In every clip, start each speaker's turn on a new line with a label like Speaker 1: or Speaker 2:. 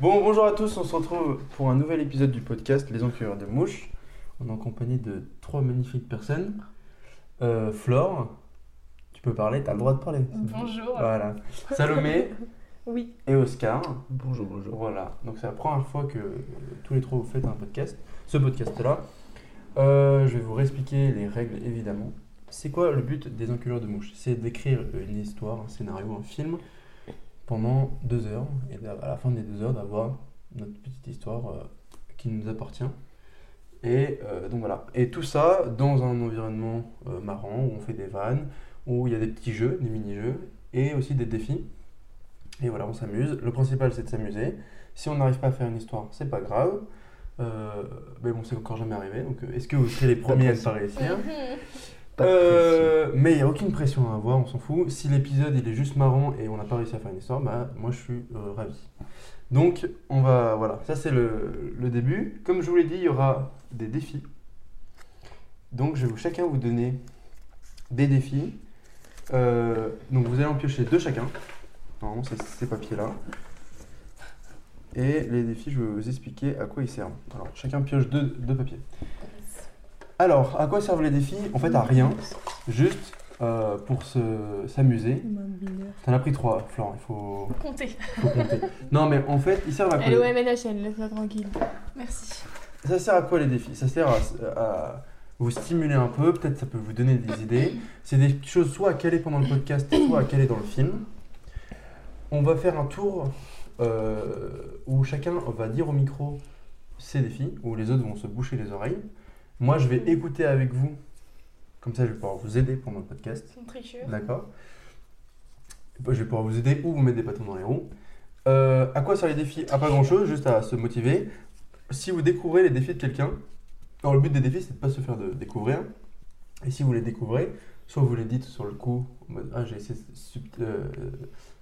Speaker 1: Bon, bonjour à tous, on se retrouve pour un nouvel épisode du podcast Les Enculeurs de Mouches. On est en compagnie de trois magnifiques personnes. Euh, Flore, tu peux parler, t'as le droit de parler.
Speaker 2: Bonjour.
Speaker 1: Voilà. Salomé
Speaker 2: Oui.
Speaker 1: et Oscar.
Speaker 3: Bonjour, bonjour.
Speaker 1: Voilà, donc c'est la première fois que euh, tous les trois vous faites un podcast, ce podcast-là. Euh, je vais vous réexpliquer les règles évidemment. C'est quoi le but des enculeurs de mouches C'est d'écrire une histoire, un scénario, un film pendant deux heures et d'a- à la fin des deux heures d'avoir notre petite histoire euh, qui nous appartient. Et euh, donc voilà. Et tout ça dans un environnement euh, marrant où on fait des vannes, où il y a des petits jeux, des mini-jeux et aussi des défis. Et voilà, on s'amuse. Le principal, c'est de s'amuser. Si on n'arrive pas à faire une histoire, c'est pas grave. Euh, mais bon, c'est encore jamais arrivé. Donc, euh, est-ce que vous serez les premiers à ne pas réussir
Speaker 3: Pas de
Speaker 1: Euh, Mais il n'y a aucune pression à avoir, on s'en fout. Si l'épisode il est juste marrant et on n'a pas réussi à faire une histoire, bah moi je suis euh, ravi. Donc on va, voilà, ça c'est le, le début. Comme je vous l'ai dit, il y aura des défis. Donc je vais vous- chacun vous donner des défis. Euh, donc vous allez en piocher deux chacun. Normalement c'est ces papiers là. Et les défis, je vais vous expliquer à quoi ils servent. Alors chacun pioche deux, deux papiers. Alors, à quoi servent les défis En fait, à rien. Juste euh, pour se- s'amuser. T'en as pris trois, Florent, il faut,
Speaker 2: Comptez.
Speaker 1: faut compter. non, mais en fait, ils servent à quoi
Speaker 4: Elle Eh ouais, mais la chaîne, laisse-la tranquille.
Speaker 2: Merci.
Speaker 1: Ça sert à quoi les défis Ça sert à, à vous stimuler un peu, peut-être ça peut vous donner des idées. C'est des petites choses soit à caler pendant le podcast, soit à caler dans le film. On va faire un tour euh, où chacun va dire au micro ses défis, où les autres vont se boucher les oreilles. Moi, je vais écouter avec vous, comme ça je vais pouvoir vous aider pendant le podcast.
Speaker 2: Une tricheur.
Speaker 1: D'accord. Bah, Je vais pouvoir vous aider ou vous mettre des bâtons dans les roues. Euh, à quoi servent les défis À pas grand chose, juste à se motiver. Si vous découvrez les défis de quelqu'un, alors le but des défis c'est de pas se faire de découvrir. Et si vous les découvrez, soit vous les dites sur le coup, en mode, ah j'ai essayé ce- ce- euh,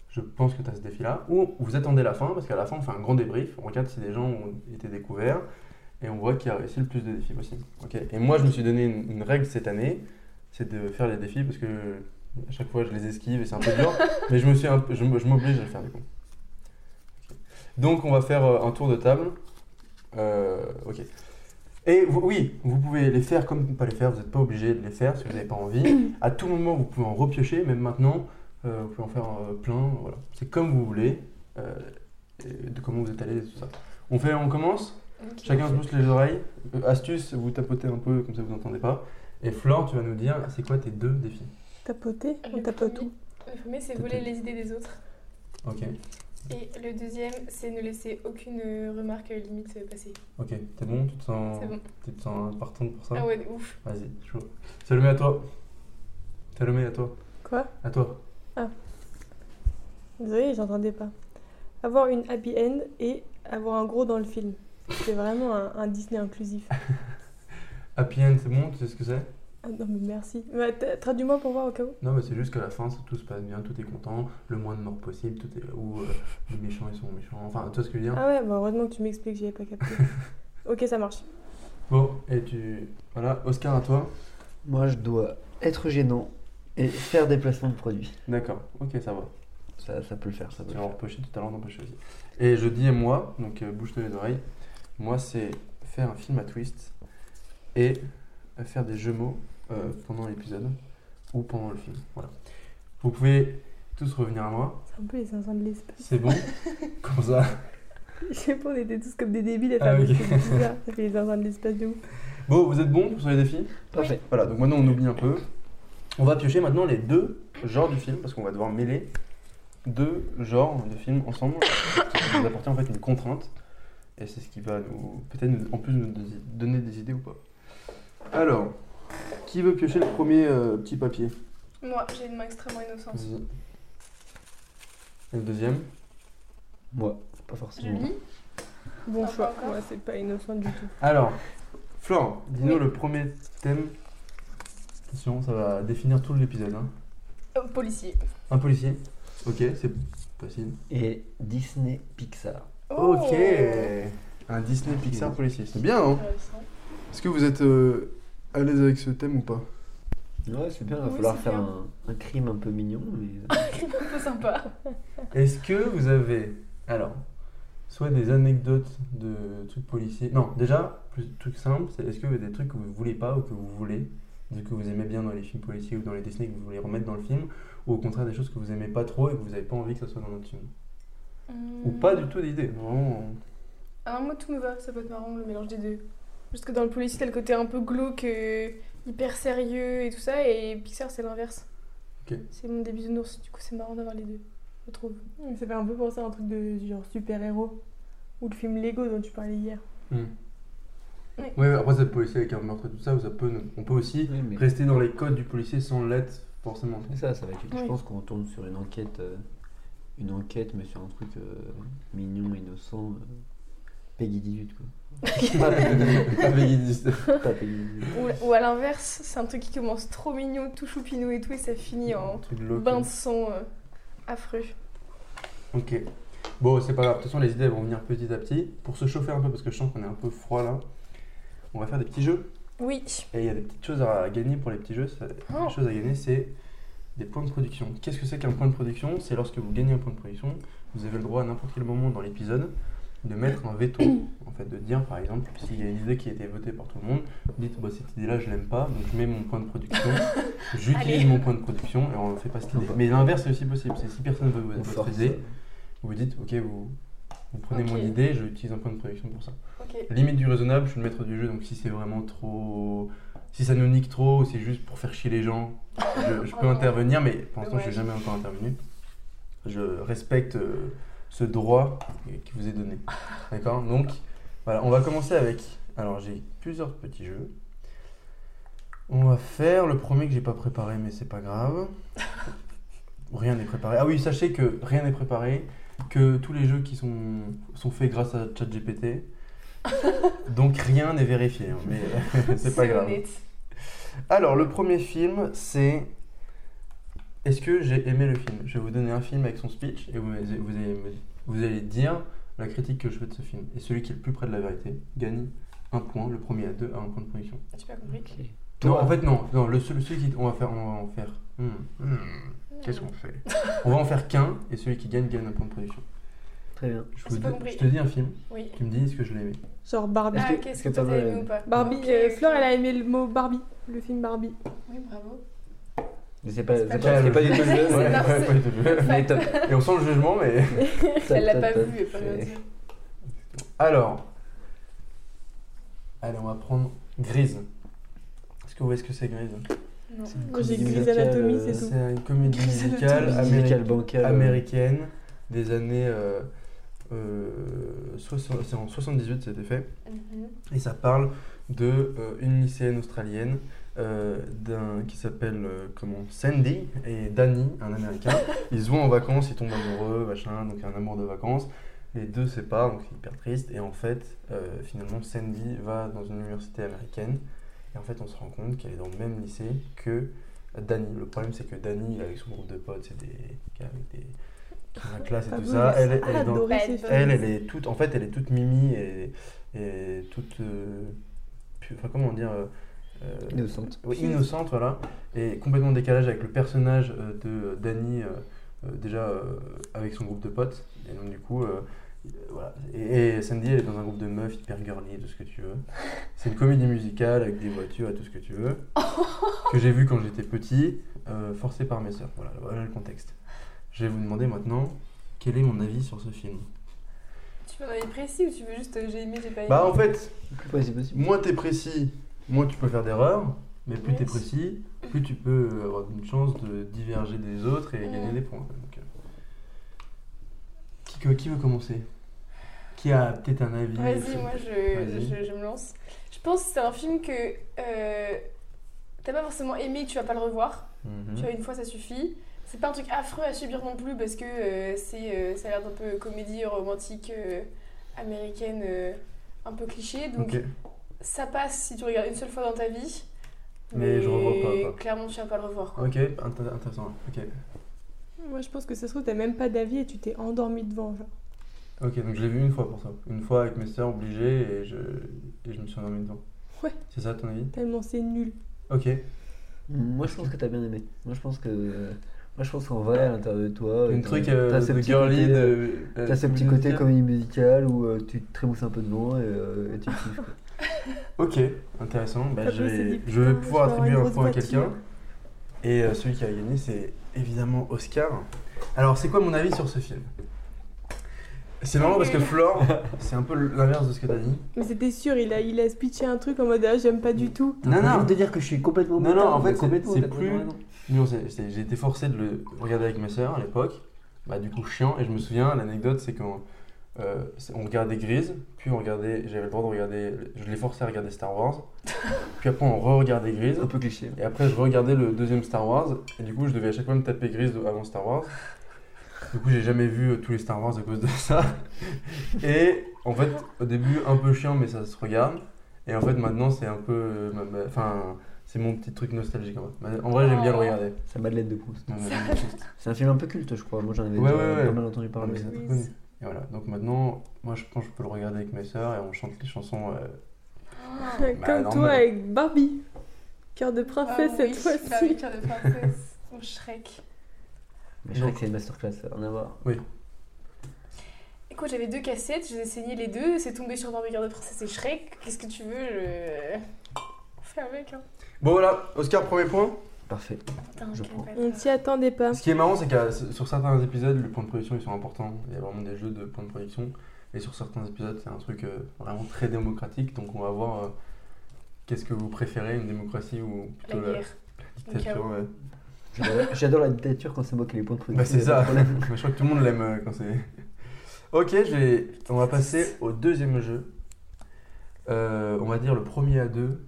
Speaker 1: je pense que tu as ce défi là, ou vous attendez la fin, parce qu'à la fin on fait un grand débrief, on regarde si des gens ont été découverts, et on voit qui a réussi le plus de défis possible. Ok. Et moi je me suis donné une, une règle cette année, c'est de faire les défis parce que à chaque fois, je les esquive et c'est un peu dur. mais je me suis, un peu- je, me- je m'oblige à le faire du coup. Ok. Donc, on va faire euh, un tour de table. Euh, ok. Et vous- oui, vous pouvez les faire comme pas les faire. Vous n'êtes pas obligé de les faire si vous n'avez pas envie. à tout moment, vous pouvez en repiocher, même maintenant. euh, vous pouvez en faire euh, plein. Voilà. C'est comme vous voulez. euh, et de comment vous êtes allé et tout ça. On fait, on commence.
Speaker 2: Ok.
Speaker 1: Chacun se bouche les oreilles. Euh, astuce, vous tapotez un peu comme ça vous n'entendez pas. Et Flore, tu vas nous dire c'est quoi tes deux défis.
Speaker 4: Tapoter
Speaker 2: Le
Speaker 4: On tapote tout.
Speaker 2: premier- Le premier, c'est voler les idées des autres.
Speaker 1: Ok.
Speaker 2: Et le deuxième, c'est ne laisser aucune euh, remarque euh, limite euh, passer.
Speaker 1: Ok, t'es bon Tu te sens,
Speaker 2: C'est bon.
Speaker 1: tu te sens partante pour ça
Speaker 2: Ah ouais, ouf.
Speaker 1: Vas-y, chaud. Salomé, à toi. Salomé, à toi.
Speaker 4: Quoi
Speaker 1: À toi.
Speaker 4: Désolée, j'entendais pas. Avoir une happy end et avoir un gros dans le film. C'est vraiment un, un Disney inclusif.
Speaker 1: Happy End, c'est bon Tu sais ce que c'est
Speaker 4: Ah non, mais merci. Mais t- Traduis-moi pour voir au cas où.
Speaker 1: Non, mais c'est juste qu'à la fin, ça- tout se passe bien, tout est content, le moins de morts possible, tout est là où euh, les méchants, ils sont méchants. Enfin, tu vois ce que je veux dire
Speaker 4: Ah ouais, bah heureusement que tu m'expliques, j'avais pas capté. ok, ça marche.
Speaker 1: Bon, et tu. Voilà, Oscar, à toi.
Speaker 3: Moi, je dois être gênant et faire des placements de produits.
Speaker 1: D'accord, ok, ça va.
Speaker 3: Ça, ça peut le faire, ça peut
Speaker 1: Tu
Speaker 3: le
Speaker 1: vas
Speaker 3: faire.
Speaker 1: repocher tout à l'heure, d'empêcher aussi. Et je dis moi, donc euh, bouge-toi les oreilles. Moi, c'est faire un film à twist et faire des jeux mots euh, pendant l'épisode ou pendant le film. Voilà. Vous pouvez tous revenir à moi.
Speaker 4: C'est un peu les 500 de l'espace.
Speaker 1: C'est bon Comme ça.
Speaker 4: Je sais pas, on était tous comme des débiles à
Speaker 1: Ah,
Speaker 4: faire des
Speaker 1: ok.
Speaker 4: trucs bizarres. Ça fait les 500 de l'espace de ouf.
Speaker 1: Bon, vous êtes bons sur les défis
Speaker 3: Parfait.
Speaker 1: Voilà, donc maintenant on oublie un peu. On va piocher maintenant les deux genres du film parce qu'on va devoir mêler deux genres de films ensemble. Ça va nous apporter en fait une contrainte et c'est ce qui va nous peut-être nous- en plus nous donner des idées ou pas. Alors, qui veut piocher le premier euh, petit papier
Speaker 2: Moi, j'ai une main extrêmement innocente.
Speaker 1: Vas-y. Et le deuxième
Speaker 3: Moi, pas
Speaker 2: Je
Speaker 3: forcément.
Speaker 2: lis.
Speaker 4: Bon
Speaker 2: Ah,
Speaker 4: choix.
Speaker 2: pas encore.
Speaker 4: Ouais, c'est pas innocent du tout.
Speaker 1: Alors, Florent, dis-nous
Speaker 2: Oui.
Speaker 1: le premier thème. Attention, ça va définir tout l'épisode. hein.
Speaker 2: Oh, policier.
Speaker 1: Un policier. Ok, c'est facile.
Speaker 3: Et Disney Pixar.
Speaker 2: Oh.
Speaker 1: Ok Un Disney Pixar policier, c'est bien hein
Speaker 2: Intéressant.
Speaker 1: Est-ce que vous êtes euh, à l'aise avec ce thème ou pas
Speaker 3: Ouais, c'est bien, il va
Speaker 2: Oui,
Speaker 3: falloir
Speaker 2: c'est
Speaker 3: faire
Speaker 2: bien.
Speaker 3: un, un crime un peu mignon. Mais...
Speaker 2: Un peu sympa.
Speaker 1: Est-ce que vous avez... Alors, soit des anecdotes de trucs policiers. Non, déjà, plus truc simple, c'est est-ce que vous avez des trucs que vous voulez pas ou que vous voulez, des trucs que vous aimez bien dans les films policiers ou dans les Disney que vous voulez remettre dans le film, ou au contraire des choses que vous aimez pas trop et que vous avez pas envie que ça soit dans notre film. Ou pas du tout d'idée, vraiment.
Speaker 2: Hum. Ah non, moi tout me va, ça peut être marrant le mélange des deux. Parce que dans le policier, t'as le côté un peu glauque, euh, hyper sérieux et tout ça, et Pixar c'est l'inverse.
Speaker 1: Ok.
Speaker 2: C'est mon début de nours, du coup c'est marrant d'avoir les deux, je trouve.
Speaker 4: Mais Hmm, Ça fait un peu penser à un truc de du genre super-héros. Ou le film Lego dont tu parlais hier.
Speaker 2: Ouais.
Speaker 1: Ouais, après ça peut policier avec un meurtre et tout ça, ou ça peut, on peut aussi
Speaker 3: Oui, mais
Speaker 1: rester dans les codes du policier sans l'être forcément.
Speaker 3: c'est ça, ça va être. Je
Speaker 2: Oui.
Speaker 3: pense qu'on tombe sur une enquête, euh, une enquête, mais sur un truc euh, mignon, innocent. euh, Peggy 18 quoi. pas, Peggy, 18,
Speaker 1: Avec Guy Disney.
Speaker 3: pas Peggy 18.
Speaker 2: Ou, ou à l'inverse, c'est un truc qui commence trop mignon, tout choupinou et tout, et ça finit
Speaker 1: Un
Speaker 2: en
Speaker 1: truc glauque.
Speaker 2: bain de sang euh, affreux.
Speaker 1: Ok. Bon, c'est pas grave. De toute façon, les idées elles vont venir petit à petit. Pour se chauffer un peu, parce que je sens qu'on est un peu froid là, on va faire des petits jeux.
Speaker 2: Oui.
Speaker 1: Et il y a des petites choses à gagner pour les petits jeux. Ça-
Speaker 2: Oh.
Speaker 1: Les choses à gagner, c'est des points de production. Qu'est-ce que c'est qu'un point de production C'est lorsque vous gagnez un point de production, vous avez le droit à n'importe quel moment dans l'épisode de mettre un veto. en fait, de dire par exemple, s'il y a une idée qui a été votée par tout le monde, dites bah, cette idée-là, je l'aime pas, donc je mets mon point de production, j'utilise
Speaker 2: Allez.
Speaker 1: mon point de production et on ne fait pas cette idée.
Speaker 3: Sympa.
Speaker 1: Mais l'inverse est aussi possible. C'est si personne veut
Speaker 3: On
Speaker 1: voter
Speaker 3: sort
Speaker 1: votre
Speaker 3: ça.
Speaker 1: idée, vous dites, ok, vous, vous prenez mon
Speaker 2: Ok.
Speaker 1: idée, je utilise un point de production pour ça.
Speaker 2: Ok.
Speaker 1: Limite du raisonnable, je suis le maître du jeu, donc si c'est vraiment trop. Si ça nous nique trop, ou c'est juste pour faire chier les gens, je, je peux
Speaker 2: Oh.
Speaker 1: intervenir, mais pour l'instant, je n'ai
Speaker 2: Dommage.
Speaker 1: jamais encore intervenu. Je respecte euh, ce droit euh, qui vous est donné. D'accord Donc, voilà, on va commencer avec. Alors, j'ai plusieurs petits jeux. On va faire le premier que j'ai pas préparé, mais c'est pas grave. Rien n'est préparé. Ah oui, sachez que rien n'est préparé, que tous les jeux qui sont, sont faits grâce à ChatGPT. Donc rien n'est vérifié, hein, mais c'est pas grave.
Speaker 2: honnête.
Speaker 1: Alors, le premier film, c'est. Est-ce que j'ai aimé le film Je vais vous donner un film avec son speech et vous, allez- vous, allez, me- vous allez dire la critique que je fais de ce film. Et celui qui est le plus près de la vérité gagne un point, le premier à deux, à un point de production.
Speaker 2: J'ai pas compris.
Speaker 1: Non,
Speaker 3: Toi.
Speaker 1: en fait, non, non le, celui, celui qui. On va, faire, on va en faire. hmm, hmm, Qu'est-ce qu'on fait On va en faire qu'un et celui qui gagne gagne un point de production.
Speaker 3: Très bien.
Speaker 1: Je,
Speaker 2: J'ai
Speaker 1: vous
Speaker 2: pas
Speaker 1: dis-
Speaker 2: compris.
Speaker 1: je te dis un film,
Speaker 2: Oui.
Speaker 1: tu me dis est-ce que je l'ai aimé.
Speaker 4: Genre Barbie.
Speaker 3: Est-ce
Speaker 2: Ah,
Speaker 3: que-
Speaker 2: ok,
Speaker 3: est-ce
Speaker 2: est-ce
Speaker 3: que
Speaker 2: que
Speaker 3: t'as
Speaker 2: toi t'as
Speaker 3: pas-
Speaker 2: aimé ou pas
Speaker 4: Barbie,
Speaker 2: Ok,
Speaker 4: euh,
Speaker 2: ok.
Speaker 4: Flore, elle a aimé le mot Barbie, le film Barbie.
Speaker 2: Oui, bravo.
Speaker 3: Mais c'est pas,
Speaker 2: C'est pas
Speaker 3: c'est pas, c'est pas du tout le jeu.
Speaker 2: C'est
Speaker 1: Ouais,
Speaker 3: mais-
Speaker 2: non,
Speaker 1: ouais,
Speaker 2: c'est-
Speaker 1: pas du tout le jeu.
Speaker 3: mais top.
Speaker 1: Et on sent le jugement, mais.
Speaker 2: Elle l'a
Speaker 3: Top,
Speaker 2: pas
Speaker 3: top,
Speaker 2: vu, elle peut rien
Speaker 3: c'est-
Speaker 2: dire.
Speaker 1: Alors, allez, on va prendre Grise. Est-ce que vous voyez ce que c'est Grise
Speaker 2: Non.
Speaker 4: Moi, j'ai
Speaker 3: comédie
Speaker 4: Grey's
Speaker 3: musicale,
Speaker 4: Anatomy,
Speaker 3: euh,
Speaker 4: c'est tout.
Speaker 1: C'est une comédie
Speaker 2: Grease,
Speaker 1: musicale,
Speaker 2: le
Speaker 1: améri-
Speaker 3: Musical bancal. euh,
Speaker 1: américaine des années. euh, euh, soixante- c'est en 78 c'était fait.
Speaker 2: Mhm.
Speaker 1: Et ça parle de euh, une lycéenne australienne euh, d'un qui s'appelle euh, comment Sandy et Danny, un américain. Ils se vont en vacances, ils tombent amoureux, machin, donc un amour de vacances. Les deux se séparent, donc c'est hyper triste. Et en fait, euh, finalement, Sandy va dans une université américaine. Et en fait, on se rend compte qu'elle est dans le même lycée que Danny. Le problème, c'est que Danny, il est avec son groupe de potes, c'est des gars avec des. qui ont la classe et
Speaker 4: Ah
Speaker 1: tout
Speaker 4: oui,
Speaker 1: ça.
Speaker 4: j'ai
Speaker 1: Elle, est- elle est dans
Speaker 4: adoré
Speaker 2: Bad
Speaker 4: ce
Speaker 2: Bunny.
Speaker 4: film.
Speaker 1: elle, elle est toute, en fait, elle est toute mimi et, et toute, euh, pu- enfin, comment dire, euh, euh,
Speaker 3: Innocente.
Speaker 1: oui, innocente, voilà, et complètement en décalage avec le personnage euh, de Danny, euh, euh, déjà euh, avec son groupe de potes, et donc du coup, euh, euh, voilà. Et, et Sandy, elle est dans un groupe de meufs hyper girly, tout ce que tu veux. C'est une comédie musicale avec des voitures et tout ce que tu veux, que j'ai vu quand j'étais petit, euh, forcé par mes sœurs. Voilà, voilà le contexte. Je vais vous demander maintenant quel est mon avis sur ce film.
Speaker 2: Tu veux un avis précis ou tu veux juste euh, j'ai aimé, j'ai pas aimé
Speaker 1: Bah en fait,
Speaker 3: Le plus précis possible.
Speaker 1: moins t'es précis, moins tu peux faire d'erreurs, mais plus t'es
Speaker 2: Yes.
Speaker 1: précis, plus tu peux euh, avoir une chance de diverger des autres et
Speaker 2: Mm.
Speaker 1: gagner des points. Donc, euh, qui, que- qui veut commencer Qui a peut-être un avis
Speaker 2: Vas-y, moi je,
Speaker 1: Vas-y.
Speaker 2: je, je me lance. Je pense que c'est un film que euh, t'as pas forcément aimé, que tu vas pas le revoir.
Speaker 1: Mhm.
Speaker 2: Tu vois, une fois ça suffit. C'est pas un truc affreux à subir non plus parce que euh, c'est, euh, ça a l'air d'un peu comédie romantique euh, américaine, euh, un peu cliché. Donc
Speaker 1: Ok.
Speaker 2: ça passe si tu regardes une seule fois dans ta vie.
Speaker 1: Mais je revois pas, quoi.
Speaker 2: Clairement, tu vas pas le revoir. Quoi.
Speaker 1: Ok, inté- intéressant. Ok,
Speaker 4: Moi, je pense que ça se trouve, t'as même pas d'avis et tu t'es endormi devant. Genre.
Speaker 1: ok, donc je l'ai vu une fois pour ça. Une fois avec mes sœurs obligées et je, et je me suis endormi devant.
Speaker 4: Ouais.
Speaker 1: C'est ça ton avis
Speaker 4: Tellement c'est nul.
Speaker 1: Ok.
Speaker 3: Moi je pense que t'as bien aimé. Moi je pense que. euh, moi, Moi, je pense qu'en vrai, à l'intérieur de toi,
Speaker 1: Un
Speaker 3: t'as-
Speaker 1: truc
Speaker 3: Oh, t'as
Speaker 1: euh,
Speaker 3: ce
Speaker 1: de
Speaker 3: petit
Speaker 1: girly,
Speaker 3: côté, euh,
Speaker 1: de. euh,
Speaker 3: T'as ce petit
Speaker 1: musical.
Speaker 3: côté comédie musicale où euh, tu te trémousses un peu devant et, euh, et tu kiffes. quoi.
Speaker 1: Ok, intéressant. Bah,
Speaker 4: Fabrice
Speaker 1: je,
Speaker 4: s'est
Speaker 1: vais,
Speaker 4: dit,
Speaker 1: je vais
Speaker 4: putain,
Speaker 1: pouvoir
Speaker 4: je vais avoir
Speaker 1: attribuer
Speaker 4: une
Speaker 1: un
Speaker 4: grosse
Speaker 1: point à
Speaker 4: voiture.
Speaker 1: quelqu'un. Et euh, celui qui a gagné, c'est évidemment Oscar. Alors, c'est quoi mon avis sur ce film C'est marrant parce que Flore, c'est un peu l'inverse de ce que t'as dit.
Speaker 4: Mais c'était sûr, il a, il a speeché un truc en mode ah, j'aime pas
Speaker 1: Mm.
Speaker 4: du tout.
Speaker 1: Non, non.
Speaker 3: Arrête de dire que je suis complètement.
Speaker 1: Non, non,
Speaker 3: bâtard,
Speaker 1: en fait,
Speaker 3: mais
Speaker 1: c'est-
Speaker 3: complètement,
Speaker 1: c'est
Speaker 3: t'as pas
Speaker 1: plus-
Speaker 3: raison.
Speaker 1: Non, c'est- c'est- j'ai été forcé de le regarder avec ma sœur à l'époque. Bah, du coup, chiant. Et je me souviens, l'anecdote, c'est qu'on euh, c'est- on regardait Grise, puis on regardait, j'avais le droit de regarder, je l'ai forcé à regarder Star Wars. puis après, on re-regardait Grise.
Speaker 3: un peu cliché.
Speaker 1: Et après, je regardais le deuxième Star Wars, et du coup, je devais à chaque fois me taper grise avant Star Wars. Du coup, j'ai jamais vu euh, tous les Star Wars à cause de ça. Et en fait, au début, un peu chiant, mais ça se regarde. Et en fait, maintenant, c'est un peu. euh, ma- ma- Enfin, c'est mon petit truc nostalgique. En vrai, Mais en vrai j'aime bien le regarder.
Speaker 3: C'est Madeleine de Proust.
Speaker 1: Ouais, ouais,
Speaker 3: C'est un film un peu culte, je crois. Moi, j'en avais
Speaker 1: Ouais,
Speaker 3: déjà
Speaker 1: ouais, ouais.
Speaker 3: pas mal entendu parler.
Speaker 1: c'est un truc
Speaker 4: Oui.
Speaker 1: connu. Et voilà. Donc maintenant, moi, je pense que je peux le regarder avec mes sœurs et on chante les chansons. euh,
Speaker 4: Comme
Speaker 1: Bah, normal.
Speaker 4: toi avec Barbie. Cœur de
Speaker 2: Ah
Speaker 4: princesse
Speaker 2: oui,
Speaker 4: cette fois-ci.
Speaker 2: Barbie, cœur de princesse. Ou Shrek.
Speaker 3: Mais je crois que c'est une masterclass, ça n'a rien à voir.
Speaker 2: Écoute, j'avais deux cassettes, je les ai saignées les deux, c'est tombé sur Barbie, cœur de princesse et Shrek. Qu'est-ce que tu veux je... On fait avec, hein.
Speaker 1: Bon, voilà, Oscar, premier point.
Speaker 3: Parfait.
Speaker 2: Putain,
Speaker 3: Je
Speaker 2: quel
Speaker 3: prends.
Speaker 4: On
Speaker 2: bâtard.
Speaker 4: s'y attendait pas.
Speaker 1: Ce qui est marrant, c'est que sur certains épisodes, les points de production ils sont importants. Il y a vraiment des jeux de points de production. Et sur certains épisodes, c'est un truc euh, vraiment très démocratique. Donc on va voir euh, qu'est-ce que vous préférez, une démocratie ou
Speaker 2: La
Speaker 1: plutôt la,
Speaker 2: guerre.
Speaker 1: dictature. ouais.
Speaker 3: J'adore- J'adore la dictature quand c'est moi qui les points de
Speaker 1: Bah,
Speaker 3: production.
Speaker 1: c'est
Speaker 3: y a pas
Speaker 1: ça.
Speaker 3: de problème.
Speaker 1: Je crois que tout le monde l'aime euh, quand c'est. Ok, je vais- on va passer au deuxième jeu. Euh, on va dire le premier à deux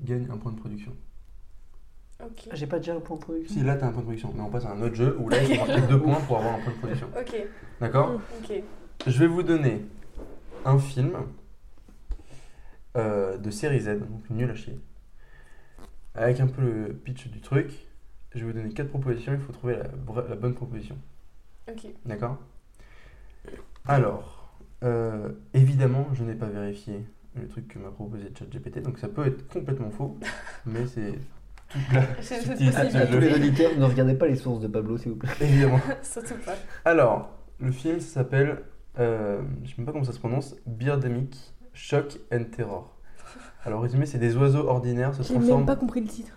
Speaker 1: gagne un point de production.
Speaker 2: Ok.
Speaker 3: Ah, J'ai pas déjà le point de production.
Speaker 1: Si là t'as un point de production, mais on passe à un autre jeu où là il faut marquer deux points pour avoir un point de production.
Speaker 2: Ok,
Speaker 1: D'accord
Speaker 2: ok.
Speaker 1: Je vais vous donner un film euh, de série Z, donc nul à chier, avec un peu le pitch du truc. Je vais vous donner quatre propositions, il faut trouver la, vra- la bonne proposition.
Speaker 2: Ok.
Speaker 1: D'accord Alors, euh, évidemment, je n'ai pas vérifié le truc que m'a proposé ChatGPT, donc ça peut être complètement faux, mais c'est toute la
Speaker 2: C'est- c'est
Speaker 1: subtilité de
Speaker 3: À
Speaker 1: ce
Speaker 3: tous les
Speaker 1: jeu.
Speaker 3: auditeurs, ne regardez pas les sources de Pablo, s'il vous plaît.
Speaker 1: Évidemment.
Speaker 2: Surtout pas.
Speaker 1: Alors, le film ça s'appelle, euh, je sais même pas comment ça se prononce, Birdemic, Shock and Terror. Alors, résumé, c'est des oiseaux ordinaires se
Speaker 4: J'ai même
Speaker 1: transforment.
Speaker 4: pas compris le titre.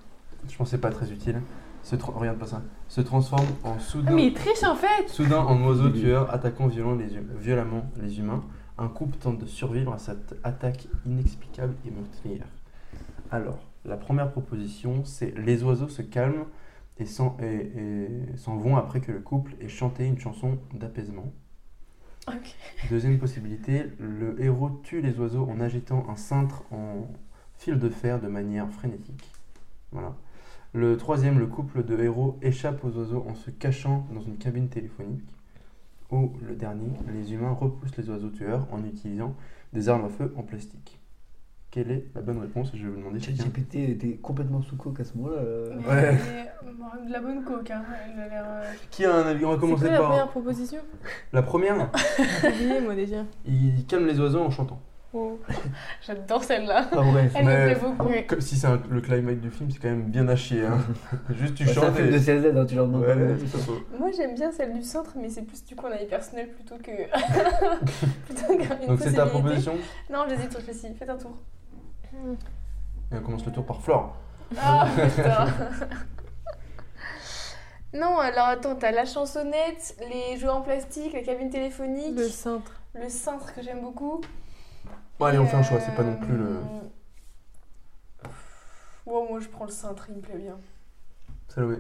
Speaker 1: Je pensais pas très utile. Se tra- Regarde pas ça. Se transforment en soudain,
Speaker 4: Ah, mais il triche en fait
Speaker 1: soudain en oiseaux
Speaker 3: Oui.
Speaker 1: tueurs attaquant violent les hum- violemment les humains. Un couple tente de survivre à cette attaque inexplicable et meurtrière. Alors, la première proposition, c'est les oiseaux se calment et s'en et- et s'en vont après que le couple ait chanté une chanson d'apaisement.
Speaker 2: Ok.
Speaker 1: Deuxième possibilité, le héros tue les oiseaux en agitant un cintre en fil de fer de manière frénétique. Voilà. Le troisième, le couple de héros échappe aux oiseaux en se cachant dans une cabine téléphonique. Ou le dernier, les humains repoussent les oiseaux tueurs en utilisant des armes à feu en plastique. Quelle est la bonne réponse Je vais vous demander chacun.
Speaker 3: ChatGPT était complètement sous coke à ce moment-là. euh.
Speaker 2: Mais
Speaker 1: Ouais.
Speaker 2: mais, de la bonne coke, hein. Elle a l'air. euh,
Speaker 1: Qui a un avis On va
Speaker 4: C'est quoi
Speaker 1: commencer
Speaker 4: la première
Speaker 1: par
Speaker 4: proposition
Speaker 1: la première.
Speaker 4: J'ai oublié moi déjà.
Speaker 1: Il calme les oiseaux en chantant.
Speaker 4: Oh.
Speaker 2: J'adore celle-là.
Speaker 3: Ah, bref.
Speaker 2: Elle me
Speaker 1: Mais-
Speaker 2: plaît beaucoup.
Speaker 1: Comme si c'est un- le climax du film, c'est quand même bien à chier. hein. Juste tu
Speaker 3: Bah, c'est un
Speaker 1: chantes.
Speaker 3: film
Speaker 1: et-
Speaker 3: de CZ, hein, tu leur demandes pas.
Speaker 1: Ouais,
Speaker 3: mal.
Speaker 1: tout à fait.
Speaker 2: Moi j'aime bien celle du centre, mais c'est plus du coup un avis personnel plutôt que. plutôt qu'une
Speaker 1: Donc c'est ta
Speaker 2: possibilité.
Speaker 1: proposition
Speaker 2: Non, vas-y, toi facile, faites un tour.
Speaker 1: Et on commence le tour par Flore.
Speaker 2: Ah putain Non, alors attends, t'as la chansonnette, les jeux en plastique, la cabine téléphonique,
Speaker 4: Le cintre.
Speaker 2: le, cintre que j'aime beaucoup.
Speaker 1: Bon allez on fait un choix,
Speaker 2: Euh,
Speaker 1: c'est pas non plus le...
Speaker 2: Bon, moi je prends le cintre, il me plaît bien.
Speaker 1: Salomé.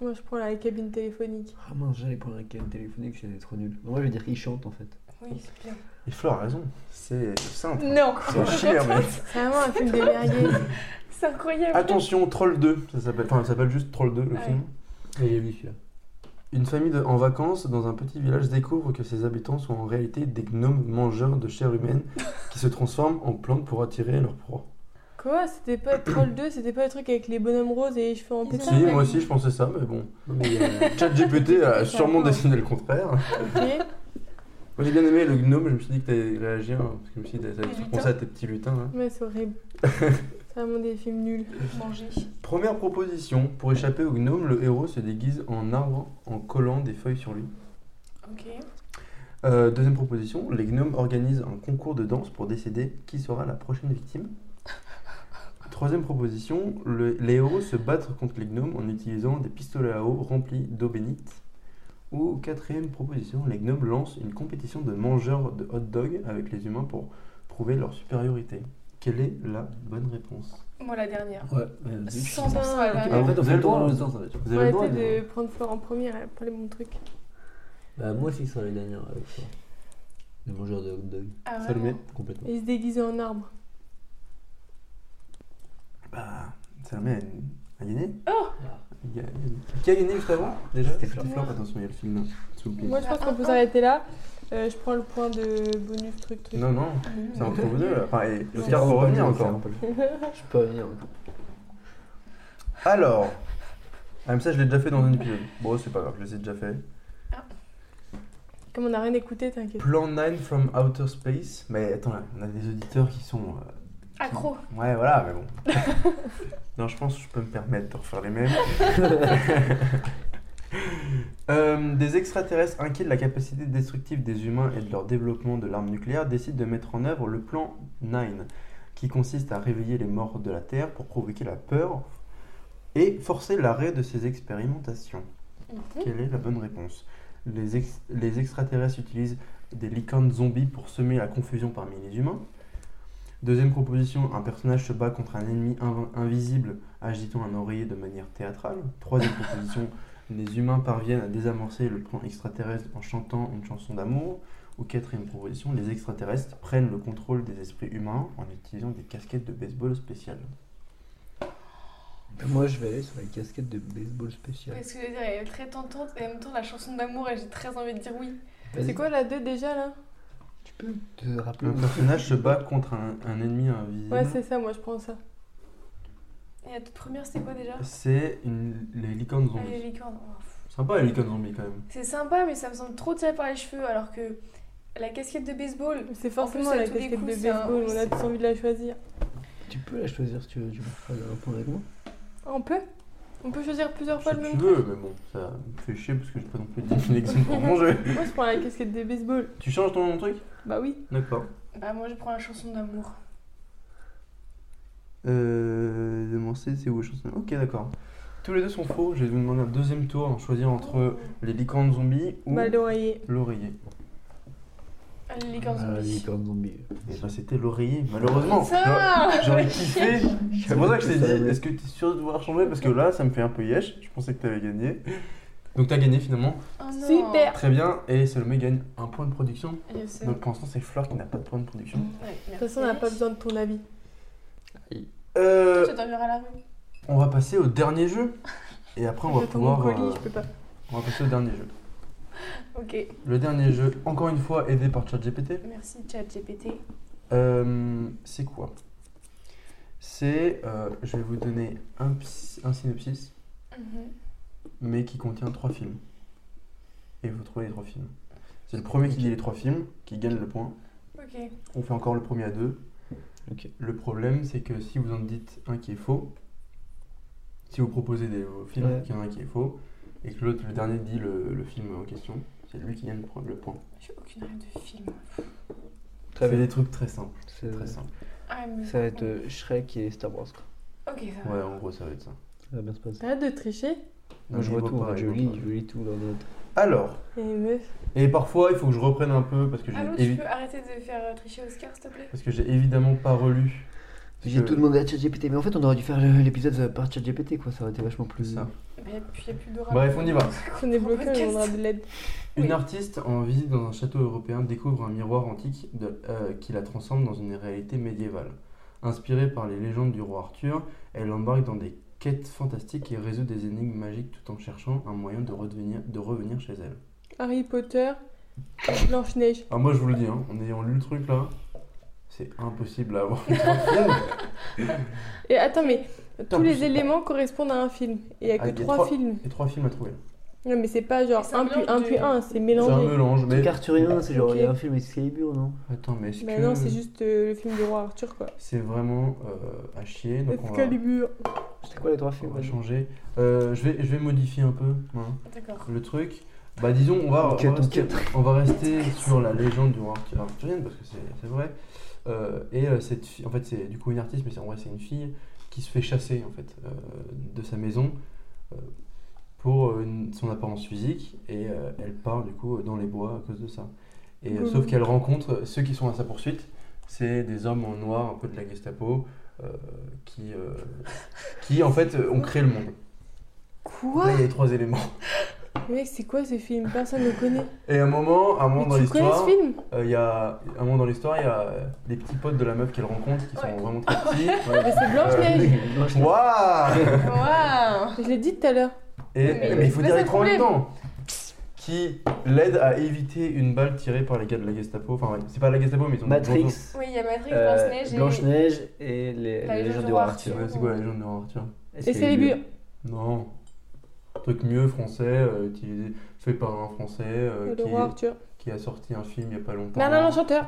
Speaker 4: Moi je prends la cabine téléphonique.
Speaker 3: Ah mince, j'allais prendre un câble téléphonique, c'était trop nul. Moi, je veux dire qu'ils chantent en fait.
Speaker 2: Oui, c'est bien.
Speaker 1: Et Flore a raison, c'est simple.
Speaker 2: Non
Speaker 1: C'est cher mais...
Speaker 4: C'est vraiment un film de merguez.
Speaker 2: C'est incroyable
Speaker 1: Attention, Troll 2, ça s'appelle... Enfin, ça s'appelle juste Troll 2 le
Speaker 2: Ouais.
Speaker 1: film.
Speaker 3: Et j'ai vu celui-là.
Speaker 1: Une famille de- en vacances dans un petit village découvre que ses habitants sont en réalité des gnomes mangeurs de chair humaine qui se transforment en plantes pour attirer leur proie.
Speaker 4: Quoi C'était pas Troll 2 C'était pas le truc avec les bonhommes roses et les cheveux en
Speaker 2: Ils
Speaker 4: pétard
Speaker 1: Si,
Speaker 2: ont-
Speaker 1: moi aussi je pensais ça, mais euh, bon.
Speaker 3: Non, mais il y a-
Speaker 1: ChatGPT a sûrement dessiné le contraire.
Speaker 4: Ok.
Speaker 1: Moi j'ai bien aimé le gnome, je me suis dit que t'allais réagir, hein, parce que je me suis dit que
Speaker 2: Les
Speaker 1: t'allais
Speaker 2: lutins.
Speaker 1: penser à tes petits lutins. hein. là.
Speaker 4: Ouais, c'est horrible. c'est vraiment des films nuls.
Speaker 2: Manger.
Speaker 1: Première proposition, pour échapper au gnome, le héros se déguise en arbre en collant des feuilles sur lui.
Speaker 2: Ok.
Speaker 1: Euh, deuxième proposition, les gnomes organisent un concours de danse pour décider qui sera la prochaine victime. Troisième proposition, le- les héros se battent contre les gnomes en utilisant des pistolets à eau remplis d'eau bénite. Ou quatrième proposition, les gnomes lancent une compétition de mangeurs de hot dog avec les humains pour prouver leur supériorité. Quelle est la bonne réponse
Speaker 2: Moi, la dernière.
Speaker 3: Ouais,
Speaker 2: Sans penser à la
Speaker 1: Ah ouais,
Speaker 2: dernière.
Speaker 3: En fait,
Speaker 1: vous
Speaker 3: on fait
Speaker 1: avez
Speaker 3: le hein. tour
Speaker 1: le
Speaker 3: dans
Speaker 1: droit.
Speaker 3: le sens, ça va être chaud.
Speaker 1: Vous
Speaker 4: On
Speaker 1: avez
Speaker 4: va
Speaker 1: le droit, les
Speaker 4: essayer
Speaker 1: gars
Speaker 4: de prendre Florent en premier elle, pour les bons trucs.
Speaker 3: Bah, moi aussi, ce serait la dernière
Speaker 1: euh,
Speaker 3: avec toi. Le mangeur de hot dog,
Speaker 2: Ah, vraiment
Speaker 1: Salomé
Speaker 3: complètement.
Speaker 4: Et se déguiser en arbre.
Speaker 1: Bah, Salomé a, a gagné
Speaker 2: Oh
Speaker 1: Il y a- Qui a gagné juste avant Déjà
Speaker 3: C'était
Speaker 1: Flop.
Speaker 3: Flop.
Speaker 1: attention, il y a le film là. S'il vous plaît.
Speaker 4: Moi, je pense qu'on peut
Speaker 2: Ah.
Speaker 4: s'arrêter là. Euh, je prends le point de bonus truc truc.
Speaker 1: Non, non.
Speaker 2: Mm.
Speaker 1: C'est entre vous deux là. Enfin, et
Speaker 4: Ouais.
Speaker 1: Oscar va revenir encore.
Speaker 3: Je peux revenir encore.
Speaker 1: Alors. Ah, mais ça, je l'ai déjà fait dans un épisode. Bon, c'est pas grave, je les ai déjà fait.
Speaker 4: Comme on n'a rien écouté, t'inquiète.
Speaker 1: Plan 9 from Outer Space. Mais attends, là, on a des auditeurs qui sont.
Speaker 2: Accro.
Speaker 1: euh, Ouais, voilà, mais bon. non, je pense que je peux me permettre de refaire les mêmes. Euh, des extraterrestres inquiets de la capacité destructive des humains et de leur développement de l'arme nucléaire décident de mettre en œuvre le plan 9, qui consiste à réveiller les morts de la Terre pour provoquer la peur et forcer l'arrêt de ces expérimentations.
Speaker 2: Mhm.
Speaker 1: Quelle est la bonne réponse les, ex- les extraterrestres utilisent des licornes zombies pour semer la confusion parmi les humains. Deuxième proposition, un personnage se bat contre un ennemi inv- invisible agitant un oreiller de manière théâtrale. Troisième proposition, les humains parviennent à désamorcer le plan extraterrestre en chantant une chanson d'amour. Ou quatrième proposition, les extraterrestres prennent le contrôle des esprits humains en utilisant des casquettes de baseball spéciales.
Speaker 3: Moi, je vais aller sur la casquette de baseball spéciale.
Speaker 2: Parce que je veux dire, elle est très tentante et en même temps la chanson d'amour et j'ai très envie de dire oui.
Speaker 4: C'est quoi la 2 déjà là
Speaker 3: Tu peux te rappeler
Speaker 1: Un personnage se bat contre un, un ennemi invisible.
Speaker 4: Ouais, c'est ça, moi je prends ça.
Speaker 2: Et la toute première, c'était quoi déjà
Speaker 1: C'est une- les licornes
Speaker 2: Ah, les
Speaker 1: zombies.
Speaker 2: licornes. Oh, pff.
Speaker 1: Sympa les licornes zombies quand même.
Speaker 2: C'est sympa, mais ça me semble trop tiré par les cheveux alors que la casquette de baseball.
Speaker 4: C'est forcément
Speaker 2: à
Speaker 4: la
Speaker 2: tous les
Speaker 4: casquette
Speaker 2: coups,
Speaker 4: de
Speaker 2: c'est un-
Speaker 4: baseball, on a tous envie de la choisir.
Speaker 3: Tu peux la choisir si tu veux. Tu peux faire un point avec moi.
Speaker 4: On peut On peut choisir plusieurs fois
Speaker 1: Si
Speaker 4: le
Speaker 1: tu
Speaker 4: même
Speaker 1: veux, mais bon, ça me fait chier parce que j'ai pas non plus de exemple pour mon jeu.
Speaker 4: Moi je prends la casquette de baseball.
Speaker 1: Tu changes ton truc
Speaker 4: Bah oui.
Speaker 1: D'accord.
Speaker 2: Bah, moi je prends la chanson d'amour.
Speaker 1: Euh. Demancer, c'est où je chanson Ok, d'accord. Tous les deux sont faux. Je vais vous demander un deuxième tour en choisir entre les licornes zombies ou
Speaker 4: Bah l'oreiller.
Speaker 1: l'oreiller.
Speaker 2: Ah, Les licornes
Speaker 3: Ah, les
Speaker 2: zombies.
Speaker 3: licornes zombies.
Speaker 1: Et bah, c'était l'oreiller, malheureusement.
Speaker 2: Ça
Speaker 1: J'aurais euh, kiffé. C'est pour ça que je t'ai dit,
Speaker 3: Salomé.
Speaker 1: est-ce que tu es sûr de vouloir changer Parce que là, ça me fait un peu yesh. Je pensais que tu avais gagné. Donc, tu as gagné finalement.
Speaker 2: Oh non.
Speaker 4: Super
Speaker 1: Très bien. Et Salomé gagne un point de production.
Speaker 2: Je sais.
Speaker 1: Donc, pour l'instant, c'est Fleur qui n'a pas de point de production.
Speaker 2: Ouais,
Speaker 4: De toute façon, on n'a pas besoin de ton avis.
Speaker 1: Euh,
Speaker 2: Tu dormiras à la rue.
Speaker 1: on va passer au dernier jeu. Et après, on va
Speaker 4: Je tombe mon
Speaker 1: pouvoir.
Speaker 4: colis,
Speaker 1: euh,
Speaker 4: je peux pas.
Speaker 1: on va passer au dernier jeu.
Speaker 2: Ok,
Speaker 1: Le dernier jeu, encore une fois aidé par ChatGPT.
Speaker 2: merci chat GPT.
Speaker 1: Euh, c'est quoi C'est. euh, je vais vous donner un, ps- un synopsis,
Speaker 2: Mm-hmm.
Speaker 1: mais qui contient trois films. Et vous trouvez les trois films. C'est le premier qui dit les trois films, qui gagne le point.
Speaker 2: Ok.
Speaker 1: On fait encore le premier à deux.
Speaker 3: Ok.
Speaker 1: Le problème, c'est que si vous en dites un qui est faux, si vous proposez des euh, films,
Speaker 3: Ouais.
Speaker 1: qu'il y en a un qui est faux, et que l'autre, le dernier, dit le, le film en question, c'est lui qui gagne le point- le point.
Speaker 2: J'ai aucune règle de film.
Speaker 3: Très
Speaker 1: C'est
Speaker 3: bien.
Speaker 1: des trucs très simples,
Speaker 3: C'est-
Speaker 1: très simples.
Speaker 2: Ah, mais...
Speaker 3: Ça va être euh, Shrek et Star Wars. quoi.
Speaker 2: Ok, ça va. Ah,
Speaker 1: Ouais, en gros, ça va être ça.
Speaker 3: Ça va bien se passer.
Speaker 4: Arrête de tricher.
Speaker 3: Moi, je
Speaker 1: mais
Speaker 3: vois
Speaker 1: il
Speaker 3: tout.
Speaker 1: voit pas,
Speaker 3: hein,
Speaker 1: il
Speaker 3: Je
Speaker 1: voit
Speaker 3: lis,
Speaker 1: pas.
Speaker 3: je lis tout dans notre.
Speaker 1: Alors,
Speaker 4: Et Eh meuf.
Speaker 1: et parfois il faut que je reprenne un peu parce que
Speaker 2: Allô,
Speaker 1: j'ai
Speaker 2: tu
Speaker 1: évi-
Speaker 2: Ah, peux arrêter de faire euh, tricher Oscar, s'il te plaît
Speaker 1: parce que j'ai évidemment pas relu. Parce
Speaker 3: J'ai
Speaker 1: que-
Speaker 3: tout demandé à ChatGPT, mais en fait, on aurait dû faire le- l'épisode par ChatGPT, quoi. Ça aurait été vachement plus.
Speaker 1: Ça.
Speaker 2: Bah, y'a plus, y a plus de
Speaker 1: Bref, on y va.
Speaker 4: On est bloqué, on demandera de l'aide.
Speaker 1: Une
Speaker 2: Oui.
Speaker 1: artiste en visite dans un château européen découvre un miroir antique de- euh, qui la transforme dans une réalité médiévale. Inspirée par les légendes du roi Arthur, elle embarque dans des quêtes fantastiques et résout des énigmes magiques tout en cherchant un moyen de redevenir- de revenir chez elle.
Speaker 4: Harry Potter, Blanche-Neige.
Speaker 1: Ah, moi je vous le dis, hein, en ayant lu le truc là, c'est impossible à avoir. Tous
Speaker 4: Et attends, mais tous les
Speaker 1: éléments
Speaker 4: éléments correspondent à un film. Et il n'y a
Speaker 1: Ah,
Speaker 4: que
Speaker 1: il y a
Speaker 4: trois
Speaker 1: trois-
Speaker 4: films.
Speaker 1: Et trois films à trouver.
Speaker 4: Non, mais c'est pas genre
Speaker 2: Et c'est un
Speaker 4: 1 puis
Speaker 2: mélange
Speaker 4: 1
Speaker 2: de-
Speaker 4: puis 1, c'est
Speaker 1: C'est un
Speaker 4: mélangé.
Speaker 1: mélange, mais.
Speaker 3: C'est arthurien, c'est genre,
Speaker 4: Ok.
Speaker 3: il y a un film Excalibur, non
Speaker 1: Attends, mais est-ce
Speaker 4: Bah
Speaker 1: que.
Speaker 4: non, c'est juste euh, le film du roi Arthur quoi.
Speaker 1: C'est vraiment euh, à chier, donc on va,
Speaker 4: Excalibur.
Speaker 3: C'était quoi les trois
Speaker 1: on
Speaker 3: films
Speaker 1: va
Speaker 3: ouais.
Speaker 1: changer. Euh, je, vais, je vais modifier un peu hein,
Speaker 2: D'accord.
Speaker 1: le truc. Bah disons, on va, on
Speaker 3: Enquête,
Speaker 1: va rester,
Speaker 3: enquête.
Speaker 1: on va rester sur la légende du roi Arthur- arthurienne, parce que c'est c'est vrai. Euh, et euh, cette fille, en fait, c'est du coup une artiste, mais c'est- en vrai, c'est une fille qui se fait chasser en fait euh, de sa maison euh, pour euh, une- son apparence physique et euh, elle part du coup dans les bois à cause de ça. Et euh,
Speaker 4: Mhm.
Speaker 1: sauf qu'elle rencontre ceux qui sont à sa poursuite, c'est des hommes en noir, un peu de la Gestapo, euh, qui, euh, qui en fait euh, ont créé le monde. Là,
Speaker 4: Quoi
Speaker 1: il y a les trois éléments.
Speaker 4: Mais Mec, c'est quoi ce film Personne ne connaît.
Speaker 1: Et à un moment, à un moment dans
Speaker 4: Mais tu connais
Speaker 1: l'histoire,
Speaker 4: ce film
Speaker 1: euh, il y a à un moment dans l'histoire, il y a euh, les petits potes de la meuf qu'elle rencontre qui sont
Speaker 2: Ouais.
Speaker 1: vraiment très petits.
Speaker 4: Mais Bah,
Speaker 3: Euh,
Speaker 4: c'est
Speaker 1: Euh,
Speaker 4: Blanche-Neige.
Speaker 1: Waouh
Speaker 2: Waouh
Speaker 4: Je l'ai dit tout à l'heure.
Speaker 1: Et
Speaker 2: Mais
Speaker 1: mais, il faut
Speaker 2: c'est
Speaker 1: dire
Speaker 2: pas
Speaker 1: les
Speaker 2: ça
Speaker 1: trois en
Speaker 2: le
Speaker 1: même temps. Qui l'aide à éviter une balle tirée par les gars de la Gestapo. Enfin, ouais, c'est pas la Gestapo, mais ils ont
Speaker 3: Matrix,
Speaker 2: Oui, il y a Matrix,
Speaker 3: euh,
Speaker 2: Blanche-Neige et.
Speaker 3: Blanche-Neige et les,
Speaker 2: La
Speaker 3: les
Speaker 2: légende
Speaker 3: légendes
Speaker 2: du
Speaker 3: du
Speaker 2: roi
Speaker 3: roi
Speaker 1: Je
Speaker 2: Arthur.
Speaker 3: Arthur.
Speaker 1: sais pas, C'est quoi la légende de Arthur
Speaker 4: Excalibur.
Speaker 1: Non. Truc mieux français, euh, utilisé, fait par un français euh,
Speaker 4: Le
Speaker 1: qui,
Speaker 4: roi Arthur.
Speaker 1: qui a sorti un film il y a pas longtemps.
Speaker 4: Non, non, non, chanteur.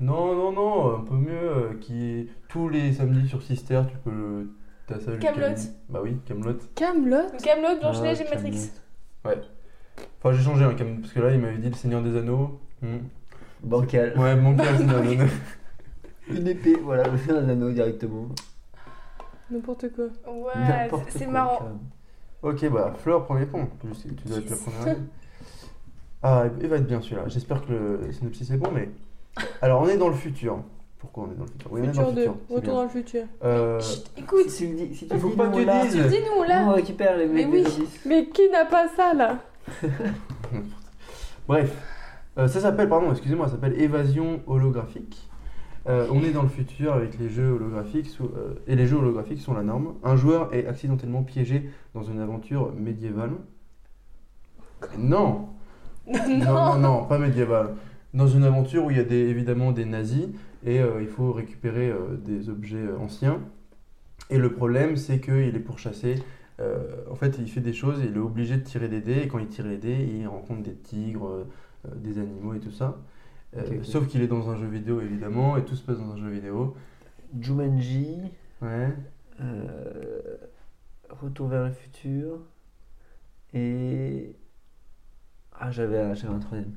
Speaker 1: non, non, non, un peu mieux. euh, qui tous les samedis sur Sister, tu peux le. T'as ça le
Speaker 2: Kaamelott.
Speaker 1: Camelot. Bah oui, Camelot.
Speaker 4: Camelot.
Speaker 2: Donc Camelot, Blanche-Neige et
Speaker 3: Ah,
Speaker 2: Matrix.
Speaker 1: Enfin, j'ai changé, hein, Kaamelott, parce que là, il m'avait dit Le Seigneur des Anneaux. Hmm.
Speaker 3: Bancal.
Speaker 1: Ouais, mon père, c'est un anneau.
Speaker 3: Une épée, voilà, un anneau directement.
Speaker 4: N'importe quoi.
Speaker 2: Ouais,
Speaker 3: N'importe
Speaker 2: c'est
Speaker 3: quoi,
Speaker 2: marrant.
Speaker 3: carrément.
Speaker 1: Ok, bah Fleur, premier pont. Tu, sais- tu dois être la
Speaker 2: Yes.
Speaker 1: première. Ah, il va être bien celui-là. J'espère que le synopsis est bon, mais. Alors, on est dans le futur. Pourquoi on est dans le futur Oui, on est dans
Speaker 4: Futur
Speaker 1: le
Speaker 4: 2.
Speaker 1: futur. c'est
Speaker 4: Retour
Speaker 1: bien.
Speaker 4: dans le futur.
Speaker 1: Euh,
Speaker 2: Chut, écoute,
Speaker 3: Si tu le dis, si tu
Speaker 1: Il faut
Speaker 3: dis
Speaker 1: pas
Speaker 3: non,
Speaker 1: que
Speaker 3: là,
Speaker 1: dise.
Speaker 2: dis-nous
Speaker 3: nous, on
Speaker 2: là.
Speaker 3: récupère les
Speaker 2: Mais
Speaker 3: mecs
Speaker 2: oui.
Speaker 3: des indices.
Speaker 4: Mais qui n'a pas ça là
Speaker 1: Bref, Euh, ça s'appelle, pardon, excusez-moi, ça s'appelle évasion holographique. Euh, on est dans le futur avec les jeux holographiques sous- euh, et les jeux holographiques sont la norme. Un joueur est accidentellement piégé dans une aventure médiévale. Non, non, non, non, pas médiéval. Dans une aventure où il y a des, évidemment des nazis et euh, il faut récupérer euh, des objets euh, anciens. Et le problème, c'est qu'il est pourchassé. Euh, en fait, il fait des choses, il est obligé de tirer des dés et quand il tire les dés, il rencontre des tigres, euh, euh, des animaux et tout ça. Euh,
Speaker 3: Ok, ok.
Speaker 1: Sauf qu'il est dans un jeu vidéo évidemment et tout se passe dans un jeu vidéo.
Speaker 3: Jumanji,
Speaker 1: Ouais.
Speaker 3: euh, Retour vers le futur et. Ah, j'avais un, j'avais un troisième.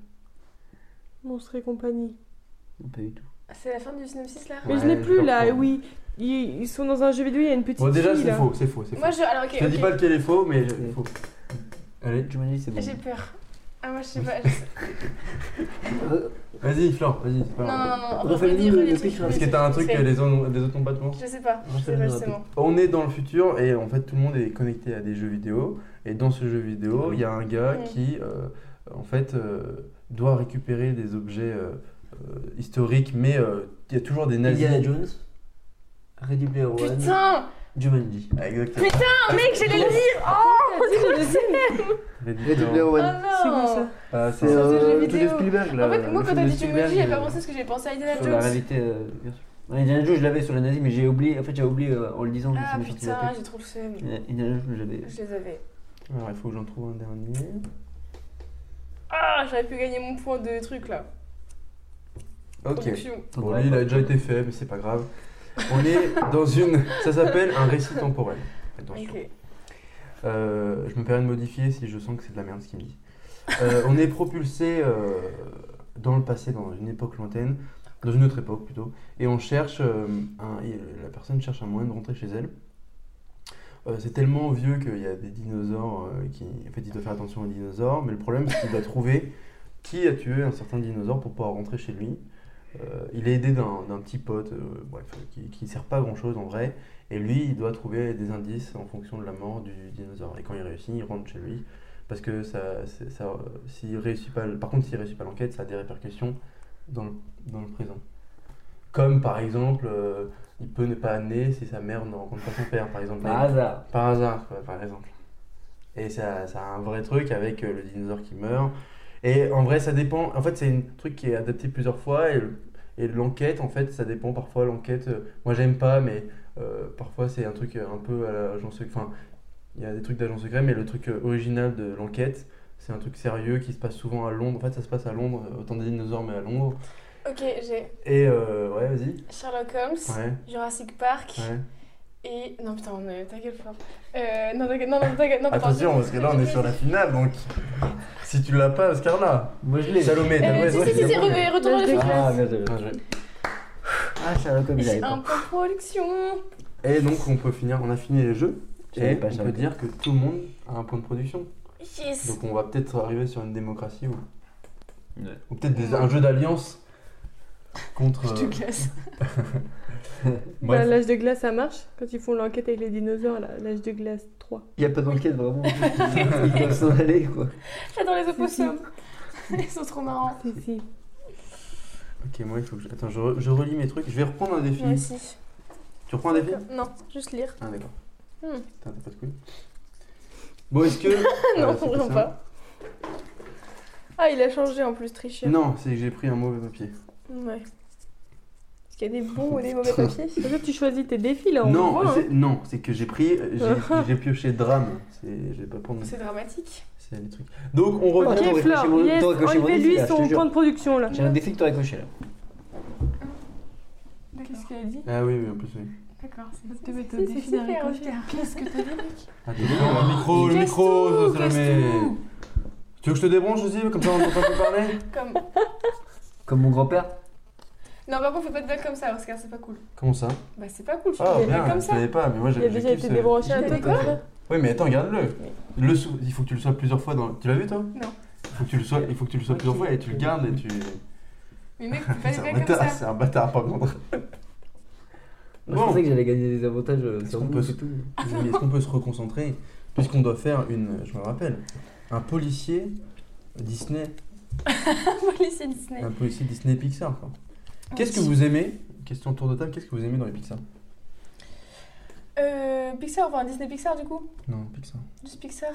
Speaker 4: Monstre et compagnie.
Speaker 3: Non, pas du tout.
Speaker 2: C'est la fin du synopsis là
Speaker 1: Ouais,
Speaker 4: Mais je l'ai
Speaker 1: je
Speaker 4: plus là,
Speaker 1: comprends.
Speaker 4: oui. Ils, ils sont dans un jeu vidéo, il y a une petite
Speaker 1: Bon, déjà,
Speaker 4: fille
Speaker 1: c'est
Speaker 4: là.
Speaker 1: faux, c'est faux, c'est faux.
Speaker 2: Moi je. Alors ok,
Speaker 1: Je te dis
Speaker 2: ok.
Speaker 1: pas lequel est faux, mais il
Speaker 3: hein. Ok.
Speaker 1: faut. Allez,
Speaker 3: Jumanji, c'est bon.
Speaker 2: J'ai peur. Ah, moi je sais pas. je sais-
Speaker 3: Euh,
Speaker 1: vas-y, Flore, vas-y, c'est pas
Speaker 2: Non,
Speaker 1: grave.
Speaker 2: non, non, non.
Speaker 3: Refais-le
Speaker 2: redis,
Speaker 3: nous, le
Speaker 2: redis,
Speaker 3: pitch,
Speaker 2: redis,
Speaker 1: Parce que
Speaker 2: redis,
Speaker 1: t'as un truc
Speaker 2: redis.
Speaker 1: que les autres les autres n'ont pas de pense.
Speaker 2: Je sais pas. Je sais
Speaker 3: Refais-le
Speaker 2: pas
Speaker 3: nous,
Speaker 2: justement.
Speaker 1: On est dans le futur et en fait tout le monde est connecté à des jeux vidéo. Et dans ce jeu vidéo, il y a un gars
Speaker 2: Mm.
Speaker 1: qui euh, en fait euh, doit récupérer des objets euh, euh, historiques, mais euh, il y a toujours des nazis.
Speaker 3: Indiana Jones, Ready Player One,
Speaker 2: Putain
Speaker 3: Jumanji.
Speaker 1: Exactement.
Speaker 4: Ah,
Speaker 2: Mec, j'allais le dire
Speaker 4: Vas-y, le deuxième.
Speaker 3: Ready Player
Speaker 2: Oh
Speaker 3: One.
Speaker 4: C'est quoi
Speaker 2: non
Speaker 4: ça
Speaker 1: Ah,
Speaker 3: C'est
Speaker 1: c'est
Speaker 2: un jeu
Speaker 3: euh,
Speaker 2: vidéo.
Speaker 3: de Spielberg là.
Speaker 2: En fait, moi
Speaker 3: le
Speaker 2: quand
Speaker 3: film
Speaker 2: t'as
Speaker 3: de
Speaker 2: dit
Speaker 3: Spielberg,
Speaker 2: Jumanji, j'avais pas
Speaker 3: euh,
Speaker 2: pensé à ce que j'avais pensé à Indiana
Speaker 3: Sur la
Speaker 2: Jones.
Speaker 3: réalité, euh, bien sûr. Ouais, Indiana Jones, je l'avais sur la nazi, mais j'ai oublié. En fait, j'ai oublié euh, en le disant. mais ça
Speaker 2: Ah
Speaker 3: m'est sorti de la
Speaker 2: putain,
Speaker 3: tête.
Speaker 2: j'ai trop le seum.
Speaker 3: Ouais, Euh, Indiana Jones, je l'avais.
Speaker 2: Je les avais.
Speaker 1: Alors il faut que j'en trouve un dernier.
Speaker 2: Ah, j'aurais pu gagner mon point de truc là.
Speaker 1: Ok.
Speaker 2: Production.
Speaker 1: Bon, lui, il a déjà été fait, mais c'est pas grave. On est dans une. Ça s'appelle un récit temporel. Attention.
Speaker 2: Ok.
Speaker 1: Euh, je me permets de modifier si je sens que c'est de la merde ce qu'il me dit. Euh, on est propulsé euh, dans le passé, dans une époque lointaine, dans une autre époque plutôt, et on cherche. euh, un- et la personne cherche un moyen de rentrer chez elle. Euh, c'est tellement vieux qu'il y a des dinosaures euh, qui. En fait, il doit faire attention aux dinosaures, mais le problème, c'est qu'il doit trouver qui a tué un certain dinosaure pour pouvoir rentrer chez lui. Euh, il est aidé d'un d'un petit pote, euh, bref, qui, qui sert pas à grand chose en vrai. Et lui, il doit trouver des indices en fonction de la mort du dinosaure. Et quand il réussit, il rentre chez lui. Parce que ça, c'est- ça, euh, s'il réussit pas, par contre, s'il réussit pas l'enquête, ça a des répercussions dans le, dans le présent. Comme par exemple, euh, il peut ne pas né si sa mère ne rencontre pas son père, par exemple.
Speaker 3: Par hasard.
Speaker 1: Par hasard, quoi, par exemple. Et ça, ça a un vrai truc avec euh, le dinosaure qui meurt. Et en vrai, ça dépend. En fait, c'est un truc qui est adapté plusieurs fois. Et, le- et l'enquête, en fait, ça dépend. Parfois, l'enquête, euh, moi, j'aime pas, mais euh, parfois, c'est un truc euh, un peu à la Jean Sec- Enfin, Il y a des trucs d'agents secrets, mais le truc euh, original de l'enquête, c'est un truc sérieux qui se passe souvent à Londres. En fait, ça se passe à Londres, euh, autant des dinosaures, mais à Londres.
Speaker 2: Ok, j'ai
Speaker 1: Et euh, ouais, vas-y.
Speaker 2: Sherlock Holmes,
Speaker 1: Ouais,
Speaker 2: Jurassic Park
Speaker 1: ouais.
Speaker 2: et. Non, putain, on est. T'inquiète pas. Euh, non, t'inquiète, non, non, t'inquiète, non, Euh,
Speaker 1: Attention, parce que là, on est sur la finale, donc si tu l'as pas, Scarla.
Speaker 3: Moi je l'ai.
Speaker 1: Salomé, t'as
Speaker 2: Euh,
Speaker 1: ouais,
Speaker 2: si,
Speaker 1: ouais,
Speaker 2: si,
Speaker 1: je l'ai
Speaker 2: si, si,
Speaker 1: compris.
Speaker 2: re- retourne
Speaker 4: Là, je
Speaker 2: les
Speaker 4: déclare.
Speaker 3: Ah,
Speaker 2: phrases.
Speaker 3: merde.
Speaker 1: Ah, je-
Speaker 3: Ah, Sherlock Holmes, j'avais
Speaker 2: J'ai
Speaker 3: pas.
Speaker 2: un point de production.
Speaker 1: Et donc, on peut finir, on a fini les jeux.
Speaker 3: J'avais
Speaker 1: Et
Speaker 3: pas
Speaker 1: on peut
Speaker 3: Sherlock Holmes.
Speaker 1: dire que tout le monde a un point de production.
Speaker 2: Yes.
Speaker 1: Donc, on va peut-être arriver sur une démocratie ou,
Speaker 3: Ouais.
Speaker 1: ou peut-être des- un jeu d'alliance contre. euh,
Speaker 2: Je te glace.
Speaker 4: Bah,
Speaker 1: Bref.
Speaker 4: l'âge de glace, ça marche quand ils font l'enquête avec les dinosaures, là, l'âge de glace 3.
Speaker 3: Il a pas d'enquête vraiment. Ils doivent s'en aller quoi.
Speaker 2: J'adore les opossums. Ils sont trop marrants.
Speaker 4: Si, si.
Speaker 1: Ok, moi, il faut que je. Attends, je, re- je relis mes trucs. Je vais reprendre un défi.
Speaker 2: Moi aussi.
Speaker 1: Tu reprends un défi
Speaker 2: Non, juste lire.
Speaker 1: Ah, d'accord.
Speaker 2: Hmm.
Speaker 1: Putain, t'as pas de couilles. Bon, est-ce que. Euh,
Speaker 4: Non,
Speaker 1: c'est
Speaker 4: vraiment
Speaker 1: ça.
Speaker 4: pas.
Speaker 2: Ah, il a changé en plus, tricheur.
Speaker 1: Non, c'est que j'ai pris un mauvais papier.
Speaker 4: Ouais.
Speaker 2: Est-ce qu'il y a des bons ou des mauvais papiers
Speaker 4: Parce que tu choisis tes défis, là, on
Speaker 1: non,
Speaker 4: voit. hein.
Speaker 1: c'est- non, c'est que j'ai pris. J'ai j'ai pioché drame. C'est- Je vais pas prendre.
Speaker 2: C'est dramatique.
Speaker 1: C'est les trucs. Donc, on revient.
Speaker 4: Ok,
Speaker 3: Attends,
Speaker 4: Flore,
Speaker 3: chez mon-
Speaker 4: yes,
Speaker 3: toi, que chez mon
Speaker 4: enlevez-lui
Speaker 3: défi, là, je te
Speaker 4: son
Speaker 3: jure.
Speaker 4: point de production, là.
Speaker 3: J'ai un défi que t'aurais coché là.
Speaker 2: D'accord.
Speaker 5: Qu'est-ce qu'elle a dit
Speaker 1: Ah oui, oui, en plus, oui.
Speaker 5: D'accord, c'est te mettre
Speaker 2: si,
Speaker 5: au défi
Speaker 2: c'est
Speaker 5: d'un
Speaker 2: super,
Speaker 5: ricochet.
Speaker 2: Oscar.
Speaker 5: Qu'est-ce que t'as dit, mec
Speaker 1: Attends, le micro, le
Speaker 5: Casse
Speaker 1: micro,
Speaker 5: tout,
Speaker 1: ça, c'est la
Speaker 5: casse
Speaker 1: merde.
Speaker 5: tout.
Speaker 1: Tu veux que je te débranche aussi, comme ça on entend plus parler
Speaker 2: Comme...
Speaker 3: Comme mon grand-père.
Speaker 2: Non, par contre, fais pas de blague comme ça, Oscar, c'est pas cool.
Speaker 1: Comment ça
Speaker 2: Bah, c'est pas cool, tu
Speaker 1: Ah,
Speaker 2: fais des blagues
Speaker 1: bien,
Speaker 2: comme
Speaker 1: je
Speaker 2: ça.
Speaker 1: l'avais pas, mais moi
Speaker 4: Il a
Speaker 1: j'avais
Speaker 4: déjà été débranché à
Speaker 2: Je
Speaker 4: toi,
Speaker 2: l'ai
Speaker 4: quoi.
Speaker 1: Oui, mais attends, regarde-le. Le sou- Il faut que tu le sois plusieurs fois dans. Tu l'as vu toi
Speaker 2: Non.
Speaker 1: Il faut que tu le sois, il faut que tu le sois plusieurs fois et tu le gardes et tu.
Speaker 2: Mais mec, fais pas des
Speaker 1: C'est un
Speaker 2: blagues comme
Speaker 1: bâtard,
Speaker 2: ça.
Speaker 1: c'est un bâtard par contre.
Speaker 3: Moi, Je
Speaker 1: Bon.
Speaker 3: pensais que j'allais gagner des avantages euh,
Speaker 1: Est-ce
Speaker 3: sur
Speaker 1: qu'on
Speaker 3: vous,
Speaker 1: peut
Speaker 3: c'est
Speaker 1: se-
Speaker 3: tout.
Speaker 1: Mais est-ce qu'on peut se reconcentrer Puisqu'on doit faire une. Je me rappelle. Un policier Disney.
Speaker 2: Policier Disney.
Speaker 1: Un policier Disney Pixar quoi. Euh, Qu'est-ce que vous aimez Question tour de table, qu'est-ce que vous aimez dans les Pixar
Speaker 2: Euh, Pixar, enfin Disney Pixar du coup
Speaker 1: Non, Pixar.
Speaker 2: Juste Pixar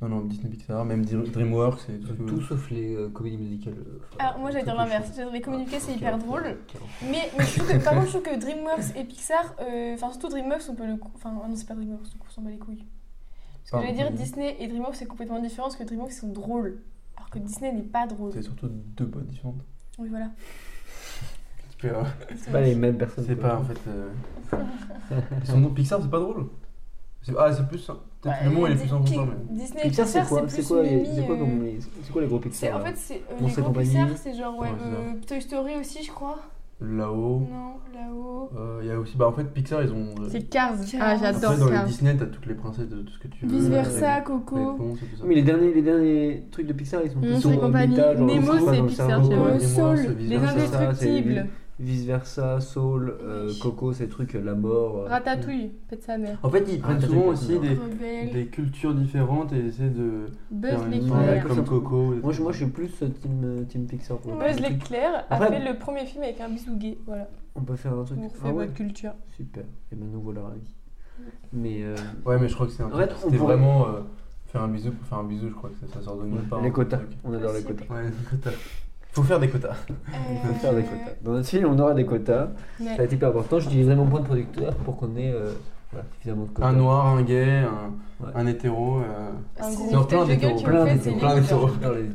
Speaker 1: Non, non, Disney Pixar, même Dr- DreamWorks et tout. ce que vous-
Speaker 3: Tout sauf les euh, comédies musicales. euh, enfin,
Speaker 2: Alors Ah, moi j'allais dire
Speaker 3: tout autre
Speaker 2: l'inverse,
Speaker 3: chose.
Speaker 2: j'avais communiqué c'est
Speaker 3: Ok,
Speaker 2: hyper
Speaker 3: Ah, ok,
Speaker 2: drôle.
Speaker 3: ok.
Speaker 2: Mais, mais je trouve que- par contre je trouve que DreamWorks et Pixar, euh, enfin surtout DreamWorks on peut le... cou- Enfin ah non c'est pas DreamWorks, du coup on s'en bat les couilles. Parce que
Speaker 1: Pardon.
Speaker 2: j'allais dire Disney et DreamWorks c'est complètement différent parce que DreamWorks ils sont drôles. Alors que Disney n'est pas drôle.
Speaker 1: C'est surtout deux boîtes différentes.
Speaker 2: Oui voilà.
Speaker 3: C'est pas Bah, les mêmes personnes.
Speaker 1: hein. C'est
Speaker 3: quoi.
Speaker 1: pas en fait. euh, Son nom Pixar, c'est pas drôle. C'est- Ah, c'est plus. Peut-être le mot il est plus en
Speaker 2: Pi-
Speaker 1: commun, mais-
Speaker 2: Disney et
Speaker 3: Pixar,
Speaker 2: Pixar
Speaker 3: c'est quoi
Speaker 2: plus
Speaker 3: C'est quoi les
Speaker 2: Mimi,
Speaker 3: c'est quoi comme
Speaker 2: euh,
Speaker 3: les- c'est quoi les gros Pixar
Speaker 2: c'est- En
Speaker 3: là
Speaker 2: fait c'est... euh,
Speaker 3: Monstres
Speaker 2: les
Speaker 3: et
Speaker 2: gros
Speaker 3: compagnie.
Speaker 2: Pixar c'est genre ouais,
Speaker 1: Ouais, c'est
Speaker 2: euh, Toy Story aussi je crois.
Speaker 1: Là-haut.
Speaker 2: Non, là-haut.
Speaker 1: Euh, Il y a aussi. Bah, en fait, Pixar, ils ont. euh,
Speaker 5: C'est Cars.
Speaker 2: Ah,
Speaker 5: Ah,
Speaker 1: Après,
Speaker 5: j'adore
Speaker 1: dans les
Speaker 5: Cars.
Speaker 1: Disney, t'as toutes les princesses de tout ce que tu veux. euh,
Speaker 2: Vice
Speaker 1: les-
Speaker 2: versa,
Speaker 1: les
Speaker 2: Coco.
Speaker 1: réponses et tout ça.
Speaker 3: Mais les derniers, les derniers trucs de Pixar, ils sont plus
Speaker 5: Monstres et
Speaker 3: sur, euh,
Speaker 5: compagnie.
Speaker 3: métal, genre,
Speaker 5: Nemo,
Speaker 3: je sais pas,
Speaker 5: c'est
Speaker 3: dans le
Speaker 5: Pixar,
Speaker 3: cerveau,
Speaker 5: chez
Speaker 3: ouais,
Speaker 5: moi.
Speaker 3: Nemo,
Speaker 5: Soul,
Speaker 1: c'est
Speaker 5: Les
Speaker 1: vice-versa.
Speaker 3: Indés-
Speaker 5: Indestructibles.
Speaker 3: Vice versa, Soul, euh,
Speaker 2: Oui.
Speaker 3: Coco, ces trucs, euh, la mort. euh.
Speaker 5: Ratatouille, pète sa mère.
Speaker 1: En fait, ils prennent
Speaker 3: Ah,
Speaker 1: souvent
Speaker 3: t'as
Speaker 1: aussi
Speaker 3: dit-
Speaker 1: des,
Speaker 2: Rebelle.
Speaker 1: des cultures différentes et essaient de
Speaker 5: Buzz
Speaker 1: une
Speaker 3: Ouais,
Speaker 1: morale
Speaker 5: l'éclair.
Speaker 3: comme
Speaker 1: comme
Speaker 3: ça.
Speaker 1: Coco. des
Speaker 3: Moi, je,
Speaker 1: trucs
Speaker 3: moi, je suis plus euh, team, euh, team Pixar. pour le
Speaker 4: Buzz
Speaker 3: coup.
Speaker 4: l'éclair a
Speaker 3: Après-
Speaker 4: fait le premier film avec un bisou gay, voilà.
Speaker 3: On peut faire un truc.
Speaker 4: On refait
Speaker 3: Ah ouais,
Speaker 4: votre culture.
Speaker 3: Super. Et ben nous voilà ravis. Mais euh,
Speaker 1: comme- Ouais, mais je crois que c'est un
Speaker 3: En fait,
Speaker 1: truc.
Speaker 3: on
Speaker 1: C'était
Speaker 3: pourrait-
Speaker 1: vraiment euh, faire un bisou pour faire un bisou, je crois que ça- ça sort de nulle part.
Speaker 3: les
Speaker 1: hein,
Speaker 3: quotas,
Speaker 1: ce truc.
Speaker 3: on adore les
Speaker 2: Possible.
Speaker 3: quotas.
Speaker 1: Ouais, les quotas. Faut faire des quotas.
Speaker 3: On peut faire des
Speaker 2: Euh,
Speaker 3: quotas. Dans notre film, on aura des quotas.
Speaker 5: Ouais.
Speaker 3: Ça va être hyper important. J'utiliserai mon point de producteur pour qu'on ait euh, voilà, suffisamment de quotas.
Speaker 1: Un noir, un gay, un,
Speaker 3: Ouais.
Speaker 1: un hétéro. euh,
Speaker 2: Un
Speaker 4: C'est
Speaker 2: gros
Speaker 1: dans plein
Speaker 2: foutage de gueule
Speaker 1: d'étaux,
Speaker 2: qui me
Speaker 3: plein
Speaker 2: fait,
Speaker 3: d'étaux,
Speaker 2: c'est
Speaker 1: plein
Speaker 2: Lisa.
Speaker 1: d'étaux.
Speaker 3: Dans les-
Speaker 2: Allez,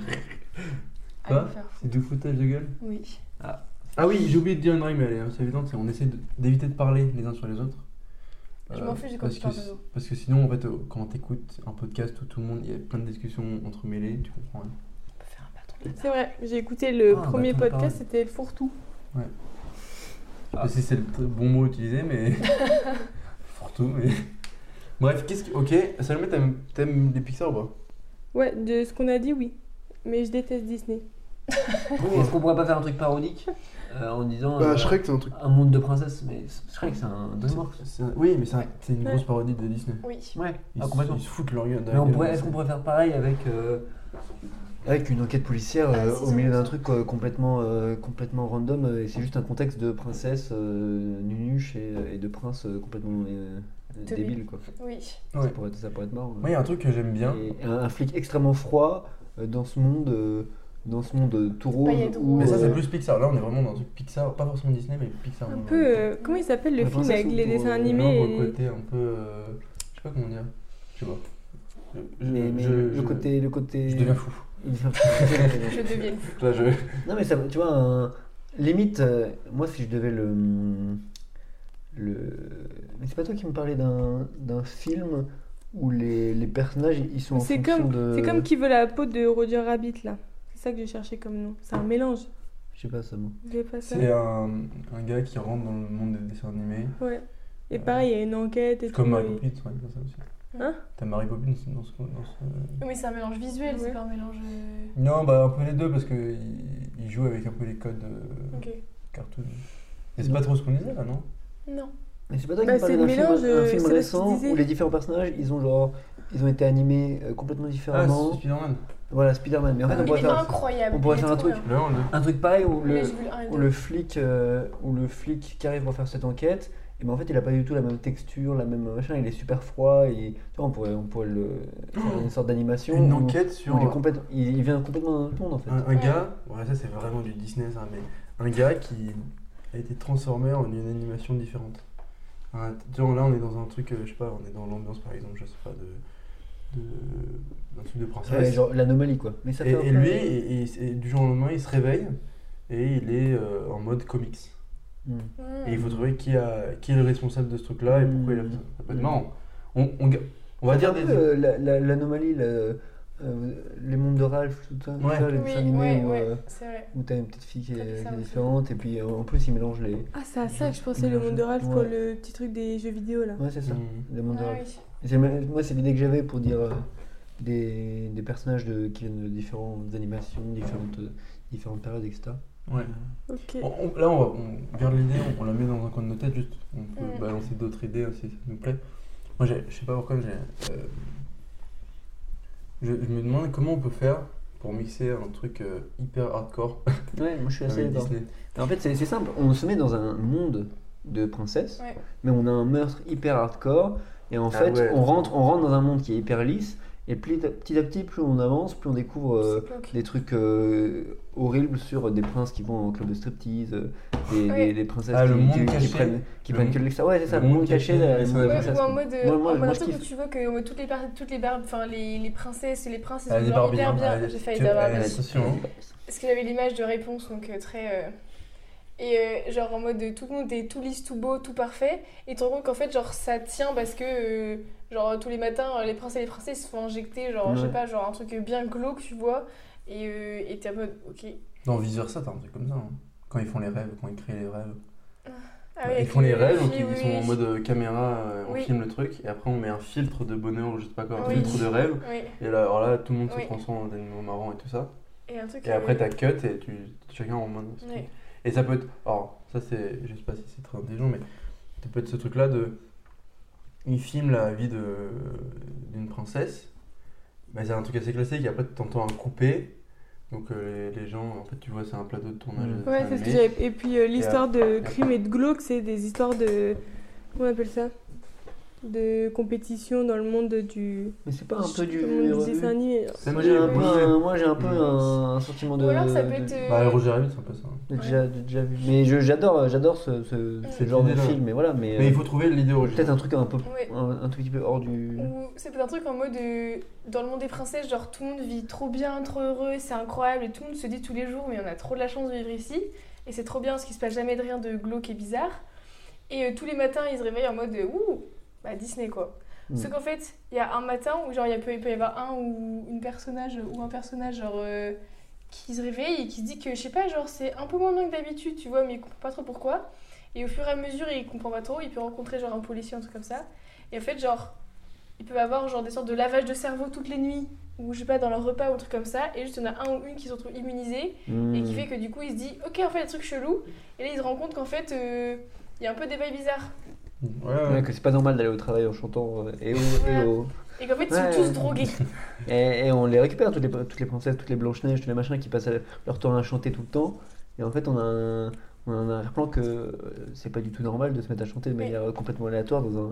Speaker 1: Quoi
Speaker 2: faire.
Speaker 1: C'est du foutage de gueule
Speaker 2: Oui.
Speaker 1: Ah oui, j'ai oublié de dire une règle, mais elle est assez évidente, c'est on essaie de- d'éviter de parler les uns sur les autres. Euh,
Speaker 2: Je m'en fiche de quand
Speaker 1: parce
Speaker 2: tu
Speaker 1: que,
Speaker 2: parles de nous.
Speaker 1: parce que sinon, en fait, euh, quand t'écoutes un podcast où tout le monde, il y a plein de discussions entremêlées, tu comprends rien.
Speaker 2: On peut faire un bâton de
Speaker 4: C'est vrai, j'ai écouté le
Speaker 3: Ah, bah,
Speaker 4: premier
Speaker 3: attends,
Speaker 4: podcast,
Speaker 3: pardon.
Speaker 4: c'était le fourre-tout.
Speaker 1: Je sais pas si c'est le t- bon mot utilisé, mais. Surtout, mais. Bref, qu'est-ce que. Ok, Salomé, t'aimes- t'aimes les Pixar ou pas
Speaker 4: Ouais, de ce qu'on a dit, oui. Mais je déteste Disney.
Speaker 3: Est-ce qu'on pourrait pas faire un truc parodique euh, en disant euh,
Speaker 6: Bah, Shrek, c'est un truc.
Speaker 3: un monde de princesses Mais Shrek, c'est un DreamWorks.
Speaker 1: C'est- c'est- Oui, mais c'est un- c'est une
Speaker 4: Ouais.
Speaker 1: grosse parodie de Disney.
Speaker 2: Oui.
Speaker 3: Ouais,
Speaker 1: Ils,
Speaker 3: ah,
Speaker 1: se-
Speaker 3: complètement.
Speaker 1: ils se foutent leur gueule. de la
Speaker 3: Mais on
Speaker 1: gueule
Speaker 3: pourrait,
Speaker 1: de
Speaker 3: est-ce qu'on
Speaker 1: Disney.
Speaker 3: pourrait faire pareil avec, euh, avec une enquête policière
Speaker 2: Ah,
Speaker 3: euh,
Speaker 2: si,
Speaker 3: au
Speaker 2: si,
Speaker 3: milieu
Speaker 2: si.
Speaker 3: d'un truc euh, complètement, euh, complètement random euh, et c'est juste un contexte de princesse euh, nunuche et, et de prince euh, complètement euh,
Speaker 2: Débile.
Speaker 3: débile quoi.
Speaker 2: Oui.
Speaker 1: Ouais.
Speaker 3: Ça, pourrait être, ça pourrait être marrant. hein.
Speaker 1: Moi, il y a un truc que j'aime bien.
Speaker 3: Et un, un flic extrêmement froid euh, dans ce monde, euh, dans ce monde euh, tout rose.
Speaker 2: paillettes
Speaker 3: où,
Speaker 1: Mais ça, c'est
Speaker 3: euh,
Speaker 1: plus Pixar. Là, on est vraiment dans un truc Pixar, pas forcément Disney, mais Pixar.
Speaker 4: Un
Speaker 1: vraiment.
Speaker 4: peu. euh, comment il s'appelle le
Speaker 3: Ah, La
Speaker 4: film
Speaker 3: princesse
Speaker 4: avec les
Speaker 3: ou-
Speaker 4: dessins
Speaker 3: ou
Speaker 1: Non,
Speaker 4: animés
Speaker 1: pour le
Speaker 4: et...
Speaker 1: côté un peu. euh, je sais pas comment dire. Je sais pas. Je- je-
Speaker 3: Mais, mais
Speaker 1: je-
Speaker 3: le,
Speaker 1: je-
Speaker 3: côté. Le côté...
Speaker 1: Je deviens fou.
Speaker 3: Il vient-
Speaker 2: Je deviens
Speaker 1: Là, je.
Speaker 3: non, mais ça, tu vois, un- limite, euh, moi, si je devais le. le... Mais c'est pas toi qui me parlais d'un d'un film où les, les personnages ils sont en
Speaker 4: C'est
Speaker 3: fonction
Speaker 4: comme,
Speaker 3: de.
Speaker 4: c'est comme qui veut la peau de Roger Rabbit là. C'est ça que j'ai cherché comme nom. C'est un mélange.
Speaker 3: Je sais pas ça, moi.
Speaker 4: Vous avez pas ça
Speaker 1: C'est un, un gars qui rentre dans le monde des dessins animés.
Speaker 4: Ouais. Et pareil, il y a une enquête et
Speaker 1: C'est comme
Speaker 4: tout.
Speaker 1: Mary
Speaker 4: et-
Speaker 1: Poppins, ouais, dans ça aussi.
Speaker 4: Hein
Speaker 1: T'as Mary Poppins dans ce. Dans ce...
Speaker 2: Mais c'est un mélange visuel, c'est
Speaker 4: Ouais.
Speaker 2: pas un mélange. euh,
Speaker 1: Non, bah un peu les deux parce qu'il il joue avec un peu les codes euh,
Speaker 2: Ok.
Speaker 1: cartoon. Et c'est pas trop ce qu'on disait là, non
Speaker 2: Non.
Speaker 3: Mais c'est pas toi
Speaker 4: Bah,
Speaker 3: qui me parlais
Speaker 4: c'est
Speaker 3: d'un
Speaker 4: le
Speaker 3: film,
Speaker 4: mélange,
Speaker 3: un
Speaker 4: euh,
Speaker 3: film
Speaker 4: c'est pas ce que tu
Speaker 3: récent où
Speaker 4: disais.
Speaker 3: les différents personnages ils ont genre. Ils ont été animés euh, complètement
Speaker 1: Ah,
Speaker 3: différemment.
Speaker 1: c'est Spider-Man.
Speaker 3: Voilà, Spider-Man. Mais en fait, on
Speaker 2: Il
Speaker 3: pourrait
Speaker 2: est
Speaker 3: faire
Speaker 2: incroyable.
Speaker 3: on pourrait
Speaker 2: il est
Speaker 3: faire un
Speaker 2: trop
Speaker 3: truc.
Speaker 2: bien.
Speaker 1: Là, on est.
Speaker 3: un truc pareil où
Speaker 2: Là,
Speaker 3: le,
Speaker 2: j'ai vu le un et
Speaker 3: où
Speaker 2: deux.
Speaker 3: le flic euh, où le flic qui arrive pour faire cette enquête et ben en fait il a pas du tout la même texture la même machin il est super froid et tu vois on pourrait on pourrait le faire une sorte d'animation
Speaker 1: Oh. Une
Speaker 3: où-
Speaker 1: enquête
Speaker 3: où
Speaker 1: sur
Speaker 3: il, est complète- il, il vient complètement dans notre monde en fait
Speaker 1: un, un gars. Ouais, ça c'est vraiment du Disney ça, mais un gars qui a été transformé en une animation différente. Un- genre là, on est dans un truc, euh, je sais pas, on est dans l'ambiance par exemple, je sais pas, de. de un truc de
Speaker 3: Ouais,
Speaker 1: princesse.
Speaker 3: genre l'anomalie quoi mais ça
Speaker 1: Et,
Speaker 3: fait un
Speaker 1: et
Speaker 3: peu-
Speaker 1: lui, il- il- et du jour au lendemain, il se réveille et il est euh, en mode comics.
Speaker 3: Hmm.
Speaker 2: Mmh.
Speaker 1: Et il faut trouver qui, a, qui est le responsable de ce truc-là et pourquoi il a fait ça. Ça peut être marrant. On, on, ga- on va
Speaker 3: Ça fait
Speaker 1: dire
Speaker 3: un
Speaker 1: des.
Speaker 3: peu, euh, la- la- l'anomalie la- euh, les mondes de Ralph tout ça, tout
Speaker 1: Ouais.
Speaker 3: ça, les
Speaker 2: Oui,
Speaker 3: dessins animés
Speaker 2: ouais,
Speaker 3: où,
Speaker 2: ouais,
Speaker 3: euh,
Speaker 2: c'est vrai.
Speaker 3: où t'as une petite fille qui
Speaker 2: Ça fait
Speaker 3: est,
Speaker 2: ça
Speaker 3: qui est
Speaker 2: aussi.
Speaker 3: différente et puis euh, en plus ils mélangent les
Speaker 4: Ah, c'est à ça que je pensais le monde de Ralph pour le petit truc des jeux vidéo là.
Speaker 3: ouais c'est ça
Speaker 1: Hmm.
Speaker 3: les mondes de
Speaker 2: Ah
Speaker 3: Ralph
Speaker 2: oui.
Speaker 3: Et c'est le- moi, c'est l'idée que j'avais pour dire euh, des, des personnages de, qui viennent de différentes animations, différentes, différentes périodes, etc.
Speaker 1: Ouais.
Speaker 4: Ok.
Speaker 1: On- on- là, on, va- on garde l'idée, on, on la met dans un coin de nos têtes, juste. On peut
Speaker 2: Mm.
Speaker 1: balancer d'autres idées si ça nous plaît. Moi, j'ai- je sais pas pourquoi, j'ai. euh, je, je me demande comment on peut faire pour mixer un truc euh, hyper hardcore
Speaker 3: Ouais, moi je suis assez
Speaker 1: avec
Speaker 3: d'accord.
Speaker 1: Disney.
Speaker 3: En fait, c'est c'est simple, on se met dans un monde de princesse,
Speaker 2: Ouais.
Speaker 3: mais on a un meurtre hyper hardcore, et en
Speaker 1: Ah
Speaker 3: fait,
Speaker 1: ouais.
Speaker 3: on, rentre, on rentre dans un monde qui est hyper lisse, et pli- petit à petit, plus on avance, plus on découvre euh,
Speaker 2: C'est glauque.
Speaker 3: des trucs euh, horribles sur des princes qui vont en club de striptease, euh, des,
Speaker 2: Ouais.
Speaker 3: des- des princesses
Speaker 1: Ah, le
Speaker 3: qui,
Speaker 1: monde
Speaker 3: qui- qui
Speaker 1: caché.
Speaker 3: prennent, qui
Speaker 1: Le
Speaker 3: prennent
Speaker 1: monde-
Speaker 3: que de l'extérieur. Ouais, c'est ça,
Speaker 1: le
Speaker 3: le monde
Speaker 1: monde
Speaker 3: caché,
Speaker 1: caché,
Speaker 3: la-
Speaker 1: et
Speaker 3: le
Speaker 1: ça,
Speaker 3: monde de la
Speaker 1: ouais,
Speaker 2: Ouais,
Speaker 3: princesse.
Speaker 2: ou en
Speaker 3: quoi.
Speaker 2: mode,
Speaker 3: Moi-
Speaker 2: en
Speaker 3: moi,
Speaker 2: mode
Speaker 3: moi,
Speaker 2: un
Speaker 3: je
Speaker 2: truc où
Speaker 3: kiffe.
Speaker 2: tu vois que toutes les, bar- toutes les, bar- enfin, les, les princesses, les princes,
Speaker 1: Ah,
Speaker 2: elles
Speaker 1: les
Speaker 2: sont genre
Speaker 1: Barbies,
Speaker 2: hyper
Speaker 1: hein,
Speaker 2: bien.
Speaker 1: ouais,
Speaker 2: J'ai failli
Speaker 1: tu-
Speaker 2: dire
Speaker 3: euh,
Speaker 1: ouais,
Speaker 2: Barbie.
Speaker 1: attention, hein.
Speaker 2: Parce que j'avais l'image de réponse, donc euh, très. euh, Et euh, genre en mode tout le monde est tout lisse, tout beau, tout parfait. Et tu te rends compte qu'en fait, genre ça tient parce que, euh, genre tous les matins, euh, les princes et les princesses se font injecter, genre je sais
Speaker 3: Ouais.
Speaker 2: pas, genre un truc bien glauque, tu vois. Et euh, et t'es en mode, ok.
Speaker 1: Dans Viseur, ça, t'as un truc comme ça. hein. Quand ils font les rêves, quand ils créent les rêves.
Speaker 2: Ah oui,
Speaker 1: Bah, ils
Speaker 2: avec
Speaker 1: font les
Speaker 2: le-
Speaker 1: rêves,
Speaker 2: oui,
Speaker 1: donc ils
Speaker 2: oui,
Speaker 1: sont en
Speaker 2: oui.
Speaker 1: mode euh, caméra, euh, on
Speaker 2: Oui.
Speaker 1: filme le truc, et après on met un filtre de bonheur, je sais pas quoi, un
Speaker 2: Oui.
Speaker 1: filtre de rêve,
Speaker 2: Oui.
Speaker 1: et là, alors là tout le monde
Speaker 2: Oui.
Speaker 1: se transforme en animaux marrants et tout ça.
Speaker 2: Et un truc.
Speaker 1: Et après
Speaker 2: euh,
Speaker 1: t'as cut et tu, chacun en main. ce
Speaker 2: Ouais.
Speaker 1: truc. Et ça peut être. Alors, ça c'est. Je sais pas si c'est très intelligent, mais ça peut être ce truc là de. Il filme la vie de d'une princesse, mais c'est un truc assez classique, et après t'entends un coupé. Donc euh, les, les gens, en fait tu vois, c'est un plateau de tournage.
Speaker 2: Mm.
Speaker 3: Mhm.
Speaker 1: de
Speaker 4: Ouais,
Speaker 1: dessin
Speaker 4: c'est ce que
Speaker 1: animé.
Speaker 4: j'avais. Et puis euh, l'histoire de crime et de glauque, c'est des histoires de. Comment on appelle ça De compétition dans le monde du.
Speaker 3: Mais c'est pas un peu du.
Speaker 4: Dans le monde du dessin animé.
Speaker 1: Ça me
Speaker 3: Moi
Speaker 1: dit-
Speaker 3: j'ai un peu,
Speaker 1: oui.
Speaker 3: un, moi, j'ai un, peu
Speaker 1: Mm.
Speaker 3: un, un sentiment de.
Speaker 2: Ou alors ça peut
Speaker 3: de-
Speaker 2: être. euh,
Speaker 1: Bah, Roger Rabbit, c'est un peu ça.
Speaker 3: de déjà, de déjà vu. Mais je- j'adore, j'adore ce, ce, ce
Speaker 1: Cette
Speaker 3: genre de
Speaker 1: idée-là.
Speaker 3: film. Mais voilà, mais.
Speaker 1: Mais il
Speaker 3: euh,
Speaker 1: faut trouver l'idée
Speaker 3: Peut-être
Speaker 1: originale.
Speaker 3: un truc un peu.
Speaker 2: Ouais.
Speaker 3: Un, un tout petit peu hors du.
Speaker 2: Ou c'est peut-être un truc en mode euh, dans le monde des princesses, genre tout le monde vit trop bien, trop heureux, c'est incroyable et tout le monde se dit tous les jours, mais on a trop de la chance de vivre ici et c'est trop bien parce qu'il se passe jamais de rien de glauque et bizarre. Et euh, tous les matins, ils se réveillent en mode euh, ouh, bah Disney quoi.
Speaker 3: Mm.
Speaker 2: Sauf qu'en fait, il y a un matin où genre il y a- peut, il peut y avoir un ou une personnage ou un personnage genre euh, qui se réveille et qui se dit que je sais pas, genre c'est un peu moins bien que d'habitude, tu vois, mais il comprend pas trop pourquoi. Et au fur et à mesure, il comprend pas trop, il peut rencontrer genre un policier, un truc comme ça. Et en fait, genre ils peuvent avoir genre des sortes de lavage de cerveau toutes les nuits ou je sais pas dans leur repas ou un truc comme ça et juste il y en a un ou une qui se retrouve immunisée et
Speaker 3: hmm.
Speaker 2: qui fait que du coup il se dit ok on fait des trucs chelous et là il se rend compte qu'en fait euh, il y a un peu des bails bizarres
Speaker 1: Ouais, ouais.
Speaker 3: Ouais, que c'est pas normal d'aller au travail en chantant euh, et, au,
Speaker 2: Ouais.
Speaker 3: et, au-
Speaker 2: et qu'en fait ils
Speaker 3: Ouais.
Speaker 2: sont tous drogués
Speaker 3: et, et on les récupère, toutes les, toutes les princesses, toutes les blanches-neiges, tous les machins qui passent leur temps à chanter tout le temps. Et en fait, on a un, on a un arrière-plan que euh, c'est pas du tout normal de se mettre à chanter de
Speaker 2: Oui.
Speaker 3: manière euh, complètement aléatoire dans, un,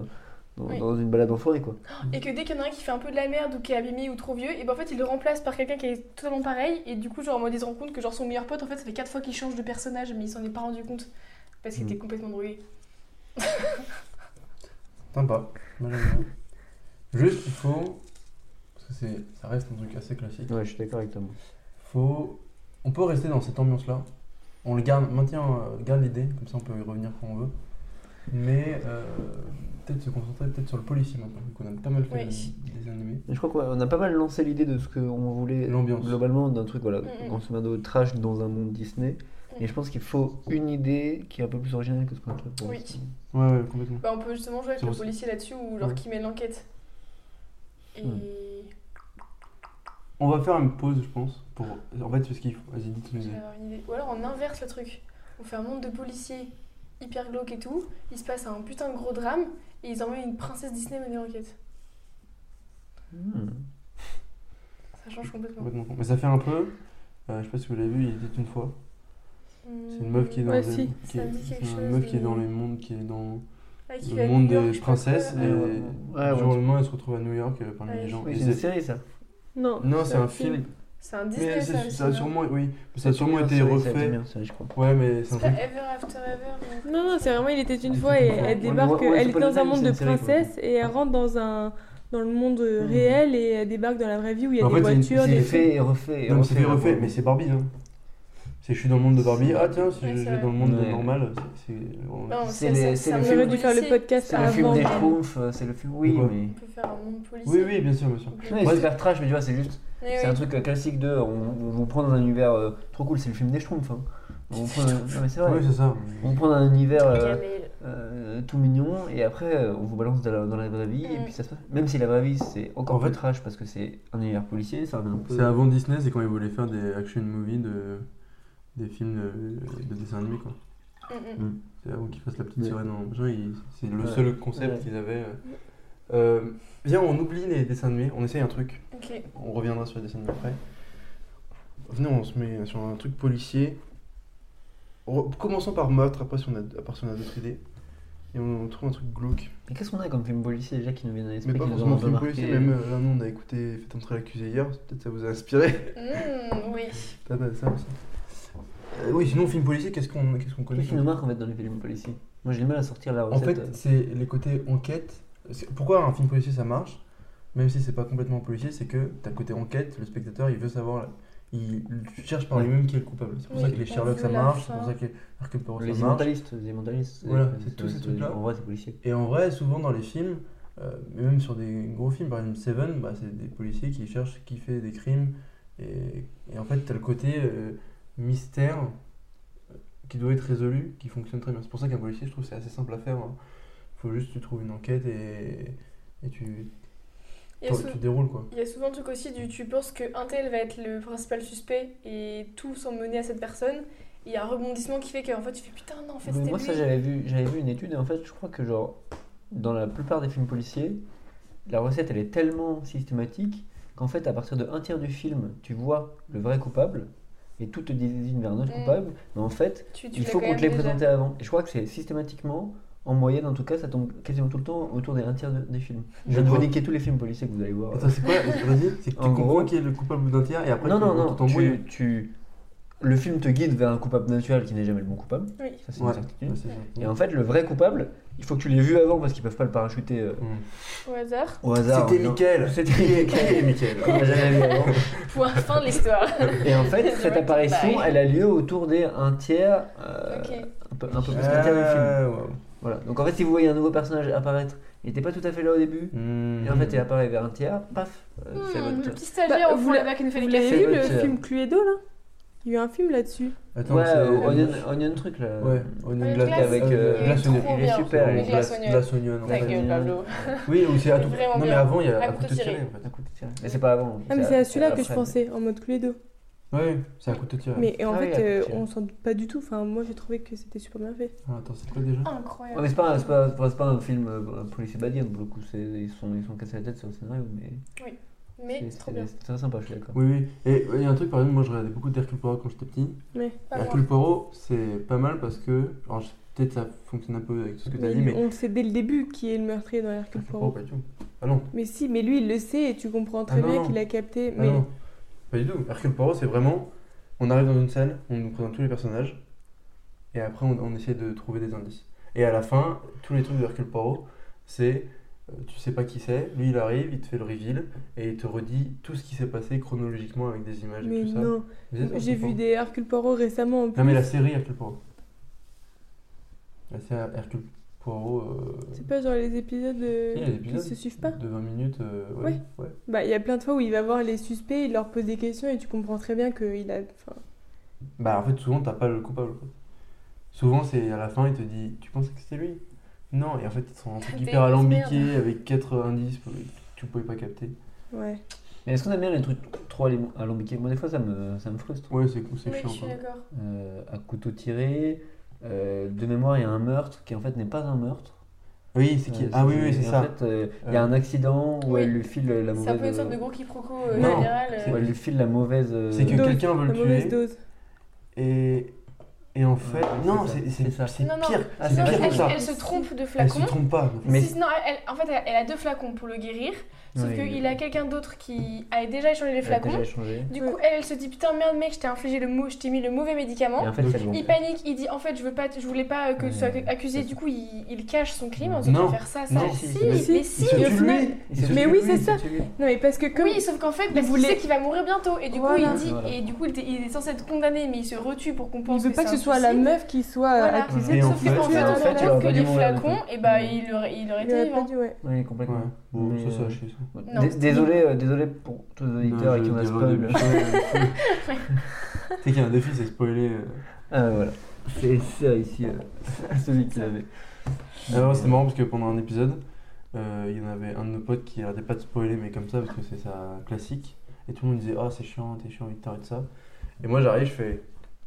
Speaker 3: dans,
Speaker 2: Oui.
Speaker 3: dans une balade en forêt, quoi.
Speaker 2: et que dès qu'il y en a un qui fait un peu de la merde ou qui est abîmé ou trop vieux et ben en fait il le remplace par quelqu'un qui est totalement pareil et du coup genre en mode ils se rendent compte que genre son meilleur pote en fait ça fait quatre fois qu'il change de personnage mais il s'en est pas rendu compte parce qu'il
Speaker 3: Mm.
Speaker 2: était complètement drogué
Speaker 1: Sympa. Moi, j'aime bien. Juste, il faut. Parce que c'est- ça reste un truc assez classique.
Speaker 3: Ouais, je suis d'accord avec toi. moi.
Speaker 1: Faut. On peut rester dans cette ambiance-là. On le garde, maintient, euh, garde l'idée, comme ça on peut y revenir quand on veut. Mais euh, peut-être se concentrer peut-être sur le policy maintenant, vu qu'on a pas mal fait
Speaker 2: Oui.
Speaker 1: des, des animés.
Speaker 3: Mais Je crois qu'on a pas mal lancé l'idée de ce qu'on voulait
Speaker 1: L'ambiance.
Speaker 3: globalement d'un truc, voilà,
Speaker 2: Mm, mm.
Speaker 3: grosso modo, trash dans un monde Disney. Et je pense qu'il faut une idée qui est un peu plus originale que ce qu'on a fait. pour
Speaker 2: Oui.
Speaker 3: l'instant.
Speaker 1: Ouais, ouais, complètement.
Speaker 2: Bah, on peut justement jouer avec
Speaker 1: C'est
Speaker 2: le
Speaker 1: aussi-
Speaker 2: policier là-dessus ou genre
Speaker 1: Ouais.
Speaker 2: qui mène l'enquête. Et.
Speaker 3: Hmm.
Speaker 1: On va faire une pause, je pense. Pour... En fait, c'est ce qu'il faut. Vas-y, dis ton
Speaker 2: J'allais avoir une idée. Ou alors on inverse le truc. On fait un monde de policiers hyper glauque et tout. Il se passe un putain de gros drame et ils emmènent une princesse Disney mener l'enquête.
Speaker 3: Hmm.
Speaker 2: Ça change complètement.
Speaker 1: Complètement con. Mais ça fait un peu. euh, je sais pas si vous l'avez vu, il était une fois.
Speaker 2: Hmm.
Speaker 1: C'est une meuf qui est dans,
Speaker 4: Ouais,
Speaker 1: le-
Speaker 4: si.
Speaker 1: qui
Speaker 2: Ça
Speaker 1: est-
Speaker 2: me dit quelque
Speaker 1: c'est une
Speaker 2: chose,
Speaker 1: meuf qui est
Speaker 2: mais-
Speaker 1: dans le monde, qui est dans
Speaker 2: Ah, qui va à
Speaker 1: le monde
Speaker 2: New York,
Speaker 1: des
Speaker 2: je sais pas quoi,
Speaker 1: princesses. Et
Speaker 2: là.
Speaker 3: Ah, Ouais, ouais. Ouais,
Speaker 1: du jour
Speaker 3: ouais.
Speaker 1: au lendemain, elle se retrouve à New York euh, parmi
Speaker 2: Ouais.
Speaker 1: les gens.
Speaker 3: Oui,
Speaker 1: Et
Speaker 3: c'est une
Speaker 1: c'est-
Speaker 3: série ça.
Speaker 4: Non.
Speaker 1: Non, c'est
Speaker 4: un
Speaker 1: un film.
Speaker 2: C'est un Disney
Speaker 1: Mais
Speaker 2: ça,
Speaker 1: c'est-
Speaker 2: aussi,
Speaker 1: ça a
Speaker 2: non
Speaker 1: sûrement, oui, mais ça a sûrement été refait.
Speaker 3: je crois.
Speaker 1: Ouais, mais c'est un
Speaker 2: C'est pas
Speaker 1: truc.
Speaker 2: Ever After Ever. mais-
Speaker 4: Non, non, c'est vraiment, il était une
Speaker 1: Il
Speaker 4: fois
Speaker 1: était
Speaker 4: et
Speaker 1: une fois.
Speaker 4: elle
Speaker 1: Ouais,
Speaker 4: débarque,
Speaker 3: ouais, ouais,
Speaker 4: elle
Speaker 3: c'est
Speaker 4: était
Speaker 3: pas
Speaker 4: dans un
Speaker 3: une
Speaker 4: monde de
Speaker 3: série, c'est une série,
Speaker 4: princesses et elle rentre dans un dans le monde euh,
Speaker 3: Hmm.
Speaker 4: réel et elle débarque dans la vraie vie où il y a
Speaker 1: Mmh. En
Speaker 4: des
Speaker 1: fait, c'est une-
Speaker 4: voitures,
Speaker 1: c'est
Speaker 4: des
Speaker 1: une
Speaker 3: C'est
Speaker 1: refait.
Speaker 3: fait et refait. et
Speaker 1: Non, mais c'est fait
Speaker 3: vraiment.
Speaker 1: refait, mais c'est Barbie. Hein. C'est je suis dans le monde de Barbie.
Speaker 3: C'est-
Speaker 1: Ah tiens, si
Speaker 2: Ouais,
Speaker 1: je
Speaker 2: c'est
Speaker 1: je vais
Speaker 2: vrai.
Speaker 1: dans le monde
Speaker 3: Ouais.
Speaker 1: normal, c'est. c'est- on-
Speaker 2: Non,
Speaker 3: C'est
Speaker 2: c'est c'est-
Speaker 3: les- c'est
Speaker 2: c'est
Speaker 3: le
Speaker 2: un
Speaker 4: On
Speaker 3: film
Speaker 2: monde
Speaker 4: aurait dû faire le
Speaker 2: policier.
Speaker 4: podcast
Speaker 3: C'est le film
Speaker 4: avant.
Speaker 3: des
Speaker 2: Ouais.
Speaker 3: Schtroumpfs, euh, c'est le film. Oui,
Speaker 1: Ouais.
Speaker 3: mais.
Speaker 2: On peut faire un monde policier.
Speaker 1: Oui, oui, bien sûr, bien sûr.
Speaker 3: Non, il
Speaker 1: Moi,
Speaker 3: faut
Speaker 1: c'est-
Speaker 3: faire trash, mais tu vois, c'est juste.
Speaker 2: Mais
Speaker 3: C'est
Speaker 2: oui.
Speaker 3: un truc euh, classique de. On, on vous prend dans un univers euh, trop cool, c'est le film des Schtroumpfs. hein. On vous prend dans- non, mais c'est vrai.
Speaker 1: Oui, c'est ça.
Speaker 3: On vous prend dans un univers euh,
Speaker 2: Gamel.
Speaker 3: euh, tout mignon et après euh, on vous balance dans la, dans la vraie vie et
Speaker 2: Mm.
Speaker 3: puis ça se passe. Même si la vraie vie c'est encore
Speaker 1: En
Speaker 3: plus
Speaker 1: fait-
Speaker 3: trash parce que c'est un univers policier, ça revient un peu.
Speaker 1: C'est avant Disney, c'est quand ils voulaient faire des action movies de des films de, de dessins animés quoi.
Speaker 2: Mm, mm.
Speaker 1: C'est avant qu'ils fassent la petite
Speaker 3: Ouais.
Speaker 1: sirène en machin, ils- c'est le
Speaker 3: Ouais.
Speaker 1: seul concept
Speaker 3: Ouais.
Speaker 1: qu'ils avaient. euh. Euh, viens, on oublie les dessins animés, on essaye un truc.
Speaker 2: hmm. Ok.
Speaker 1: On reviendra sur les dessins animés après. Venez, on se met sur un truc policier. Re- Commençons par meurtre, après si on a, à part si on a d'autres idées. Et on, trouve un truc glauque.
Speaker 3: Mais qu'est-ce qu'on a comme film policier déjà qui nous vient à l'esprit
Speaker 1: Mais pas
Speaker 3: qui nous
Speaker 1: forcément
Speaker 3: aura
Speaker 1: film
Speaker 3: marqué
Speaker 1: policier, même euh, là nous on a écouté Faites entrer l'accusé hier, peut-être ça vous a inspiré.
Speaker 2: Mm, oui.
Speaker 1: T'as pas ça aussi Euh, Oui, sinon, film policier, qu'est-ce qu'on qu'est-ce qu'on connaît
Speaker 3: Qu'est-ce qui nous marque en fait dans les films policiers Moi j'ai du mal à sortir la
Speaker 1: En
Speaker 3: recette. euh.
Speaker 1: fait, c'est les côtés enquête. C'est- Pourquoi un film policier ça marche Même si c'est pas complètement policier, c'est que t'as le côté enquête, le spectateur il veut savoir. Il cherche par lui-même qui est le coupable. C'est pour
Speaker 2: Oui,
Speaker 1: ça que les
Speaker 2: on
Speaker 1: Sherlock
Speaker 2: veut
Speaker 1: ça
Speaker 2: la
Speaker 1: marche, c'est
Speaker 2: fin.
Speaker 1: pour ça que Hercule Poirot
Speaker 3: les
Speaker 1: ça marche.
Speaker 3: mentalistes, les mentalistes.
Speaker 1: Voilà, c'est tous ces trucs-là.
Speaker 3: En vrai, c'est policier.
Speaker 1: Et en vrai, souvent dans les films, euh, mais même sur des gros films, par exemple Seven, bah, c'est des policiers qui cherchent qui fait des crimes. Et, et en fait, t'as le côté euh, mystère euh, qui doit être résolu, qui fonctionne très bien. C'est pour ça qu'un policier, je trouve, c'est assez simple à faire. hein. Faut juste, tu trouves une enquête et, et tu,
Speaker 2: Il y a
Speaker 1: tu,
Speaker 2: sou-
Speaker 1: tu déroules quoi.
Speaker 2: Il y a souvent le truc aussi du tu penses que un tel va être le principal suspect et tout semble mener à cette personne. Et Il y a un rebondissement qui fait qu'en fait tu fais putain non en fait
Speaker 3: Mais
Speaker 2: c'était
Speaker 3: moi ça
Speaker 2: lui.
Speaker 3: j'avais vu, j'avais vu une étude et en fait je crois que genre dans la plupart des films policiers, la recette elle est tellement systématique qu'en fait à partir de un tiers du film tu vois le vrai coupable et tout te désigne vers un autre
Speaker 2: Mm.
Speaker 3: coupable, mais en fait
Speaker 2: Tu, tu
Speaker 3: il
Speaker 2: l'as
Speaker 3: faut
Speaker 2: quand
Speaker 3: qu'on
Speaker 2: même
Speaker 3: te l'ait
Speaker 2: déjà.
Speaker 3: présenté avant. Et je crois que c'est systématiquement, en moyenne en tout cas, ça tombe quasiment tout le temps autour des un tiers de- des films. Je viens de vous niquer tous les films policiers que vous allez voir.
Speaker 1: Attends, c'est quoi Vas-y, c'est que
Speaker 3: En
Speaker 1: tu comprends
Speaker 3: gros-
Speaker 1: qui est le coupable d'un tiers et après
Speaker 3: non
Speaker 1: tu
Speaker 3: non non,
Speaker 1: t'embrouilles.
Speaker 3: tu, tu- le film te guide vers un coupable naturel qui n'est jamais le bon coupable.
Speaker 2: Oui.
Speaker 3: Ça c'est
Speaker 1: Ouais.
Speaker 3: une certitude.
Speaker 1: Ouais, c'est ça.
Speaker 3: Et en fait, le vrai coupable, il faut que tu l'aies vu avant parce qu'ils peuvent pas le parachuter euh,
Speaker 1: Mm.
Speaker 2: Au hasard.
Speaker 3: au hasard.
Speaker 1: C'était
Speaker 3: en disant,
Speaker 1: Mickaël
Speaker 3: C'était
Speaker 1: Qui est- qui
Speaker 3: Mickaël.
Speaker 1: est Mickaël
Speaker 3: On l'a jamais vu
Speaker 1: Euh,
Speaker 3: avant.
Speaker 2: Point fin de l'histoire.
Speaker 3: Et en fait, cette
Speaker 2: Ouais,
Speaker 3: apparition,
Speaker 2: pareil.
Speaker 3: elle a lieu autour des un tiers, euh,
Speaker 2: ok.
Speaker 3: un peu, un peu plus qu'un tiers du film.
Speaker 1: Ah, waouh.
Speaker 3: Voilà. Donc en fait, si vous voyez un nouveau personnage apparaître, il était pas tout à fait là au début,
Speaker 1: Hmm.
Speaker 3: et en fait,
Speaker 1: Mhm.
Speaker 3: il apparaît vers un tiers, paf, euh, c'est
Speaker 2: Hmm, le
Speaker 3: votre.
Speaker 2: petit stagiaire
Speaker 4: Bah,
Speaker 2: au
Speaker 4: vous
Speaker 2: fond
Speaker 4: la-
Speaker 2: là-bas qui nous fait
Speaker 4: Vous
Speaker 2: les
Speaker 4: l'avez
Speaker 2: cafés.
Speaker 3: C'est
Speaker 4: vu le
Speaker 3: votre-
Speaker 4: film Cluedo là Il y a eu un film là-dessus.
Speaker 1: Attends,
Speaker 3: Ouais,
Speaker 1: c'est-
Speaker 3: euh, onion, onion truc là.
Speaker 1: Ouais, onion
Speaker 2: Onion
Speaker 1: glace
Speaker 2: glace.
Speaker 1: avec
Speaker 3: Euh,
Speaker 1: glace
Speaker 2: trop
Speaker 1: onion.
Speaker 2: bien.
Speaker 3: Il est super.
Speaker 2: Les
Speaker 3: il est
Speaker 2: glace
Speaker 1: glace,
Speaker 2: onion.
Speaker 1: glace onion. en
Speaker 2: Ta
Speaker 1: fait.
Speaker 2: gueule, Pablo.
Speaker 1: Oui, ou c'est à tout.
Speaker 2: Vraiment
Speaker 1: Non, mais
Speaker 2: bien.
Speaker 1: avant, il y a
Speaker 2: À
Speaker 1: à
Speaker 2: couteau
Speaker 1: couteau tiré.
Speaker 2: tiré.
Speaker 1: en fait.
Speaker 3: Un coup de tir. Mais c'est pas avant.
Speaker 4: Ah mais c'est à celui-là que je
Speaker 3: après.
Speaker 4: pensais en mode Cluedo.
Speaker 1: Ouais, c'est à couteau tiré.
Speaker 4: Mais en
Speaker 3: Ah oui,
Speaker 4: fait,
Speaker 3: à
Speaker 4: euh,
Speaker 3: côté.
Speaker 4: on s'en doute pas du tout. Enfin, moi j'ai trouvé que c'était super bien fait.
Speaker 1: Ah, Attends, c'est quoi déjà
Speaker 3: Ouais,
Speaker 2: Incroyable.
Speaker 3: mais c'est pas, c'est pas, c'est pas- c'est pas un film euh, policier badien pour le coup, c'est- ils sont, ils sont cassés la tête sur le scénario, mais
Speaker 2: Mais
Speaker 3: c'est-
Speaker 2: c'est trop bien.
Speaker 3: c'est c'est très sympa, je suis d'accord.
Speaker 1: Oui, oui. Et il y a un truc, par exemple, moi je regardais beaucoup d'Hercule Poirot quand j'étais petit.
Speaker 2: Pas moi.
Speaker 1: Hercule Poirot, c'est pas mal parce que. Alors, je- peut-être ça fonctionne un peu avec tout ce que t'as
Speaker 4: Mais
Speaker 1: dit, mais.
Speaker 4: on le sait dès le début qui est le meurtrier dans Hercule
Speaker 1: Hercule Poirot,
Speaker 4: Poirot.
Speaker 1: pas du tout. Ah non,
Speaker 4: Mais si, mais lui il le sait et tu comprends
Speaker 1: Ah
Speaker 4: très
Speaker 1: non,
Speaker 4: bien
Speaker 1: non.
Speaker 4: qu'il a capté.
Speaker 1: ah
Speaker 4: Mais
Speaker 1: non. Pas du tout. Hercule Poirot, c'est vraiment. On arrive dans une salle, on nous présente tous les personnages, et après on, on essaie de trouver des indices. Et à la fin, tous les trucs de Hercule Poirot, c'est euh, tu sais pas qui c'est, lui il arrive, il te fait le reveal et il te redit tout ce qui s'est passé chronologiquement avec des images
Speaker 4: Mais
Speaker 1: et tout
Speaker 4: non,
Speaker 1: ça. Vous êtes
Speaker 4: j'ai
Speaker 1: Hercule
Speaker 4: vu
Speaker 1: Poirot
Speaker 4: des Hercule Poirot récemment en plus.
Speaker 1: Non mais la série Hercule Poirot. La série Hercule Poirot. euh,
Speaker 4: C'est pas genre les épisodes euh,
Speaker 1: si, il y a des
Speaker 4: qui
Speaker 1: épisodes
Speaker 4: se suivent pas
Speaker 1: De 20 minutes, euh, ouais.
Speaker 4: Ouais.
Speaker 1: ouais.
Speaker 4: Bah, il y a plein de fois où il va voir les suspects, il leur pose des questions et tu comprends très bien qu'il a. enfin,
Speaker 1: Bah en fait souvent t'as pas le coupable. quoi. Souvent c'est à la fin il te dit tu pensais que c'était lui Non et en fait ils sont un truc
Speaker 2: T'avais
Speaker 1: hyper
Speaker 2: une
Speaker 1: alambiqué avec quatre indices que tu pouvais pas capter.
Speaker 4: Ouais.
Speaker 3: Mais est-ce qu'on aime bien les trucs trop alim- alambiqués Moi, des fois, ça me, ça me frustre.
Speaker 1: Ouais c'est c'est
Speaker 2: Oui,
Speaker 1: chiant.
Speaker 2: je suis
Speaker 1: quoi.
Speaker 2: d'accord.
Speaker 3: Euh, à couteau tiré, euh, de mémoire, il y a un meurtre qui en fait n'est pas un meurtre.
Speaker 1: Oui c'est qui
Speaker 3: Euh,
Speaker 1: Ah oui oui
Speaker 3: et
Speaker 1: c'est
Speaker 3: en
Speaker 1: ça.
Speaker 3: fait, euh, il y a un accident où
Speaker 2: Oui.
Speaker 3: elle lui file la
Speaker 2: C'est un peu une
Speaker 3: mauvaise.
Speaker 2: sorte de gros quiproquo euh,
Speaker 1: Non,
Speaker 2: général.
Speaker 1: c'est-
Speaker 3: où elle lui file la mauvaise. euh,
Speaker 1: C'est que
Speaker 4: Dose,
Speaker 1: quelqu'un veut
Speaker 4: La
Speaker 1: le
Speaker 4: mauvaise
Speaker 1: tuer
Speaker 4: dose.
Speaker 1: et et en fait
Speaker 3: Ouais,
Speaker 1: non
Speaker 3: c'est ça,
Speaker 1: c'est
Speaker 3: c'est ça.
Speaker 1: c'est- c'est
Speaker 2: Non, non,
Speaker 1: pire.
Speaker 3: Ah,
Speaker 1: C'est
Speaker 2: Non,
Speaker 1: pire
Speaker 2: elle,
Speaker 1: que ça.
Speaker 2: elle se trompe de
Speaker 1: Elle se
Speaker 2: flacon.
Speaker 1: trompe pas.
Speaker 3: Mais-
Speaker 2: Si- non, elle- elle- en fait, elle, elle a deux flacons pour le guérir. Sauf
Speaker 3: Ouais,
Speaker 2: qu'il a quelqu'un d'autre qui a déjà échangé les
Speaker 3: elle a
Speaker 2: flacons.
Speaker 3: déjà changé.
Speaker 2: Du coup, elle, elle se dit Putain, merde, mec, je t'ai infligé le mot, je t'ai mis le mauvais
Speaker 3: Et
Speaker 2: médicament.
Speaker 3: en fait,
Speaker 1: Donc,
Speaker 3: ça le
Speaker 2: Il
Speaker 3: gonfle.
Speaker 2: panique, il dit En fait, je, veux pas, je voulais pas que tu sois
Speaker 3: Ouais,
Speaker 2: accusé.
Speaker 3: c'est
Speaker 2: Du coup, il, il cache son crime en
Speaker 3: Non,
Speaker 2: disant Je vais faire ça, ça.
Speaker 1: non,
Speaker 2: si,
Speaker 3: si,
Speaker 4: si.
Speaker 2: mais
Speaker 1: Il
Speaker 2: si.
Speaker 1: se
Speaker 4: mais au
Speaker 1: tue
Speaker 4: final-
Speaker 1: lui. Il se
Speaker 4: Mais
Speaker 1: tue
Speaker 4: oui,
Speaker 1: lui,
Speaker 4: c'est
Speaker 1: il se
Speaker 4: ça.
Speaker 1: tue lui.
Speaker 4: Non, mais parce que comme.
Speaker 2: Oui, sauf qu'en fait, parce qu'il
Speaker 4: voulait-
Speaker 2: sait qu'il va mourir bientôt. Et du coup,
Speaker 4: Voilà.
Speaker 2: il dit
Speaker 3: Voilà.
Speaker 2: Et du coup, il, était- il est censé être condamné, mais il se retue pour qu'on
Speaker 4: On
Speaker 2: pense
Speaker 4: veut pas que
Speaker 2: c'est
Speaker 4: ce
Speaker 2: un
Speaker 4: soit la
Speaker 2: suicide.
Speaker 4: meuf qui soit euh,
Speaker 2: Voilà.
Speaker 4: accusée
Speaker 1: Et
Speaker 4: de
Speaker 1: en
Speaker 4: se
Speaker 2: Sauf
Speaker 1: fait,
Speaker 4: faire
Speaker 2: qu'en
Speaker 4: tuer.
Speaker 2: fait,
Speaker 3: en
Speaker 2: on
Speaker 3: fait,
Speaker 2: se
Speaker 3: il
Speaker 2: rend
Speaker 3: aurait
Speaker 2: compte que
Speaker 3: pas dû
Speaker 2: les
Speaker 3: mourir, en fait.
Speaker 2: flacons, et bah,
Speaker 3: Ouais.
Speaker 2: il aurait il aurait
Speaker 4: Il
Speaker 2: été
Speaker 4: aurait
Speaker 2: vivant.
Speaker 4: pas dû, ouais.
Speaker 3: Oui, complètement.
Speaker 1: Ouais. Bon
Speaker 3: Mais,
Speaker 1: ça c'est
Speaker 3: euh,
Speaker 1: à chier, ça.
Speaker 3: D-
Speaker 2: Non.
Speaker 3: Désolé, euh, désolé pour tous les auditeurs à qui on a spoil.
Speaker 1: Tu sais qu'il y a un défi, c'est spoiler. euh.
Speaker 3: Ah voilà. C'est ça ici, euh, celui qui l'avait.
Speaker 1: Alors Ah
Speaker 3: euh,
Speaker 1: c'était marrant parce que pendant un épisode, euh, il y en avait un de nos potes qui arrêtait pas de spoiler, mais comme ça, parce que c'est sa classique. Et tout le monde disait Ah, c'est chiant, t'es chiant, Victor, et tout ça. Et moi, j'arrive, je fais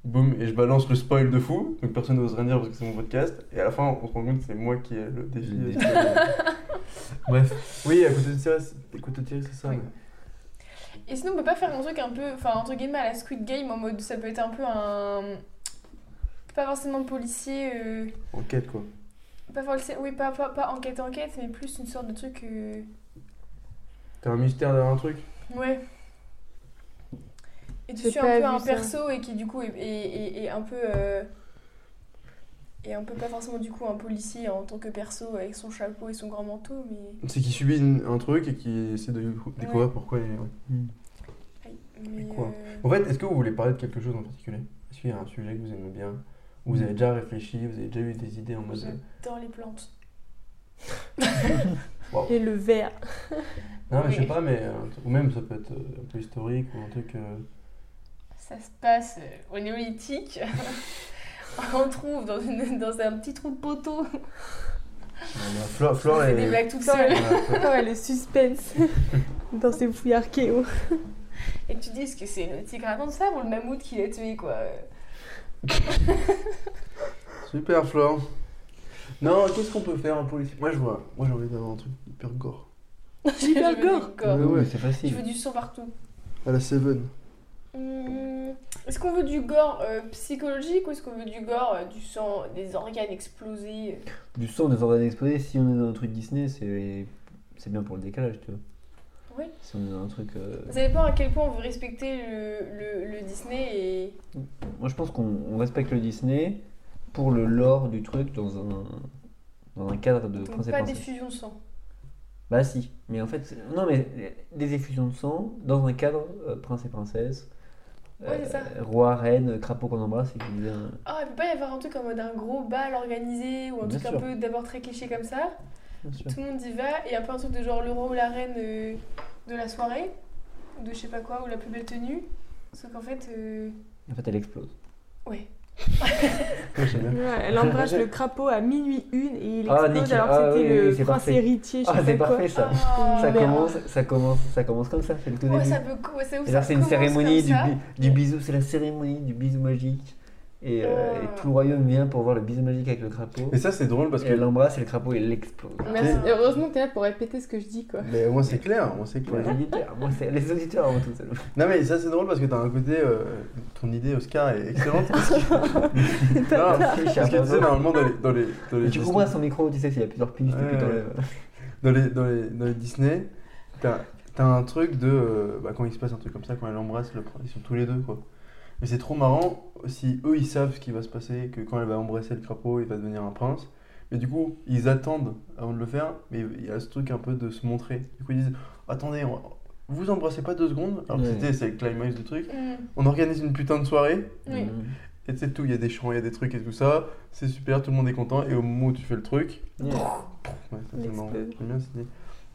Speaker 1: boum, et je balance le spoil de fou. Donc personne n'ose rien dire parce que c'est mon podcast. Et à la fin, on se rend compte que c'est moi qui ai le défi.
Speaker 3: Le défi.
Speaker 1: Bref. Oui, à côté de tirer, c'est- à côté de tirer, c'est ça.
Speaker 2: Oui.
Speaker 1: mais-
Speaker 2: Et sinon, on peut pas faire un truc un peu, enfin, entre guillemets, à la Squid Game, en mode ça peut être un peu un. Pas forcément policier, euh,
Speaker 1: Enquête, quoi.
Speaker 2: pas forcément, oui, pas, pas, pas enquête, enquête, mais plus une sorte de truc. euh,
Speaker 1: T'as un mystère derrière un truc
Speaker 2: Ouais. Et tu
Speaker 4: J'ai
Speaker 2: suis
Speaker 4: pas
Speaker 2: un peu
Speaker 4: vu
Speaker 2: un
Speaker 4: ça.
Speaker 2: perso et qui, du coup, est, est- est- est un peu. euh, Et un peu pas forcément du coup un policier en tant que perso avec son chapeau et son grand manteau, mais.
Speaker 1: C'est qui subit une- un truc et qui essaie de découvrir pourquoi. il- ouais.
Speaker 3: Hmm.
Speaker 2: Aïe, mais,
Speaker 1: quoi Oh,
Speaker 2: euh,
Speaker 1: En fait, est-ce que vous voulez parler de quelque chose en particulier Est-ce qu'il y a un sujet que vous aimez bien Où vous avez déjà réfléchi, vous avez déjà eu des idées en mode. euh,
Speaker 2: J'adore les plantes.
Speaker 4: Et le verre.
Speaker 1: Non, mais je sais
Speaker 2: Oui.
Speaker 1: pas, mais. euh, Ou même ça peut être euh, un peu historique ou un truc. euh,
Speaker 2: Ça se passe euh, au néolithique. On trouve dans, une- dans un petit trou de poteau.
Speaker 1: on a Flore,
Speaker 2: On
Speaker 1: Flore
Speaker 2: fait
Speaker 1: est.
Speaker 2: des blagues toute
Speaker 4: Non,
Speaker 2: seule.
Speaker 1: on a Flore-
Speaker 4: Ah ouais, le suspense dans ces fouilles archéo.
Speaker 2: Et tu dis, est-ce que c'est le petit gratin de sable ou le mammouth qui l'a tué, quoi
Speaker 1: Super Flore. Non, qu'est-ce qu'on peut faire en politique Moi, je vois. Moi, j'ai envie d'avoir un truc hyper gore.
Speaker 4: Hyper
Speaker 2: Je veux
Speaker 4: gore.
Speaker 2: du
Speaker 3: Ouais,
Speaker 2: gore.
Speaker 3: ouais, c'est
Speaker 2: Je
Speaker 3: facile.
Speaker 2: veux du sang partout.
Speaker 1: À la Seven.
Speaker 2: Hum, est-ce qu'on veut du gore euh, psychologique ou est-ce qu'on veut du gore, euh, du sang, des organes explosés
Speaker 3: Du sang des organes exposés, si on est dans un truc Disney, c'est c'est bien pour le décalage, tu vois.
Speaker 2: Oui.
Speaker 3: Si on est dans un truc. euh,
Speaker 2: Ça dépend à quel point on veut respecter le, le- le Disney et.
Speaker 3: Moi, je pense qu'on on respecte le Disney pour le lore du truc dans un, dans un cadre de
Speaker 2: Donc,
Speaker 3: prince et
Speaker 2: pas des
Speaker 3: princesse.
Speaker 2: fusions de sang.
Speaker 3: Bah, si, mais en fait, c'est- non, mais des effusions de sang dans un cadre euh, prince et princesse. euh,
Speaker 2: Ouais, c'est ça.
Speaker 3: roi, reine, crapaud qu'on embrasse, et qui devient-
Speaker 2: Ah, il peut pas y avoir un truc en mode un gros bal organisé ou un
Speaker 3: Bien
Speaker 2: truc
Speaker 3: sûr.
Speaker 2: un peu d'abord très cliché comme ça.
Speaker 3: Bien sûr.
Speaker 2: Tout le monde y va et après un truc de genre le roi ou la reine euh, de la soirée ou de je sais pas quoi ou la plus belle tenue. Sauf qu'en fait, euh,
Speaker 3: En fait, elle explose.
Speaker 2: ouais.
Speaker 4: Ouais, elle embrasse le crapaud à minuit une et il
Speaker 3: Ah,
Speaker 4: explose
Speaker 3: nickel.
Speaker 4: alors que
Speaker 3: Ah,
Speaker 4: c'était
Speaker 3: oui, oui,
Speaker 4: le
Speaker 3: c'est
Speaker 4: prince
Speaker 3: parfait.
Speaker 4: héritier, je sais
Speaker 3: Ah, c'est
Speaker 4: pas quoi.
Speaker 3: parfait ça.
Speaker 2: Ah,
Speaker 3: ça,
Speaker 2: merde.
Speaker 3: commence, ça, commence, ça commence comme ça, c'est le tout
Speaker 2: Ouais,
Speaker 3: début.
Speaker 2: ça peut, ouais, c'est ouf,
Speaker 3: Et
Speaker 2: ça
Speaker 3: là, c'est une
Speaker 2: commence
Speaker 3: cérémonie
Speaker 2: comme
Speaker 3: du,
Speaker 2: ça.
Speaker 3: bi- du bisou, c'est la cérémonie du bisou magique. Et, euh,
Speaker 2: Oh.
Speaker 3: et tout le royaume vient pour voir le bisou magique avec le crapaud.
Speaker 1: Mais ça, c'est drôle parce
Speaker 3: Et elle
Speaker 1: que.
Speaker 3: l'embrasse et le crapaud il l'explose.
Speaker 2: Ah.
Speaker 5: Merci.
Speaker 2: Ok.
Speaker 5: Heureusement que t'es là pour répéter ce que je dis, quoi.
Speaker 1: Mais au moins, c'est clair, on sait
Speaker 3: Pour
Speaker 1: clair.
Speaker 3: les auditeurs, moi c'est les auditeurs avant tout ça.
Speaker 1: Non mais ça c'est drôle parce que t'as un côté, euh, ton idée Oscar est excellente. parce que, non, parce que tu sais normalement dans les, dans les, dans les
Speaker 3: Et tu
Speaker 1: Disney-
Speaker 3: comprends à son micro, tu sais, s'il y a plusieurs pistes et
Speaker 1: Ouais,
Speaker 3: puis t'enlèves.
Speaker 1: dans les, dans les, dans les Disney, t'as t'as un truc de, euh, bah, quand il se passe un truc comme ça, quand elle embrasse, le prince, ils sont tous les deux quoi. Mais c'est trop marrant si eux ils savent ce qui va se passer, que quand elle va embrasser le crapaud, il va devenir un prince. Mais du coup, ils attendent avant de le faire, mais il y a ce truc un peu de se montrer. Du coup, ils disent Attendez, on- vous embrassez pas deux secondes Alors que
Speaker 3: Ouais.
Speaker 1: c'était c'est le climax du truc.
Speaker 2: Mm.
Speaker 1: On organise une putain de soirée,
Speaker 2: Oui.
Speaker 3: Mhm.
Speaker 1: et c'est tout. Il y a des chants, il y a des trucs et tout ça. C'est super, tout le monde est content. Et au moment où tu fais le truc,
Speaker 3: Yeah.
Speaker 1: ouais, ça, c'est marrant.
Speaker 4: L'explose.
Speaker 1: J'aime bien cette idée.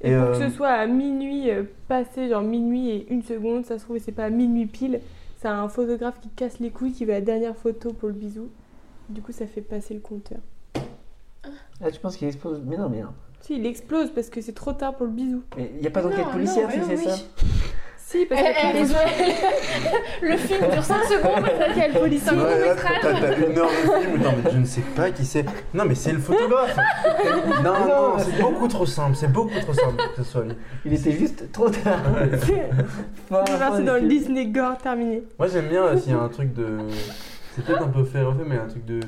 Speaker 4: Et,
Speaker 1: Et,
Speaker 4: pour
Speaker 1: euh,
Speaker 4: que ce soit à minuit euh, passé, genre minuit et une seconde, ça se trouve, c'est pas à minuit pile. C'est un photographe qui casse les couilles, qui veut la dernière photo pour le bisou. Du coup, ça fait passer le compteur.
Speaker 3: Ah, tu penses qu'il explose Mais non, mais non.
Speaker 4: Si, il explose parce que c'est trop tard pour le bisou.
Speaker 3: Mais il n'y a pas
Speaker 2: Non,
Speaker 3: d'enquête
Speaker 2: non,
Speaker 3: policière si
Speaker 2: oui,
Speaker 3: c'est
Speaker 2: oui.
Speaker 3: ça
Speaker 4: Si, parce
Speaker 2: Eh,
Speaker 4: que.
Speaker 2: eh, le film dure 5 secondes, quel policier
Speaker 1: Ouais, là, t'as
Speaker 2: métrage
Speaker 1: t'as une heure de film, non mais je ne sais pas qui c'est. Non mais c'est le photographe. Non, non,
Speaker 3: Non,
Speaker 1: c'est beaucoup trop simple, c'est beaucoup trop simple pour que ce soit lui.
Speaker 3: Il était juste trop tard.
Speaker 4: On
Speaker 3: Fin-
Speaker 4: est
Speaker 3: fin
Speaker 4: parti
Speaker 3: du
Speaker 4: dans le
Speaker 3: film.
Speaker 4: Disney Gore terminé.
Speaker 1: Moi j'aime bien euh, s'il y a un truc de. C'est peut-être un peu fait refait, mais un truc de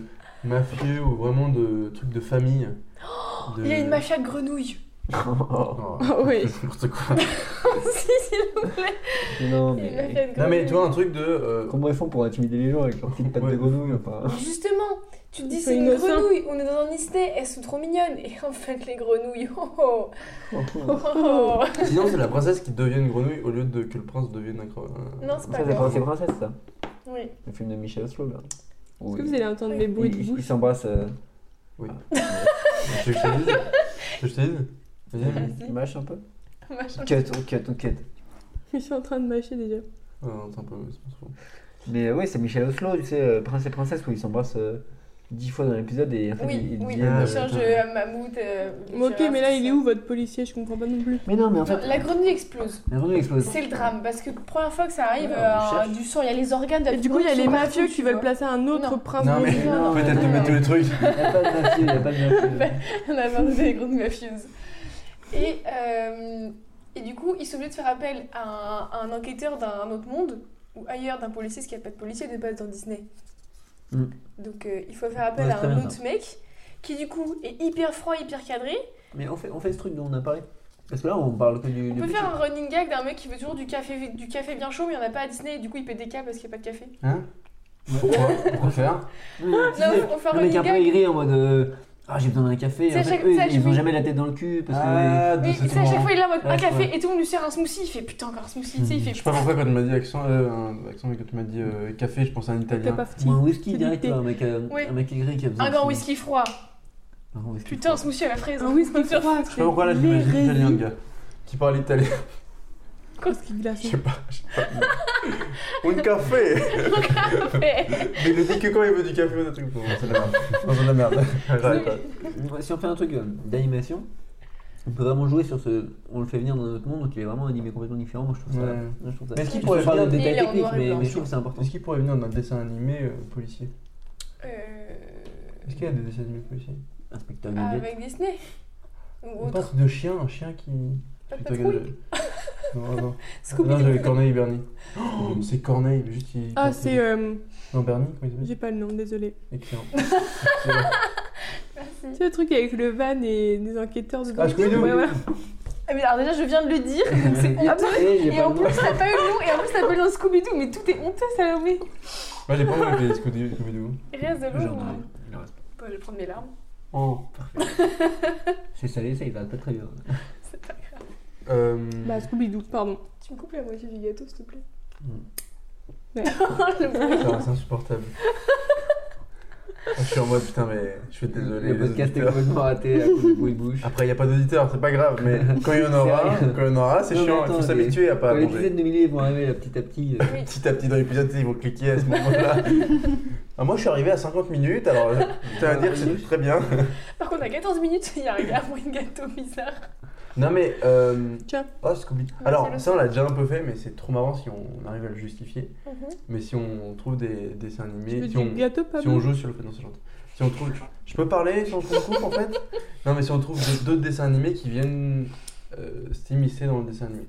Speaker 1: mafieux ou vraiment de truc de famille. De-
Speaker 2: Oh, Il y a une mafia de grenouilles.
Speaker 1: Oh,
Speaker 3: Oh,
Speaker 2: Ah
Speaker 4: oui.
Speaker 1: c'est n'importe quoi.
Speaker 2: si, s'il vous plaît.
Speaker 3: non,
Speaker 2: Il y a une mafia
Speaker 3: mais.
Speaker 2: de
Speaker 1: Non mais
Speaker 2: grenouilles.
Speaker 1: tu vois un truc de. euh,
Speaker 3: Comment ils font pour intimider les gens avec leurs petites pattes
Speaker 1: Ouais.
Speaker 3: de grenouille enfin
Speaker 2: Mais Justement, tu te dis
Speaker 4: Ils
Speaker 2: c'est
Speaker 4: sont
Speaker 2: une
Speaker 4: innocents.
Speaker 2: grenouille, on est dans un Disney, elles sont trop mignonnes. Et en fait, les grenouilles, oh oh, oh, oh.
Speaker 1: Sinon c'est la princesse qui devient une grenouille au lieu de que le prince devienne un. cro- euh, un-
Speaker 2: Non, c'est pas
Speaker 3: Ça, c'est
Speaker 2: grave.
Speaker 3: Princesse Princesse, ça.
Speaker 2: Oui.
Speaker 3: Le film de Michel Oslo, là. Où
Speaker 4: Est-ce que
Speaker 3: il-
Speaker 4: vous allez entendre mes bruits de
Speaker 3: il- Il
Speaker 4: bouche
Speaker 3: s'embrasse. euh, Ah.
Speaker 1: Tu veux que je te dise Tu veux que je te dise Vas-y.
Speaker 3: Il mâche un peu.
Speaker 2: Machin.
Speaker 3: Cut, on cut, on cut.
Speaker 4: Je suis en train de mâcher déjà.
Speaker 1: Ah, non, c'est un peu. c'est pas trop.
Speaker 3: Mais euh, ouais, c'est Michel Oslo, tu sais, euh, Prince et Princesse, où ils s'embrassent euh, dix fois dans l'épisode et en fait,
Speaker 2: Oui,
Speaker 3: ils, ils
Speaker 2: oui,
Speaker 3: deviennent,
Speaker 1: Ah,
Speaker 2: il
Speaker 3: euh,
Speaker 2: change
Speaker 1: ouais.
Speaker 2: euh, mammouth. euh,
Speaker 4: Mais ok,
Speaker 2: girafe,
Speaker 4: mais là,
Speaker 2: tout
Speaker 4: il est
Speaker 2: ça.
Speaker 4: où votre policier Je comprends pas non plus.
Speaker 3: Mais non, mais en fait,
Speaker 2: Non, La grenouille explose.
Speaker 3: la grenouille explose.
Speaker 2: C'est le drame, parce que première fois que ça arrive,
Speaker 3: Ouais, on
Speaker 2: euh,
Speaker 3: cherche.
Speaker 2: du sang, il y a les organes de la
Speaker 4: Et du coup, il y a
Speaker 2: petite
Speaker 4: les
Speaker 2: grenouille
Speaker 4: mafieux
Speaker 2: partout,
Speaker 4: qui
Speaker 2: tu
Speaker 4: veulent
Speaker 2: vois.
Speaker 4: placer un autre
Speaker 2: Non.
Speaker 4: prince
Speaker 1: Non mais
Speaker 4: brésilien.
Speaker 3: non,
Speaker 1: peut-être te mettre tous les trucs.
Speaker 3: Il n'y a pas de mafieux, il n'y a pas de mafieux.
Speaker 2: On a marre des grandes mafieuses. Et, euh, et du coup, ils sont obligés de faire appel à un, à un enquêteur d'un autre monde, ou ailleurs d'un policier, parce qu'il n'y a pas de policier de base dans Disney.
Speaker 3: Mm.
Speaker 2: Donc euh, il faut faire appel
Speaker 3: Ouais,
Speaker 2: à
Speaker 3: très
Speaker 2: un
Speaker 3: bien,
Speaker 2: autre mec, qui du coup est hyper froid, hyper cadré.
Speaker 3: Mais on fait, on fait ce truc dont on a parlé. Parce que là, on parle que du.
Speaker 2: On
Speaker 3: du
Speaker 2: peut
Speaker 3: petit.
Speaker 2: faire un running gag d'un mec qui veut toujours du café, du café bien chaud, mais il n'y en a pas à Disney, et du coup il pète des câbles parce qu'il n'y a pas de café.
Speaker 1: Hein Pourquoi Pourquoi faire
Speaker 3: Oui, oui, tu
Speaker 2: Non,
Speaker 3: sais,
Speaker 2: on fait un
Speaker 3: Mmh. le mec
Speaker 2: running
Speaker 3: un peu
Speaker 2: gag.
Speaker 3: aigri en mode. euh, Ah, j'ai besoin d'un café.
Speaker 2: C'est
Speaker 3: En
Speaker 2: à
Speaker 3: fait,
Speaker 2: chaque-
Speaker 3: eux,
Speaker 2: c'est à
Speaker 3: ils ont
Speaker 2: chaque-
Speaker 3: jamais la tête dans le cul parce que.
Speaker 1: de
Speaker 2: Oui,
Speaker 1: ce
Speaker 2: tu sais, à chaque
Speaker 1: moment.
Speaker 2: fois il est là en mode
Speaker 3: Ouais,
Speaker 2: un
Speaker 3: c'est
Speaker 2: café,
Speaker 3: vrai.
Speaker 2: et tout le monde lui sert un smoothie, il fait putain, encore un smoothie, tu sais, il
Speaker 1: Je
Speaker 2: fait
Speaker 1: sais pas pourquoi quand tu m'as dit accent, euh, un accent, mais quand tu m'as dit euh, café, je pensais à un italien.
Speaker 4: pas hein.
Speaker 3: Ou un whisky direct,
Speaker 4: thé.
Speaker 3: toi, un mec, euh,
Speaker 2: Oui.
Speaker 3: un mec aigri qui a besoin.
Speaker 2: un
Speaker 3: de-
Speaker 2: grand whisky froid.
Speaker 3: Un grand whisky.
Speaker 2: Putain, un smoothie à la fraise.
Speaker 4: Un whisky froid.
Speaker 1: Je sais pas pourquoi là je m'imagine italien, le gars. Qui parle italien.
Speaker 4: Qu'est-ce qu'il glace
Speaker 1: Je sais pas. je sais pas. Un café
Speaker 2: Ouais.
Speaker 1: Mais il le dit que quand il veut du café ou des trucs. Bon, c'est de la merde. Non, c'est de la merde. J'arrête pas.
Speaker 3: Ouais, Si on fait un truc euh, d'animation, on peut vraiment jouer sur ce. On le fait venir dans notre monde, donc il est vraiment animé complètement différent. Moi, je trouve ça.
Speaker 1: Ouais.
Speaker 3: moi, je trouve ça-
Speaker 1: Mais est-ce qu'il
Speaker 3: Je
Speaker 1: pourrait
Speaker 3: te parle de
Speaker 1: venir-
Speaker 3: détails
Speaker 2: Il est en
Speaker 3: techniques,
Speaker 2: noir et
Speaker 3: mais,
Speaker 2: blanc.
Speaker 3: mais je trouve que c'est important.
Speaker 1: Est-ce qu'il pourrait venir dans le dessin animé euh, policier
Speaker 2: Euh,
Speaker 1: Est-ce qu'il y a des dessins animés policiers
Speaker 3: Inspecteur
Speaker 2: ah,
Speaker 3: Gadget.
Speaker 2: avec Disney Ou
Speaker 1: On
Speaker 2: autre
Speaker 1: parle de chien, un chien qui.
Speaker 2: Pas de
Speaker 1: Putain,
Speaker 2: patrouille
Speaker 1: je- Non, non. Non,
Speaker 2: Scooby-Doo.
Speaker 1: j'avais Corneille Bernie. Oh, c'est Corneille, mais juste il.
Speaker 4: Ah, c'est. euh,
Speaker 1: Non, Bernie, comment il s'appelle
Speaker 4: J'ai pas le nom, désolé.
Speaker 1: Excellent.
Speaker 4: Tu sais le truc avec le van et des enquêteurs dedans
Speaker 1: Ah, Scooby-Doo
Speaker 4: Ouais, voilà.
Speaker 2: Ah, mais alors déjà, je viens de le dire, donc c'est honteux.
Speaker 3: Eh, j'ai
Speaker 2: Et
Speaker 3: pas
Speaker 2: en
Speaker 3: le nom.
Speaker 2: plus, t'as pas eu le nom, et en plus, t'as pas eu le nom Scooby-Doo, mais tout est honteux, Salomé.
Speaker 1: Moi, j'ai pas envie de Scooby- Scooby-Doo.
Speaker 2: Reste de l'eau.
Speaker 3: J'en ai.
Speaker 2: ou-
Speaker 3: Il en reste pas.
Speaker 2: Bon, je vais prendre mes larmes.
Speaker 1: Oh.
Speaker 3: C'est salé, ça il va pas très bien.
Speaker 2: C'est pas grave.
Speaker 1: Euh...
Speaker 4: Bah, Scooby-Doo, pardon.
Speaker 2: Tu me coupes la moitié du gâteau, s'il te plaît
Speaker 3: Mm.
Speaker 4: Ouais.
Speaker 2: Le bruit.
Speaker 1: putain, C'est insupportable. Ah, je suis en mode putain, mais je suis désolé.
Speaker 3: Le
Speaker 1: les
Speaker 3: podcast est
Speaker 1: auditeurs.
Speaker 3: complètement raté à cause du bruit de bouche.
Speaker 1: Après, il n'y a pas d'auditeur, c'est pas grave, mais quand il y en aura,
Speaker 3: C'est vrai.
Speaker 1: quand il y en aura, c'est
Speaker 3: Non, mais
Speaker 1: chiant, il
Speaker 3: attends,
Speaker 1: faut
Speaker 3: mais-
Speaker 1: s'habituer à pas
Speaker 3: Quand
Speaker 1: à
Speaker 3: les
Speaker 1: manger.
Speaker 3: dizaines de milliers vont arriver là, petit à petit. euh,
Speaker 2: Oui.
Speaker 1: Petit à petit dans l'épisode, ils vont cliquer à ce moment-là. Ah, moi, je suis arrivé à 50 minutes, alors euh, putain à dire que c'est très bien.
Speaker 2: Par contre, à 14 minutes, il y a un gars pour une gâteau bizarre.
Speaker 1: Non mais euh...
Speaker 4: Tiens.
Speaker 1: Oh Scooby.
Speaker 2: Ouais, c'est
Speaker 1: Alors
Speaker 2: le
Speaker 1: ça on l'a déjà un peu fait mais c'est trop marrant si on arrive à le justifier. Mais si on trouve des dessins
Speaker 4: Tu veux
Speaker 1: animés, si
Speaker 4: du
Speaker 1: on,
Speaker 4: gâteau, pas
Speaker 1: si on joue sur le fait non c'est gentil. Si on trouve, je peux parler sans qu'on me coupe en fait. Non mais si on trouve d'autres- d'autres dessins animés qui viennent euh, s'immiscer dans le dessin animé,